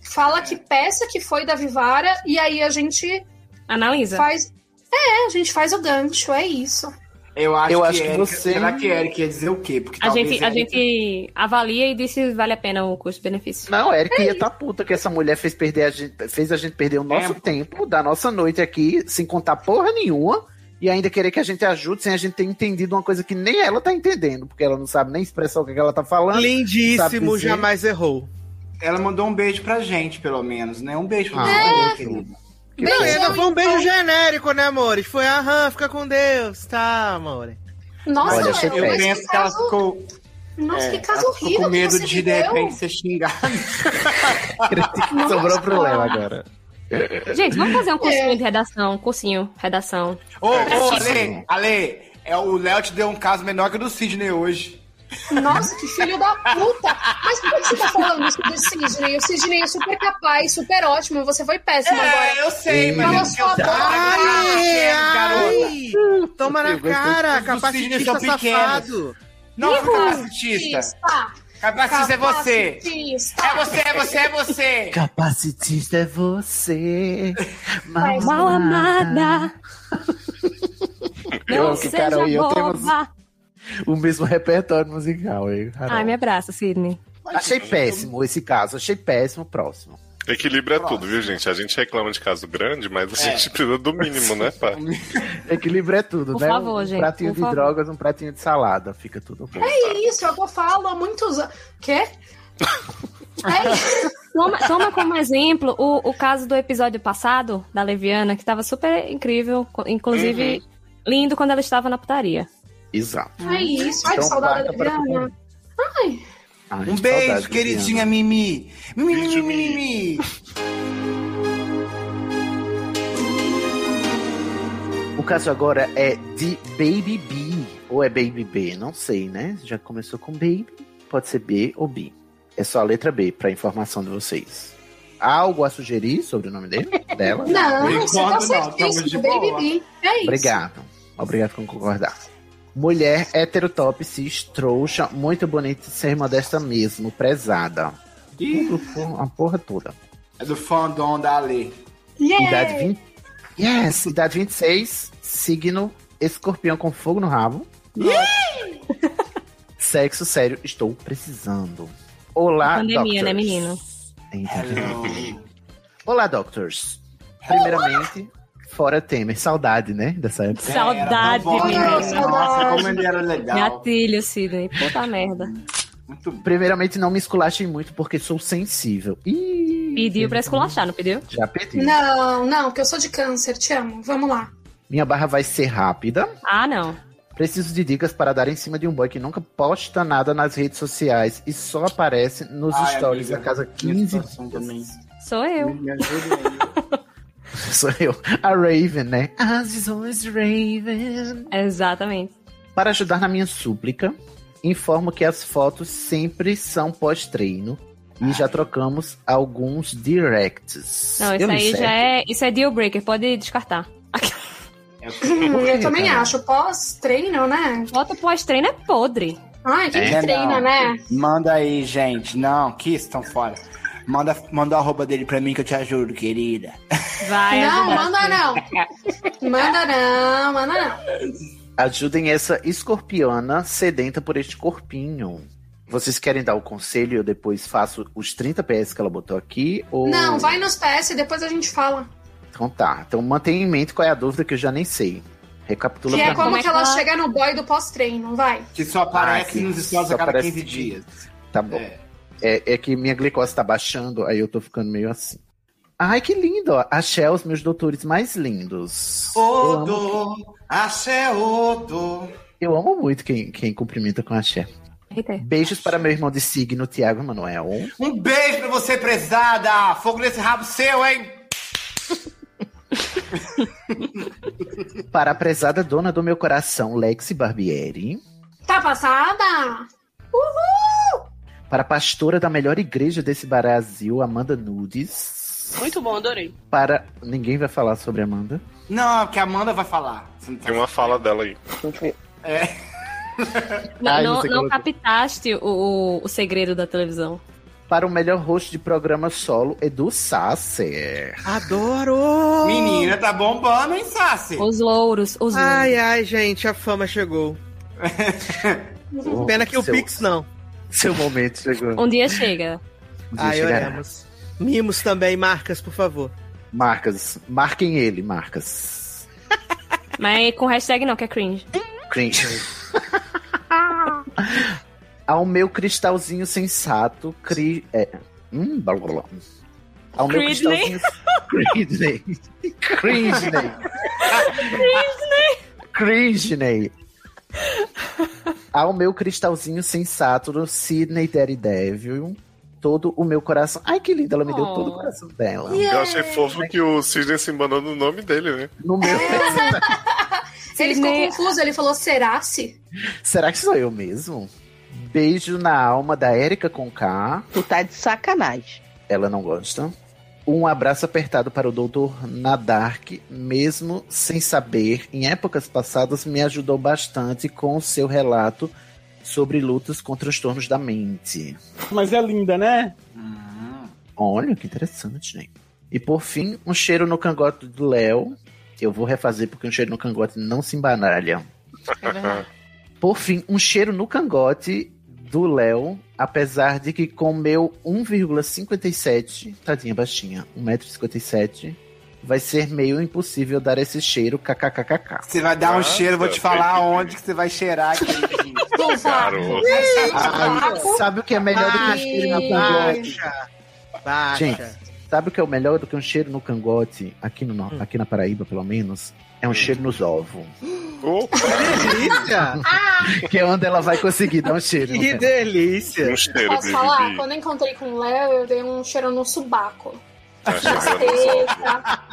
Speaker 10: Fala que peça que foi da Vivara e aí a gente
Speaker 2: analisa.
Speaker 10: Faz... É, a gente faz o gancho, é isso.
Speaker 15: Eu acho,
Speaker 17: Eu
Speaker 15: que,
Speaker 17: acho que
Speaker 15: Erika-
Speaker 17: você-
Speaker 15: Será que Eric ia dizer o quê? Porque
Speaker 2: A
Speaker 15: talvez
Speaker 2: gente, a
Speaker 15: Erika-
Speaker 2: gente avalia e diz se vale a pena o custo-benefício.
Speaker 17: Não,
Speaker 10: É
Speaker 17: Eric
Speaker 2: É,
Speaker 17: ia tá puta que essa mulher fez, perder a gente, fez a gente perder o nosso tempo, da nossa noite aqui, sem contar porra nenhuma, e ainda querer que a gente ajude sem a gente ter entendido uma coisa que nem ela tá entendendo, porque ela não sabe nem expressar o que que ela tá falando. sabe
Speaker 14: Lindíssimo,
Speaker 17: dizer.
Speaker 14: jamais errou.
Speaker 15: Ela mandou um beijo pra gente, pelo menos, né? Um beijo pra
Speaker 14: Ah,
Speaker 15: você, querida.
Speaker 14: Não, e ainda foi um beijo genérico, né, amores? Foi aham, fica com Deus, tá, amore?
Speaker 10: Nossa,
Speaker 15: Olha,
Speaker 10: Léo,
Speaker 15: eu
Speaker 10: mas
Speaker 15: penso que ela ficou.
Speaker 10: Nossa,
Speaker 15: é,
Speaker 10: que caso
Speaker 15: ela ficou
Speaker 10: horrível
Speaker 15: com medo
Speaker 10: que você
Speaker 15: de
Speaker 10: me
Speaker 15: de
Speaker 10: deu.
Speaker 15: repente ser xingada.
Speaker 17: Sobrou pro Léo agora. é-
Speaker 2: Gente, vamos fazer um cursinho de redação. Cursinho, redação.
Speaker 10: um
Speaker 15: Ô, ô, Ale, Ale, é, o Léo te deu um caso menor que o do Sidney hoje.
Speaker 10: Nossa, que filho da puta! Mas por que você tá falando isso do Sidney? O Sidney é super capaz, super ótimo, você foi péssimo
Speaker 15: É,
Speaker 10: agora.
Speaker 15: eu sei, mas
Speaker 10: Cala
Speaker 15: é
Speaker 10: sua
Speaker 15: porque eu-
Speaker 10: boca,
Speaker 14: Ai,
Speaker 10: cara.
Speaker 14: ai, toma na
Speaker 15: Eu gostei
Speaker 14: cara,
Speaker 15: dos Sidney são
Speaker 14: capacitista
Speaker 15: pequenos.
Speaker 14: safado.
Speaker 15: Não,
Speaker 14: Ih,
Speaker 15: capacitista. Capacitista é você.
Speaker 10: Capacitista.
Speaker 15: É você, é você, é você.
Speaker 17: Capacitista é você,
Speaker 2: Mas mal amada.
Speaker 17: Eu
Speaker 2: Não
Speaker 17: amo que Carol e
Speaker 2: seja
Speaker 17: eu temos
Speaker 2: boba.
Speaker 17: o mesmo repertório musical. hein, Carol?
Speaker 2: Ai, me abraça, Sidney.
Speaker 17: Achei péssimo esse caso, achei péssimo. Próximo.
Speaker 3: Equilíbrio é tudo, viu, gente? A gente reclama de caso grande, mas a
Speaker 17: É.
Speaker 3: gente precisa do mínimo, né, pá?
Speaker 17: Equilíbrio é tudo,
Speaker 2: Por
Speaker 17: né?
Speaker 2: favor,
Speaker 17: um
Speaker 2: gente,
Speaker 17: pratinho
Speaker 2: por
Speaker 17: de
Speaker 2: favor.
Speaker 17: drogas, um pratinho de salada. Fica tudo bom.
Speaker 10: É isso, é o que eu falo há muitos anos. Quê?
Speaker 2: Toma, toma como exemplo o, o caso do episódio passado, da Leviana, que tava super incrível, co- inclusive
Speaker 17: Uhum.
Speaker 2: lindo quando ela estava na putaria.
Speaker 17: Exato.
Speaker 10: É isso, ai, que
Speaker 15: Então,
Speaker 10: saudade da
Speaker 15: quarta pra
Speaker 10: Adriana. Ai,
Speaker 15: Um beijo, queridinha Mimi. Mimi, Mimi, Mimi.
Speaker 17: O caso agora é de Baby B. Ou é Baby B? Não sei, né? Já começou com Baby. Pode ser B ou B. É só a letra B, pra informação de vocês. Há algo a sugerir sobre o nome dele? Dela?
Speaker 10: não, você tá
Speaker 15: enquanto não, estamos de
Speaker 10: certíssimo, Baby
Speaker 15: boa.
Speaker 10: B. É isso.
Speaker 17: Obrigado. Obrigado por concordar. Mulher heterotop, cis, trouxa, muito bonita, ser modesta mesmo, prezada.
Speaker 15: Ih.
Speaker 17: A porra toda.
Speaker 15: É do fandom da Ale.
Speaker 17: Idade 20. Yes, idade 26, signo escorpião com fogo no rabo. Sexo sério, estou precisando. Olá,
Speaker 2: Pandemia,
Speaker 17: Ah, doctors.
Speaker 2: né, menino?
Speaker 17: Entendi. Olá, doctors. Primeiramente, fora Temer, saudade, né, dessa época.
Speaker 2: Saudade, menino.
Speaker 15: Nossa, como ele era legal.
Speaker 2: Gatilho, Sidney. Puta merda.
Speaker 17: Primeiramente, não me esculachem muito porque sou sensível. Ih,
Speaker 2: Pediu pra esculachar, não pediu?
Speaker 17: já pedi.
Speaker 10: Não, não, porque eu sou de câncer, te amo. Vamos lá.
Speaker 17: Minha barra vai ser rápida.
Speaker 2: Ah, não.
Speaker 17: Preciso de dicas para dar em cima de um boy que nunca posta nada nas redes sociais e só aparece nos
Speaker 15: Ai,
Speaker 17: stories
Speaker 15: amiga,
Speaker 17: a casa
Speaker 15: minha
Speaker 17: 15
Speaker 15: situação também.
Speaker 2: Sou eu.
Speaker 15: Me ajuda
Speaker 17: Sou eu. A Raven, né? As visões Raven.
Speaker 2: Exatamente.
Speaker 17: Para ajudar na minha súplica, informo que as fotos sempre são pós-treino e já trocamos alguns directs.
Speaker 2: Não, isso
Speaker 17: Eu li
Speaker 2: aí
Speaker 17: certo?
Speaker 2: já é. Isso é deal breaker, pode descartar.
Speaker 10: Hum, eu também
Speaker 17: cara?
Speaker 10: acho. Pós-treino, né?
Speaker 2: Foto pós-treino é podre.
Speaker 10: Ai, quem
Speaker 15: É,
Speaker 10: que treina,
Speaker 15: não.
Speaker 10: né?
Speaker 15: Manda aí, gente. Não, que estão fora. Manda, manda o arroba dele pra mim que eu te ajudo, querida.
Speaker 2: Vai,
Speaker 10: não,
Speaker 17: ajudar,
Speaker 10: manda não. manda não, manda não.
Speaker 17: Ajudem essa escorpiana sedenta por este corpinho. Vocês querem dar o conselho e eu depois faço os 30 PS que ela botou aqui? Ou...
Speaker 10: Não, vai nos PS e depois a gente fala.
Speaker 17: Então tá. Então mantenha em mente qual é a dúvida que eu já nem sei. Recapitula
Speaker 10: que é
Speaker 17: pra mim.
Speaker 10: como que ela chega no boy do pós-treino, vai.
Speaker 15: Ah, Que só aparece
Speaker 17: sim,
Speaker 15: nos stories
Speaker 17: Ah, só
Speaker 15: a cada
Speaker 17: aparece
Speaker 15: 15 dias.
Speaker 17: Tá bom. É. É, que minha glicose tá baixando, aí eu tô ficando meio assim. Ai, que lindo, ó. Axé, os meus doutores mais lindos. Eu amo
Speaker 12: Odo, axé, odo.
Speaker 17: Eu amo muito quem, quem cumprimenta com axé. Beijos para meu irmão de signo, Tiago Emanuel.
Speaker 15: Um beijo pra você, prezada! Fogo nesse rabo seu, hein?
Speaker 17: Para a prezada dona do meu coração, Lexi Barbieri.
Speaker 10: Tá passada? Uhul!
Speaker 17: Para a pastora da melhor igreja desse Brasil, Amanda Nudes.
Speaker 20: Muito bom, adorei.
Speaker 17: Para. Ninguém vai falar sobre Amanda.
Speaker 15: Não, porque a Amanda vai falar.
Speaker 3: Tem uma fala dela aí.
Speaker 2: Não,
Speaker 17: Ai,
Speaker 2: não,
Speaker 17: você
Speaker 2: não
Speaker 17: colocou.
Speaker 2: captaste o, o, o segredo da televisão.
Speaker 17: Para o melhor host de programa solo, Edu Sasser.
Speaker 14: Adoro!
Speaker 15: Menina, tá bombando, hein, Sassi?
Speaker 2: Os louros, os louros.
Speaker 14: Ai, ai, gente, a fama chegou. Pena que o
Speaker 17: Seu-
Speaker 14: Pix não.
Speaker 17: Seu momento chegou. Um
Speaker 2: Um dia chega.
Speaker 14: Ai,
Speaker 17: chegará.
Speaker 14: oremos. Mimos também, marcas, por favor.
Speaker 17: Marcas. Marquem ele, Marcas.
Speaker 2: Mas com hashtag não, que é cringe.
Speaker 17: Cringe. Ao meu cristalzinho sensato, cri... é. hum, blá, blá, blá. Ao meu
Speaker 12: Cridney.
Speaker 17: cristalzinho. né? Cridney. Cridney. Cridney. né? Ao meu cristalzinho sensato do Sidney Daredevil, todo o meu coração. Ai, que linda, ela me deu todo o coração dela.
Speaker 3: Eu achei fofo que o Sidney se mandou no nome dele, né?
Speaker 17: No meu.
Speaker 10: Ele ficou confuso, ele falou, será-se?
Speaker 17: Será que sou eu mesmo? Beijo na alma da Érica com K.
Speaker 7: Tu tá de sacanagem.
Speaker 17: Ela não gosta. Um abraço apertado para o Doutor Nadark, mesmo sem saber, em épocas passadas me ajudou bastante com o seu relato sobre lutas com transtornos da mente.
Speaker 5: Mas é linda, né?
Speaker 17: Olha que interessante, né? E por fim, um cheiro no cangote do Léo. Eu vou refazer porque um cheiro no cangote não se embanalha. Por fim, um cheiro no cangote do Léo, apesar de que um com meu 1,57, tadinha baixinha, 1,57m, vai ser meio impossível dar esse cheiro kkkk.
Speaker 15: Você vai dar um cheiro, vou te falar onde que você vai cheirar aqui.
Speaker 17: Garoto. Ai, sabe o que é melhor do que um cheiro no cangote?
Speaker 14: Baixa.
Speaker 17: Gente, Ah, sabe o que é o melhor do que um cheiro no cangote, aqui, no,
Speaker 14: Hum.
Speaker 17: no- aqui na Paraíba, pelo menos? É
Speaker 3: Hum.
Speaker 17: um cheiro nos ovos.
Speaker 14: delícia!
Speaker 17: que é onde ela vai conseguir dar um cheiro.
Speaker 14: Que delícia!
Speaker 3: Um cheiro,
Speaker 10: Posso falar? Quando eu encontrei com o Léo, eu dei um cheiro no subaco. Gostei, tá?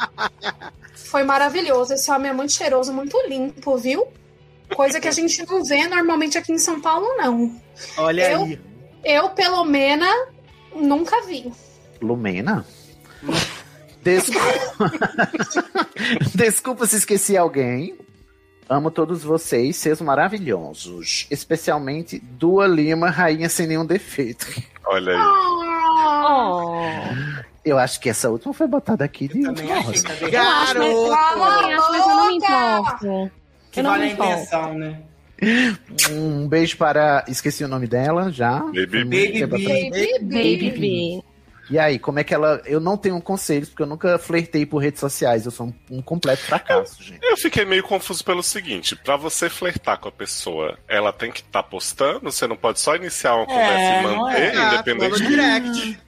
Speaker 10: Foi maravilhoso. Esse homem é muito cheiroso, muito limpo, viu? Coisa que a gente não vê normalmente aqui em São Paulo, não.
Speaker 14: Olha
Speaker 10: Eu-
Speaker 14: aí.
Speaker 10: Eu, pelo menos, nunca vi.
Speaker 17: Lumena? Desculpa. Desculpa se esqueci alguém. Amo todos vocês, seus maravilhosos. Especialmente Dua Lima, rainha sem nenhum defeito.
Speaker 3: Olha
Speaker 7: Oh.
Speaker 17: Eu acho que essa última foi botada aqui de
Speaker 15: tá né?
Speaker 20: Eu acho, mas- eu acho, mas eu não me importo.
Speaker 15: Que
Speaker 20: eu não
Speaker 15: vale a
Speaker 20: me importo.
Speaker 15: intenção, né?
Speaker 17: Um beijo para. Esqueci o nome dela já. Foi muito
Speaker 15: Baby
Speaker 17: tempo
Speaker 15: B.
Speaker 17: atrás.
Speaker 10: Baby
Speaker 2: Baby B.
Speaker 17: E aí, como é que ela. Eu não tenho conselhos, porque eu nunca flertei por redes sociais. Eu sou um, um completo fracasso, gente.
Speaker 3: Eu fiquei meio confuso pelo seguinte: pra você flertar com a pessoa, ela tem que estar postando? Você não pode só iniciar
Speaker 10: É,
Speaker 3: uma conversa e manter, independente de.
Speaker 14: direct.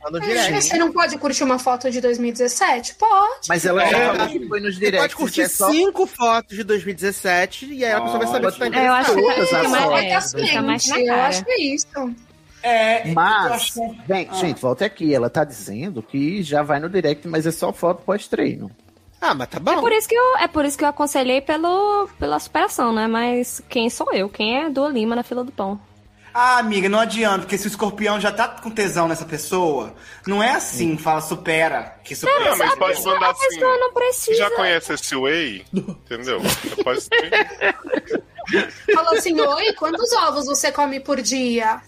Speaker 10: Gente, Você não pode curtir uma foto de 2017? Pode.
Speaker 17: Mas ela já
Speaker 14: É.
Speaker 17: falou que foi nos
Speaker 14: Você
Speaker 17: directs.
Speaker 14: pode curtir
Speaker 17: é só-
Speaker 14: cinco fotos de 2017 e aí a pessoa vai saber se tá
Speaker 2: É, eu acho que
Speaker 14: interessada.
Speaker 2: fica mais-
Speaker 10: Mas,
Speaker 2: é,
Speaker 17: assim,
Speaker 2: fica mais na
Speaker 10: gente, eu
Speaker 2: cara.
Speaker 10: acho que é isso. É, eu
Speaker 17: Mas,
Speaker 10: acho-
Speaker 14: é.
Speaker 17: bem,
Speaker 10: Ah.
Speaker 17: gente, volta aqui. Ela tá dizendo que já vai no direct, mas é só foto pós-treino.
Speaker 14: Ah, mas tá
Speaker 2: É por isso que eu, é por isso que eu aconselhei pelo, pela superação, né? Mas quem sou eu? Quem é Dua Lima na fila do pão?
Speaker 15: Ah, amiga, não adianta, porque se o escorpião já tá com tesão nessa pessoa, não é assim, fala supera. Que supera.
Speaker 3: Não, mas pode mandar assim.
Speaker 2: não precisa.
Speaker 3: Já conhece esse Way? Entendeu? Você pode
Speaker 10: Falou assim: Oi, quantos ovos você come por dia?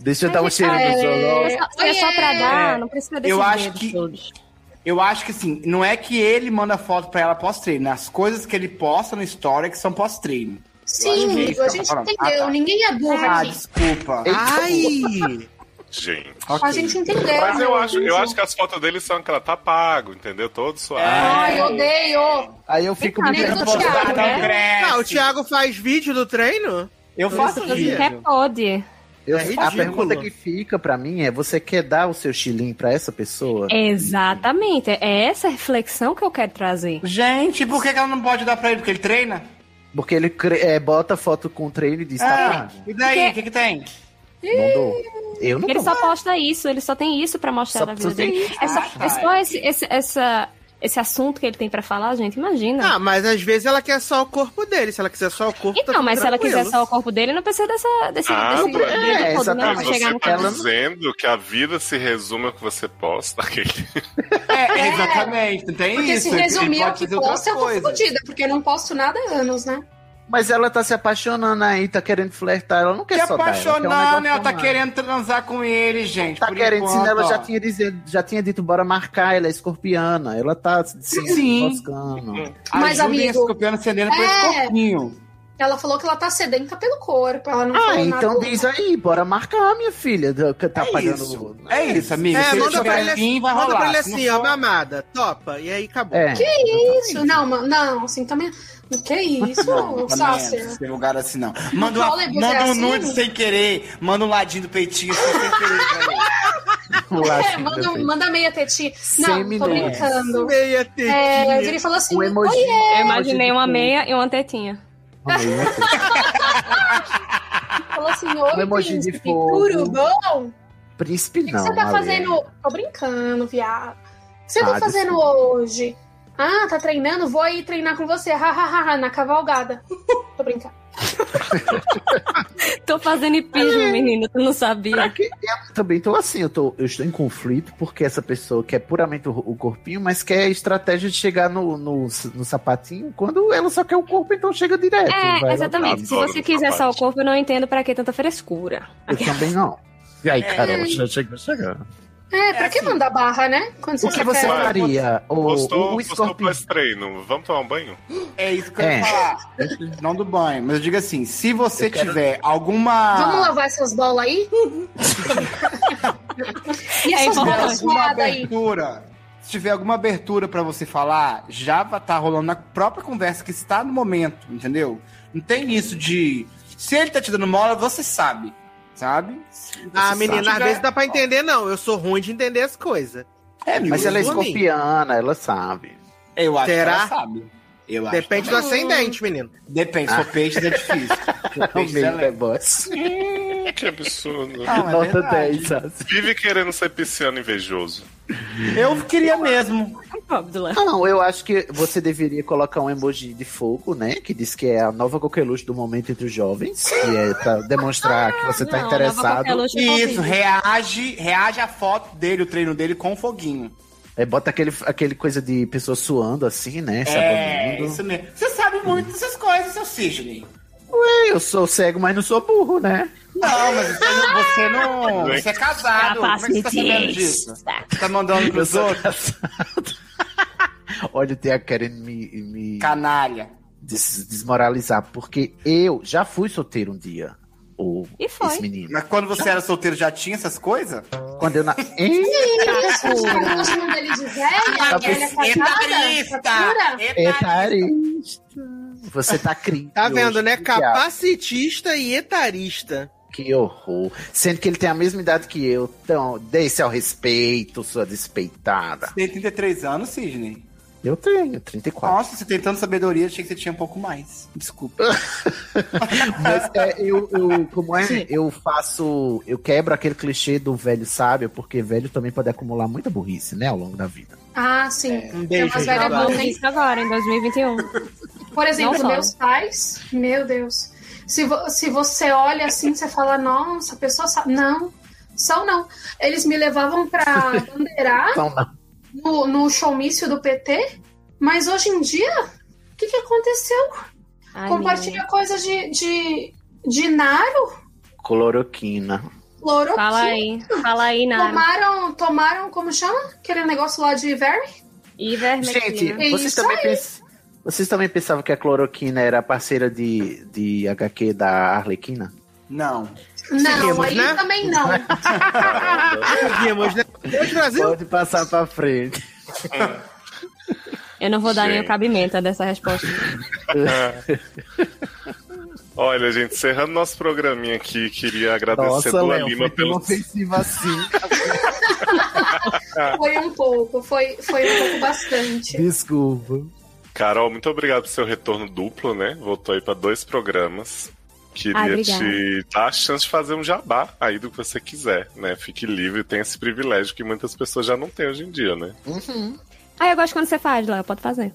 Speaker 17: Deixa eu dar um cheiro
Speaker 10: é-
Speaker 17: no
Speaker 10: é
Speaker 17: seu
Speaker 10: só- é só pra
Speaker 2: dar, não precisa desses
Speaker 15: Eu acho
Speaker 2: dedos
Speaker 15: que. Eu acho que assim, não é que ele manda foto pra ela pós-treino, né? as coisas que ele posta no story é que são pós-treino.
Speaker 10: Sim, amigo, a gente entendeu. Ninguém é burro
Speaker 15: Ah,
Speaker 10: aqui.
Speaker 15: tá. desculpa.
Speaker 14: Ai!
Speaker 3: Gente.
Speaker 10: A gente entendeu.
Speaker 3: Mas eu
Speaker 10: né?
Speaker 3: acho, eu acho que as fotos dele são que ela tá pago, entendeu? Todo suave.
Speaker 10: Ai, É, odeio.
Speaker 17: Aí eu fico
Speaker 10: Amigo do Thiago, né?
Speaker 14: Ah, o Thiago faz vídeo do treino?
Speaker 17: Eu faço vídeo.
Speaker 2: Até pode.
Speaker 17: Eu-
Speaker 14: É
Speaker 17: a
Speaker 14: ridículo.
Speaker 17: pergunta que fica pra mim é: você quer dar o seu xilim pra essa pessoa?
Speaker 2: É. Exatamente. É essa reflexão que eu quero trazer.
Speaker 15: Gente, por que que ela não pode dar pra ele? Porque ele treina?
Speaker 17: Porque ele cre- é, bota foto com o treino e diz:
Speaker 14: Ah.
Speaker 17: tá pago.
Speaker 15: e daí? O que, que tem?
Speaker 17: Não dou. Eu não
Speaker 2: Ele
Speaker 17: dou.
Speaker 2: só posta isso, ele só tem isso pra mostrar
Speaker 17: Só-
Speaker 2: da vida
Speaker 17: só tem
Speaker 2: dele.
Speaker 17: isso.
Speaker 2: É só,
Speaker 17: Ah,
Speaker 2: é só esse, esse, essa, esse assunto que ele tem pra falar, gente, imagina.
Speaker 14: Ah, mas às vezes ela quer só o corpo dele. Se ela quiser só o corpo, tá
Speaker 2: Não,
Speaker 14: tudo
Speaker 2: Então, mas se ela quiser
Speaker 14: tranquilo.
Speaker 2: só o corpo dele, não precisa dessa, desse,
Speaker 3: Ah,
Speaker 2: desse
Speaker 3: pra-
Speaker 2: brilho
Speaker 3: é,
Speaker 2: todo, né?
Speaker 3: Mas
Speaker 2: Pra chegar
Speaker 3: você
Speaker 2: no
Speaker 3: tá
Speaker 2: ponto.
Speaker 3: dizendo que a vida se resume ao que você posta, aquele.
Speaker 15: É, exatamente, não tem
Speaker 10: Porque se
Speaker 15: isso.
Speaker 10: resumir
Speaker 15: Ele
Speaker 10: ao
Speaker 15: pode
Speaker 10: assim, que
Speaker 15: fazer outra
Speaker 10: posso, eu tô
Speaker 15: coisa.
Speaker 10: fodida, porque eu não posto nada há anos, né?
Speaker 17: Mas ela tá se apaixonando aí, tá querendo flertar. Ela não quer
Speaker 15: Que
Speaker 17: só
Speaker 14: é
Speaker 17: dar, ela quer um
Speaker 15: apaixonando, né? Ela
Speaker 17: negócio
Speaker 15: tá
Speaker 17: mais.
Speaker 15: querendo transar com ele, gente.
Speaker 17: Tá
Speaker 15: por
Speaker 17: querendo,
Speaker 15: enquanto,
Speaker 17: senão ela já
Speaker 15: ó.
Speaker 17: tinha, dizendo, já tinha dito, bora marcar, ela é escorpiana. Ela tá se
Speaker 15: Sim.
Speaker 17: enroscando.
Speaker 10: Mas,
Speaker 15: Ajudem
Speaker 10: amigo-
Speaker 15: esse escorpião acendendo por esse
Speaker 10: É.
Speaker 15: corpinho.
Speaker 10: Ela falou que ela tá sedenta pelo corpo, ela não
Speaker 17: Ah,
Speaker 10: falou
Speaker 17: então
Speaker 10: nada.
Speaker 17: diz aí, bora marcar, minha filha. que Tá
Speaker 15: É
Speaker 17: pagando.
Speaker 15: isso. É isso, amigo.
Speaker 14: É,
Speaker 15: Se ele
Speaker 14: manda pra
Speaker 15: tiver
Speaker 14: ele,
Speaker 15: fim, vai
Speaker 14: manda
Speaker 15: rolar.
Speaker 14: pra ele
Speaker 15: Se
Speaker 14: assim,
Speaker 15: não
Speaker 14: ó, mamada, topa, e aí acabou.
Speaker 17: É.
Speaker 10: Que isso? Não, ma- não, assim também. Que
Speaker 15: Não,
Speaker 10: isso,
Speaker 15: também é,
Speaker 10: Sácia?
Speaker 15: sem lugar assim não. Manda, uma-
Speaker 10: Hollywood
Speaker 15: manda
Speaker 10: é
Speaker 15: um
Speaker 10: assim?
Speaker 15: nude sem querer, manda um ladinho do peitinho assim, sem querer.
Speaker 10: É, manda, manda meia tetinha. Não, tô
Speaker 15: Semi-nudes.
Speaker 10: brincando.
Speaker 14: Meia tetinha.
Speaker 10: É, ele falou assim:
Speaker 17: Um emoji.
Speaker 10: Oiê!
Speaker 2: Eu imaginei uma meia e uma tetinha.
Speaker 10: Falou assim:
Speaker 17: Um
Speaker 10: Oi,
Speaker 17: emoji de
Speaker 10: príncipe,
Speaker 17: fogo.
Speaker 10: tudo bom?
Speaker 17: Príncipe não.
Speaker 10: O que você tá
Speaker 17: Ale.
Speaker 10: fazendo? Tô brincando, viado. O que você
Speaker 17: Ah,
Speaker 10: tá fazendo hoje? Ah, tá treinando? Vou aí treinar com você. Ha, ha, ha, ha, na cavalgada. Tô brincando.
Speaker 2: Tô fazendo hipismo, menino, tu não sabia.
Speaker 17: Eu também tô assim, eu, tô, eu estou em conflito porque essa pessoa quer puramente o, o corpinho, mas quer a estratégia de chegar no, no, no sapatinho quando ela só quer o corpo, então chega direto. vai lá.
Speaker 2: É, exatamente. Se você quiser só o corpo, eu não entendo pra que tanta frescura.
Speaker 17: Eu também não. E aí,
Speaker 10: É.
Speaker 17: Carol, já chegou chegando.
Speaker 10: É, pra que mandar barra, né? Quando
Speaker 17: O que
Speaker 10: só
Speaker 17: você
Speaker 10: quer-
Speaker 17: faria? O,
Speaker 3: Postou,
Speaker 17: o, o
Speaker 3: postou
Speaker 17: escorpião.
Speaker 3: pós-treino. Vamos tomar um banho?
Speaker 15: É isso que eu
Speaker 17: É.
Speaker 15: ia
Speaker 10: Ah.
Speaker 15: falar. Não do banho, mas eu digo assim, se você tiver
Speaker 10: Vamos
Speaker 15: alguma...
Speaker 10: lavar essas bolas aí? e
Speaker 15: É
Speaker 17: É
Speaker 10: essas bolas
Speaker 15: alguma
Speaker 10: suadas aí?
Speaker 15: abertura, se tiver alguma abertura pra você falar, já va- tá rolando na própria conversa que está no momento, entendeu? Não tem isso de... Se ele tá te dando mola, você sabe, sabe?
Speaker 14: Ah,
Speaker 15: Você
Speaker 14: menina,
Speaker 15: sabe.
Speaker 14: às vezes dá pra entender, não. Eu sou ruim de entender as coisas. Tipo,
Speaker 15: É,
Speaker 17: Mas ela é
Speaker 14: Por mim.
Speaker 17: escorpiana, ela sabe.
Speaker 15: Eu acho
Speaker 14: Será?
Speaker 15: que ela sabe. Eu acho
Speaker 14: Depende do
Speaker 15: também.
Speaker 14: ascendente, menino.
Speaker 15: Depende, se
Speaker 17: Ah.
Speaker 15: for peixes é difícil. Se for peixes é leve.
Speaker 17: boss.
Speaker 3: Hum, que absurdo.
Speaker 15: Não, é Nota verdade. 10,
Speaker 17: tá.
Speaker 3: Vive querendo ser pisciano invejoso.
Speaker 15: Eu queria mesmo.
Speaker 17: Ah, Não, eu acho que você deveria colocar um emoji de fogo, né? Que diz que é a nova coqueluche do momento entre os jovens. Que é pra demonstrar que você tá
Speaker 15: Não, nova
Speaker 17: interessado.
Speaker 15: coqueluche é Isso, horrível. reage, reage à foto dele, o treino dele com foguinho.
Speaker 17: É, bota aquele, aquele coisa de pessoa suando assim, né?
Speaker 15: É,
Speaker 17: Sabonando.
Speaker 15: isso mesmo. Você sabe muito dessas coisas, seu cisne.
Speaker 17: Ué, eu sou cego, mas não sou burro, né?
Speaker 15: Não, mas você não. Você, não, você é casado. Como é que você tá sabendo disso? Você tá mandando
Speaker 17: Eu
Speaker 15: pros
Speaker 17: sou
Speaker 15: outros?
Speaker 17: Olha, tem a querendo me, me
Speaker 15: Canalha.
Speaker 17: des- desmoralizar, porque eu já fui solteiro um dia. O,
Speaker 15: E
Speaker 17: foi. Esse menino.
Speaker 15: Mas quando você era solteiro já tinha essas coisas?
Speaker 17: Quando eu na...
Speaker 10: Que
Speaker 17: Hein?
Speaker 10: isso? Tá gostando dele de velha? Que ela é casada? Tá pura?
Speaker 17: Etarista. Você tá cringe.
Speaker 14: Tá vendo,
Speaker 17: hoje,
Speaker 14: né?
Speaker 17: que
Speaker 14: Capacitista e etarista.
Speaker 17: diabo. Que horror. Sendo que ele tem a mesma idade que eu. Então, dê-se ao respeito, sua despeitada.
Speaker 15: Tem 33 anos, Sidney.
Speaker 17: Eu tenho 34.
Speaker 15: Nossa, você tem tanta sabedoria, achei que você tinha um pouco mais. Desculpa.
Speaker 17: Mas é, eu, eu- como é, eu faço, eu quebro aquele clichê do velho sábio, porque velho também pode acumular muita burrice, né, ao longo da vida.
Speaker 10: Ah, sim.
Speaker 2: É.
Speaker 17: Um
Speaker 10: Tem
Speaker 17: beijo,
Speaker 10: umas velhas
Speaker 17: Jabá.
Speaker 10: boas, hein?
Speaker 2: Isso agora, em 2021.
Speaker 10: Por exemplo,
Speaker 2: Não só.
Speaker 10: meus pais, meu Deus. Se, vo- se você olha assim, você fala, nossa, a pessoa sabe. Não, são não. Eles me levavam pra bandeirar
Speaker 17: Então, não.
Speaker 10: no, no showmício do PT, mas hoje em dia, o que, que aconteceu? Compartilha coisas de, de, de Naro,
Speaker 17: Cloroquina.
Speaker 10: Loro.
Speaker 2: Fala aí, fala aí, Naro.
Speaker 10: Tomaram, tomaram, como chama? Aquele negócio lá de É verme?
Speaker 2: Ivermectina.
Speaker 17: Gente, vocês também, pens- Vocês também pensavam que a cloroquina era parceira de, de HQ da Arlequina?
Speaker 15: Não.
Speaker 10: Não,
Speaker 17: Seguimos,
Speaker 10: aí
Speaker 17: né?
Speaker 10: também não.
Speaker 17: Seguimos, né?
Speaker 14: Brasil.
Speaker 17: Pode passar pra frente.
Speaker 2: Eu não vou dar
Speaker 3: Gente.
Speaker 2: nenhum cabimento a dessa resposta.
Speaker 3: Olha, gente, encerrando nosso programinha aqui, queria agradecer
Speaker 17: Nossa,
Speaker 3: Dua
Speaker 17: Léo,
Speaker 3: Lipa
Speaker 17: foi tão
Speaker 3: pelo.
Speaker 17: ofensiva assim.
Speaker 3: Ah,
Speaker 10: Foi um pouco, foi, foi um pouco bastante.
Speaker 17: Desculpa.
Speaker 3: Carol, muito obrigado pelo seu retorno duplo, né? Voltou aí pra dois programas. Queria
Speaker 10: Ah, obrigada.
Speaker 3: te dar a chance de fazer um jabá aí do que você quiser, né? Fique livre, tem esse privilégio que muitas pessoas já não têm hoje em dia, né?
Speaker 10: Uhum.
Speaker 2: Ah, eu gosto quando você faz, lá, pode fazer.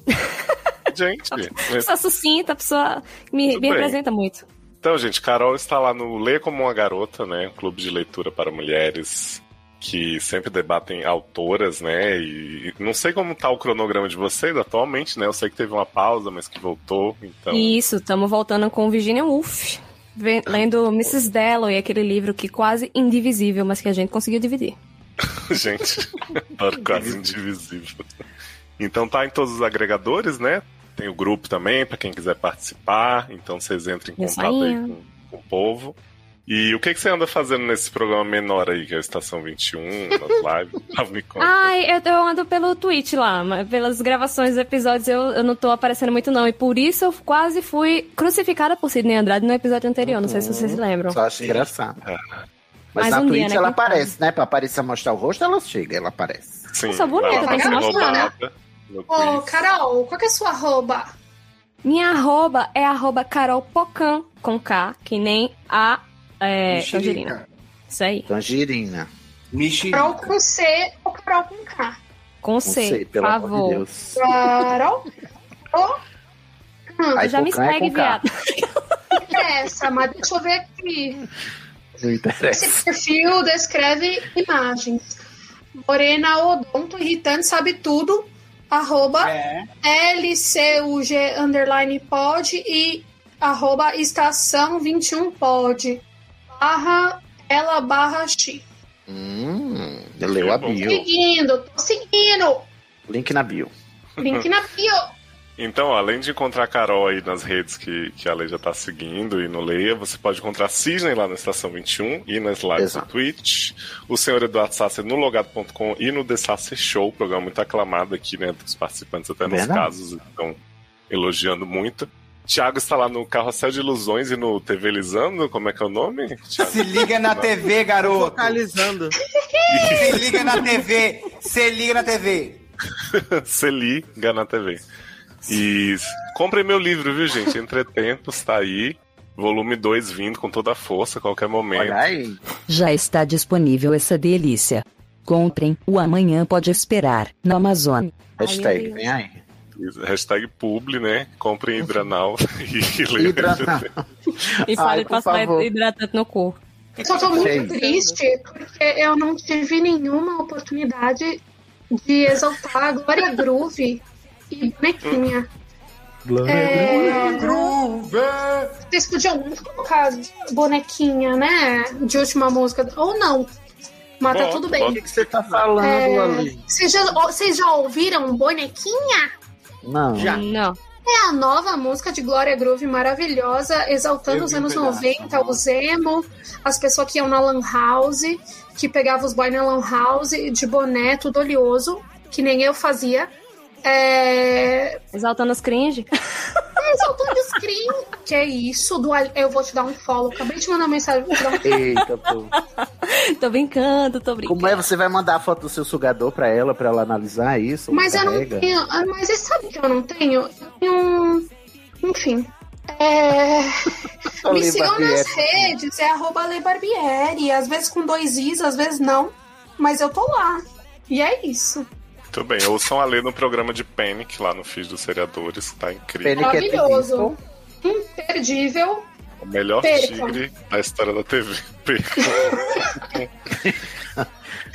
Speaker 3: Gente, né? mas-
Speaker 2: Pessoa sucinta, a pessoa me,
Speaker 3: Tudo
Speaker 2: me
Speaker 3: bem.
Speaker 2: representa muito.
Speaker 3: Então, gente, Carol está lá no Lê Como uma Garota, né? Um clube de leitura para mulheres que sempre debatem autoras, né? E não sei como tá o cronograma de vocês atualmente, né? Eu sei que teve uma pausa, mas que voltou, então. Ah.
Speaker 2: E Isso, estamos voltando com Virginia Woolf, ve- lendo Mrs. Dalloway, aquele livro que quase indivisível, mas que a gente conseguiu dividir.
Speaker 3: gente, adoro quase indivisível. Então tá em todos os agregadores, né? Tem o grupo também, para quem quiser participar. Então vocês entram em
Speaker 2: Minha
Speaker 3: contato aí
Speaker 2: sainha.
Speaker 3: com, com o povo. E o que, que você anda fazendo nesse programa menor aí, que é a Estação 21, nas lives? Ah, me conta.
Speaker 2: Ai, eu, eu ando pelo Twitch lá, mas pelas gravações dos episódios eu, eu não tô aparecendo muito não, e por isso eu quase fui crucificada por Sidney Andrade no episódio anterior, não sei se
Speaker 3: Uhum.
Speaker 2: vocês se lembram.
Speaker 17: Só acho engraçado. Mas
Speaker 2: Mais
Speaker 17: na
Speaker 2: um dia,
Speaker 17: Twitch
Speaker 2: né,
Speaker 17: ela
Speaker 2: quem
Speaker 17: aparece, né? Pra aparecer mostrar o rosto, ela chega, ela aparece.
Speaker 3: Sim.
Speaker 2: sou bonita,
Speaker 17: ela
Speaker 2: tem que
Speaker 17: aparece
Speaker 2: mostrar, né?
Speaker 17: roubada.
Speaker 10: Ô, Carol, qual que é a sua arroba?
Speaker 2: Minha arroba é arroba Carol Pocan, com K, que nem a é,
Speaker 17: Mexerica.
Speaker 2: Angelina. Isso aí,
Speaker 17: Tangerina.
Speaker 10: Carol com C ou Carol com K?
Speaker 2: com
Speaker 17: Com
Speaker 2: C,
Speaker 17: C,
Speaker 2: por
Speaker 17: pelo amor de
Speaker 2: favor.
Speaker 17: Deus.
Speaker 10: Carol? Ou... Hum,
Speaker 17: Aí
Speaker 10: já me
Speaker 17: com K é
Speaker 10: segue,
Speaker 17: com K.
Speaker 10: viado. É Essa, mas deixa eu ver aqui.
Speaker 17: Não interessa.
Speaker 10: Esse perfil descreve imagens. Morena Odonto Irritante sabe tudo. Arroba LCUG underline pod e arroba estação 21 pod. Barra ela barra X.
Speaker 17: Hum, leu a bio.
Speaker 10: Seguindo, tô seguindo.
Speaker 17: Link na bio.
Speaker 10: Link na bio.
Speaker 3: Então, ó, além de encontrar a Carol aí nas redes que, que a Lei já tá seguindo e no Leia, você pode encontrar Cisne lá na Estação 21 e nas lives do Twitch. O senhor Eduardo Sasser no logado.com e no The Sasser Show, programa muito aclamado aqui, né, dos participantes até nos
Speaker 17: Verdade.
Speaker 3: casos, então elogiando muito. Tiago está lá no Carrossel de Ilusões e no TV Lisando, como é que é o nome?
Speaker 15: Se liga na TV, garoto.
Speaker 14: Focalizando.
Speaker 15: Se liga na TV. Se liga na TV.
Speaker 3: Se liga na TV. E comprem meu livro, viu, gente? Entretempos, tá aí. Volume 2 vindo com toda a força, a qualquer momento.
Speaker 17: Olha aí.
Speaker 21: Já está disponível essa delícia. Comprem, o amanhã pode esperar, na Amazon.
Speaker 17: Hashtag, vem aí.
Speaker 3: Hashtag publi, né? Comprem hidranal e leiam.
Speaker 17: Hidranal.
Speaker 2: E
Speaker 3: Ai,
Speaker 2: fale
Speaker 3: por
Speaker 2: passar
Speaker 3: favor.
Speaker 2: hidratante no corpo.
Speaker 10: Eu só tô muito
Speaker 3: Sim.
Speaker 10: triste porque eu não tive nenhuma oportunidade de exaltar a Glória Groove e Bonequinha. É... Vocês podiam muito colocar Bonequinha, né? De última música. Ou não. Mas tá tudo bem.
Speaker 17: O que que você tá falando
Speaker 10: É,
Speaker 17: ali?
Speaker 10: Vocês já, ó, vocês já ouviram Bonequinha?
Speaker 17: Não.
Speaker 2: Não.
Speaker 10: É a nova música de Glória Groove maravilhosa, exaltando
Speaker 17: Eu
Speaker 10: os
Speaker 17: vi
Speaker 10: anos
Speaker 17: um pedaço,
Speaker 10: 90, os emo, as pessoas que iam na Lan House, que pegavam os boys na Lan House, de boné, tudo oleoso, que nem eu fazia. É...
Speaker 2: Exaltando os cringe?
Speaker 10: Exaltando os cringe. Que é isso, do... eu vou te dar um follow. Acabei de mandar uma mensagem, vou te dar um
Speaker 17: Eita, pô.
Speaker 2: tô brincando, tô brincando.
Speaker 17: Como é? Você vai mandar a foto do seu sugador pra ela, pra ela analisar isso?
Speaker 10: Mas eu não
Speaker 17: Carrega?
Speaker 3: Um
Speaker 10: tenho. ah, Mas você sabe que eu não tenho? Eu tenho um. Enfim. É...
Speaker 17: Só
Speaker 10: Me
Speaker 17: Lei
Speaker 10: sigam nas
Speaker 17: Barbieri.
Speaker 10: redes, é arroba Lei Barbieri. Às vezes com dois Is, às vezes não. Mas eu tô lá. E é isso.
Speaker 3: Muito bem, ouçam a ler no programa de Panic lá no Fiz dos Seriadores, que tá incrível.
Speaker 17: é
Speaker 10: Maravilhoso. Imperdível.
Speaker 3: O melhor
Speaker 10: Percam.
Speaker 3: tigre da história da TV. Percam.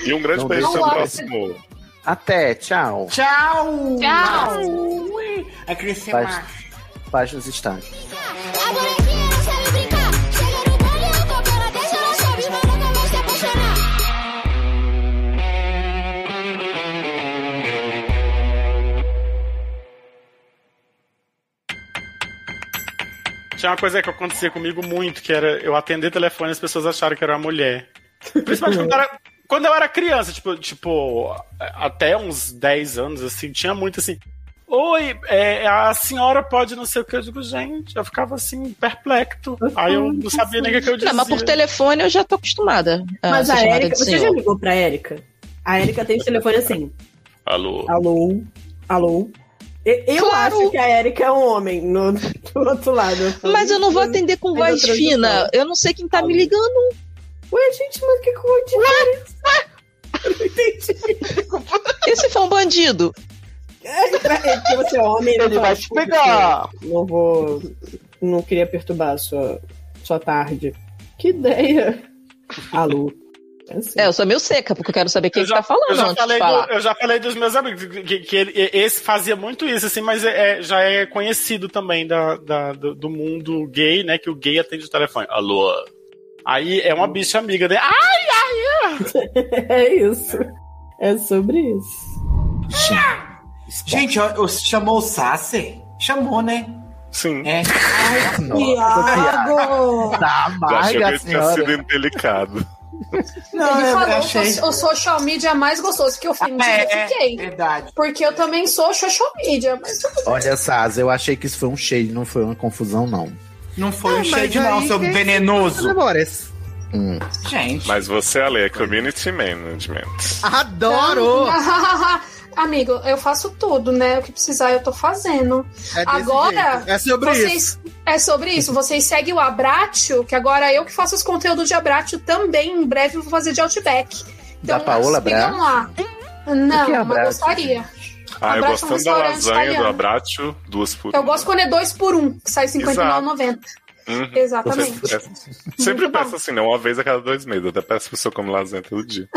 Speaker 3: e um grande
Speaker 17: Não
Speaker 3: beijo até
Speaker 17: deixa
Speaker 3: o
Speaker 17: de-
Speaker 3: próximo.
Speaker 17: Até, tchau.
Speaker 15: Tchau!
Speaker 10: Tchau!
Speaker 15: A Cris
Speaker 17: Faz, faz nos estágios.
Speaker 5: uma coisa que acontecia comigo muito, que era eu atender telefone e as pessoas acharam que era uma mulher. Principalmente quando, era- quando eu era criança, tipo, tipo, até uns 10 anos, assim, tinha muito assim. Oi, é, a senhora pode não sei o que. Eu digo, gente, eu ficava assim, perplexo. Aí eu não sabia nem o que que eu dizia.
Speaker 7: Não, mas por telefone eu já tô acostumada a
Speaker 18: Mas
Speaker 7: ser
Speaker 18: a
Speaker 7: chamada
Speaker 18: Erika,
Speaker 7: de
Speaker 18: você já
Speaker 7: senhor.
Speaker 18: ligou pra Erika? A Erika tem o telefone assim.
Speaker 3: Alô?
Speaker 18: Alô? Alô? E- Eu acho que a Erika é um homem no, do outro lado.
Speaker 7: Mas eu não vou atender com
Speaker 18: é
Speaker 7: voz fina. Eu não sei quem tá me ligando.
Speaker 18: Ué, gente, mas que coisa diferente.
Speaker 7: Esse foi um bandido.
Speaker 18: É que você
Speaker 6: um
Speaker 18: é homem,
Speaker 7: Ele
Speaker 18: não
Speaker 7: vai
Speaker 18: acho
Speaker 7: te pegar.
Speaker 18: que- Não vou. Não queria perturbar a sua, sua tarde. Que ideia. Alô? assim.
Speaker 7: É, eu sou meio seca, porque eu quero saber quem
Speaker 5: Eu
Speaker 7: que
Speaker 5: já-
Speaker 7: tá falando
Speaker 5: eu já,
Speaker 7: antes de
Speaker 5: falei
Speaker 7: falar.
Speaker 5: do- eu já falei dos meus amigos, que, que ele- esse fazia muito isso, assim, mas é- é- já é conhecido também da, da- do, do mundo gay, né? Que o gay atende o telefone. Alô? Aí é uma bicha amiga, né? Ai, ai, ai!
Speaker 18: É isso. É sobre isso.
Speaker 15: Gente, ó, ó, chamou o Sassi? Chamou, né?
Speaker 3: Sim.
Speaker 15: É.
Speaker 17: Tá,
Speaker 3: Já
Speaker 17: vai,
Speaker 3: achei que
Speaker 17: a
Speaker 3: ele tinha sido
Speaker 17: senhora.
Speaker 3: indelicado.
Speaker 15: Não,
Speaker 10: Ele
Speaker 15: eu
Speaker 10: falou
Speaker 15: achei-
Speaker 10: o social media mais gostoso que eu ofendi,
Speaker 15: É,
Speaker 10: eu fiquei.
Speaker 15: verdade.
Speaker 10: Porque eu também sou social media, mas tudo bem.
Speaker 17: Olha, Saz, eu achei que isso foi um shade, não foi uma confusão, não.
Speaker 15: Não foi
Speaker 10: Ah,
Speaker 15: um
Speaker 10: mas
Speaker 15: shade,
Speaker 10: aí
Speaker 15: não, seu
Speaker 10: quem-
Speaker 15: venenoso.
Speaker 3: Hum. Gente. Mas você, Ale, é community management.
Speaker 10: Adoro! Amigo, eu faço tudo, né? O que precisar eu tô fazendo.
Speaker 14: É desse
Speaker 10: agora.
Speaker 14: jeito. É sobre
Speaker 10: vocês,
Speaker 14: isso.
Speaker 10: É sobre isso. Vocês seguem o Abratio, que agora eu que faço os conteúdos de Abratio também. Em breve eu vou fazer de Outback.
Speaker 17: Da
Speaker 10: Então,
Speaker 17: Paola
Speaker 10: Sigam
Speaker 17: Braga.
Speaker 10: lá.
Speaker 17: O que é
Speaker 10: Não, mas
Speaker 17: Abratio,
Speaker 10: gostaria.
Speaker 3: Ah, eu
Speaker 10: Abratio é um
Speaker 3: gosto tanto da
Speaker 10: restaurante
Speaker 3: lasanha, do
Speaker 10: italiano.
Speaker 3: abratio, duas por
Speaker 10: Eu gosto quando é dois por um, que sai R$
Speaker 3: Exato.
Speaker 10: 59,90.
Speaker 3: Uhum.
Speaker 10: Exatamente.
Speaker 3: Sempre, é, sempre peço assim, não, uma vez a cada dois meses. Eu Até peço pra pessoa comer lasanha todo dia.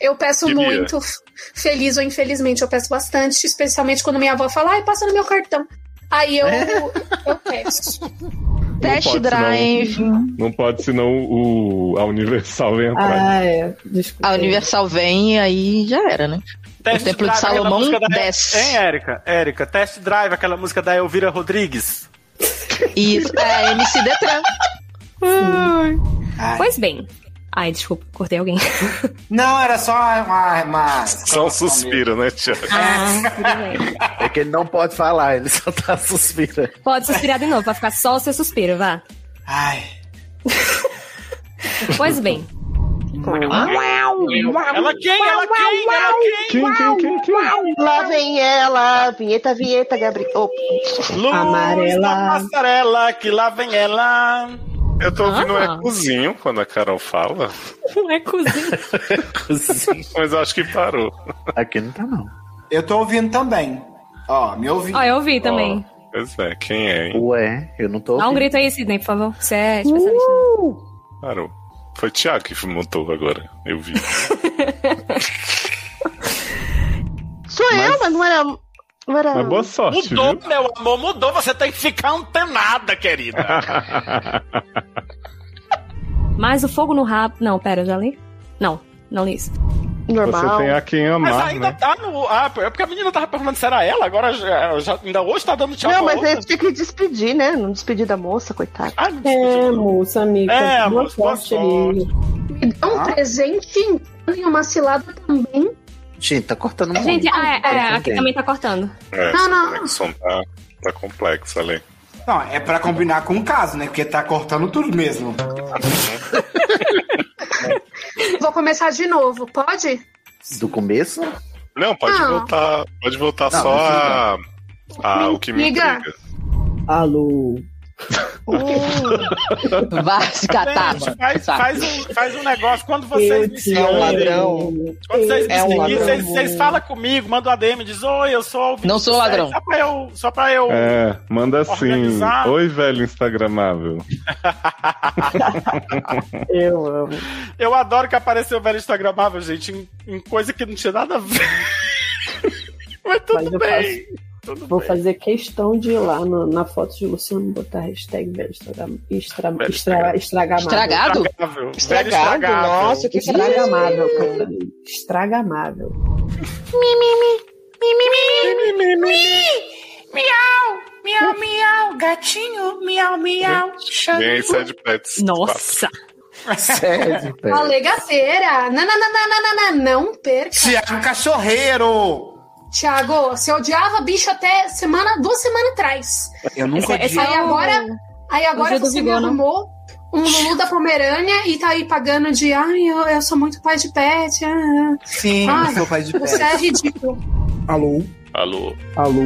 Speaker 10: Eu peço
Speaker 3: Diria.
Speaker 10: muito, f- feliz ou infelizmente, eu peço bastante, especialmente quando minha avó fala, ai, passa no meu cartão. Aí eu,
Speaker 17: É?
Speaker 10: eu peço.
Speaker 7: Test
Speaker 11: pode, senão-
Speaker 7: drive.
Speaker 11: Não pode, senão o, a Universal
Speaker 7: Ah.
Speaker 11: vem atrás.
Speaker 18: é.
Speaker 7: A Universal vem e aí já era, né? o Templo de
Speaker 5: aquela
Speaker 7: Salomão
Speaker 5: música da-
Speaker 7: desce.
Speaker 5: Hein, Érica? Érica, test drive, aquela música da Elvira Rodrigues.
Speaker 7: Isso, é MC Detran.
Speaker 2: Pois bem. Ai, desculpa, cortei alguém.
Speaker 15: Não, era só uma. uma...
Speaker 3: Só um suspiro, né, Tia?
Speaker 2: Ah.
Speaker 17: É que ele não pode falar, ele só tá suspirando.
Speaker 2: Pode suspirar de novo, vai ficar só o seu suspiro, vá.
Speaker 15: Ai.
Speaker 2: Pois bem.
Speaker 5: é Ela quem? Ela quem? Ela
Speaker 11: quem? Quem, quem,
Speaker 4: Lá vem ela, vinheta, vinheta, Gabriel.
Speaker 5: Luz tá da passarela, que lá vem ela.
Speaker 3: Eu tô ouvindo
Speaker 5: Ah.
Speaker 3: um ecozinho quando a Carol fala.
Speaker 2: Um ecozinho.
Speaker 3: Mas eu acho que parou.
Speaker 17: Aqui não tá, não.
Speaker 15: Eu tô ouvindo também. Ó, me ouvi.
Speaker 2: Ó, eu ouvi também.
Speaker 3: Pois é, quem é, hein?
Speaker 17: Ué, eu não tô
Speaker 2: Dá um grito aí, Sidney, por favor. Você é especialista.
Speaker 3: Parou. Foi o Thiago que montou agora, eu vi.
Speaker 4: Sou eu, mas não era. Não era...
Speaker 3: Mas boa sorte,
Speaker 5: Mudou, meu amor, mudou. Você tem que ficar antenada,
Speaker 3: É,
Speaker 5: querida.
Speaker 2: Mas o fogo no rabo. Não, pera, eu já li? Não, não li isso.
Speaker 11: Você tem a quem amar,
Speaker 5: Mas ainda
Speaker 11: né?
Speaker 5: tá no. Ah, é porque a menina tava perguntando se era ela, agora já, já- ainda hoje tá dando tchau.
Speaker 4: Não,
Speaker 5: pra
Speaker 4: mas
Speaker 5: outra.
Speaker 7: é
Speaker 4: aí tinha que despedir, né? Não despedir da moça, coitada.
Speaker 5: é,
Speaker 18: moça, amiga.
Speaker 4: É,
Speaker 18: boa
Speaker 4: moça, boa
Speaker 18: sorte, amiga.
Speaker 10: Me dá um presente em uma cilada também.
Speaker 17: Gente, tá cortando muito.
Speaker 2: Gente, ah, é, é, aqui
Speaker 3: entendendo.
Speaker 2: também tá cortando.
Speaker 3: É,
Speaker 10: Não, não.
Speaker 3: essa conexão tá, tá complexa ali.
Speaker 15: Não, é pra combinar com o caso, né? Porque tá cortando tudo mesmo.
Speaker 10: Vou começar de novo, pode?
Speaker 17: Do começo?
Speaker 3: Não, pode
Speaker 10: Não.
Speaker 3: voltar. Pode voltar
Speaker 17: Não,
Speaker 3: só a,
Speaker 17: não
Speaker 3: a- o que me
Speaker 10: Liga.
Speaker 3: intriga.
Speaker 18: Alô?
Speaker 7: Vai se catar.
Speaker 5: Uh. Gente, faz, faz um, faz um negócio. Quando vocês me
Speaker 6: É
Speaker 5: seguirem.
Speaker 6: um
Speaker 5: Quando vocês me
Speaker 7: É um
Speaker 5: seguirem,
Speaker 7: ladrão.
Speaker 5: vocês, vocês falam comigo, manda um o ADM, diz: Oi, eu sou o
Speaker 11: Não sou ladrão.
Speaker 5: Só pra eu. Só pra eu...
Speaker 11: É, manda assim.
Speaker 5: Organizar.
Speaker 11: Oi, velho Instagramável.
Speaker 18: Eu amo.
Speaker 5: Eu adoro que apareceu o velho Instagramável, gente, em, em coisa que não tinha nada a ver. Mas tudo
Speaker 18: eu
Speaker 5: bem.
Speaker 18: Vou fazer questão de ir lá no- na foto de Luciano botar hashtag velho estraga- estra- estra- estragamado.
Speaker 7: Estragado?
Speaker 5: Estragável.
Speaker 18: Estragado? Nossa, que estragamável, cara. Estragamável.
Speaker 20: Mi, mi, mi. Mi, mi, mi. Mi, mi, mi. Miau.
Speaker 10: Hum.
Speaker 22: Miau, miau, gatinho, miau, miau.
Speaker 3: Vem aí, Sad Pets.
Speaker 22: Nossa.
Speaker 17: Sério,
Speaker 10: A legateira. Não, não, não, não, não, não, não, não perca.
Speaker 15: Tiago Cachorreiro!
Speaker 10: Tiago, você odiava bicho até semana, duas semanas atrás.
Speaker 15: Eu nunca
Speaker 10: Aí
Speaker 15: odiei.
Speaker 10: agora, aí agora
Speaker 15: Hoje é do
Speaker 10: você me
Speaker 15: Vigor, né?
Speaker 10: arrumou um Lulu da Pomerânia e tá aí pagando de ai, eu, eu sou muito pai de pet. ah, ah."
Speaker 15: Sim, eu sou pai de
Speaker 10: Você
Speaker 15: pet.
Speaker 10: é ridículo.
Speaker 23: Alô?
Speaker 3: Alô?
Speaker 23: Alô?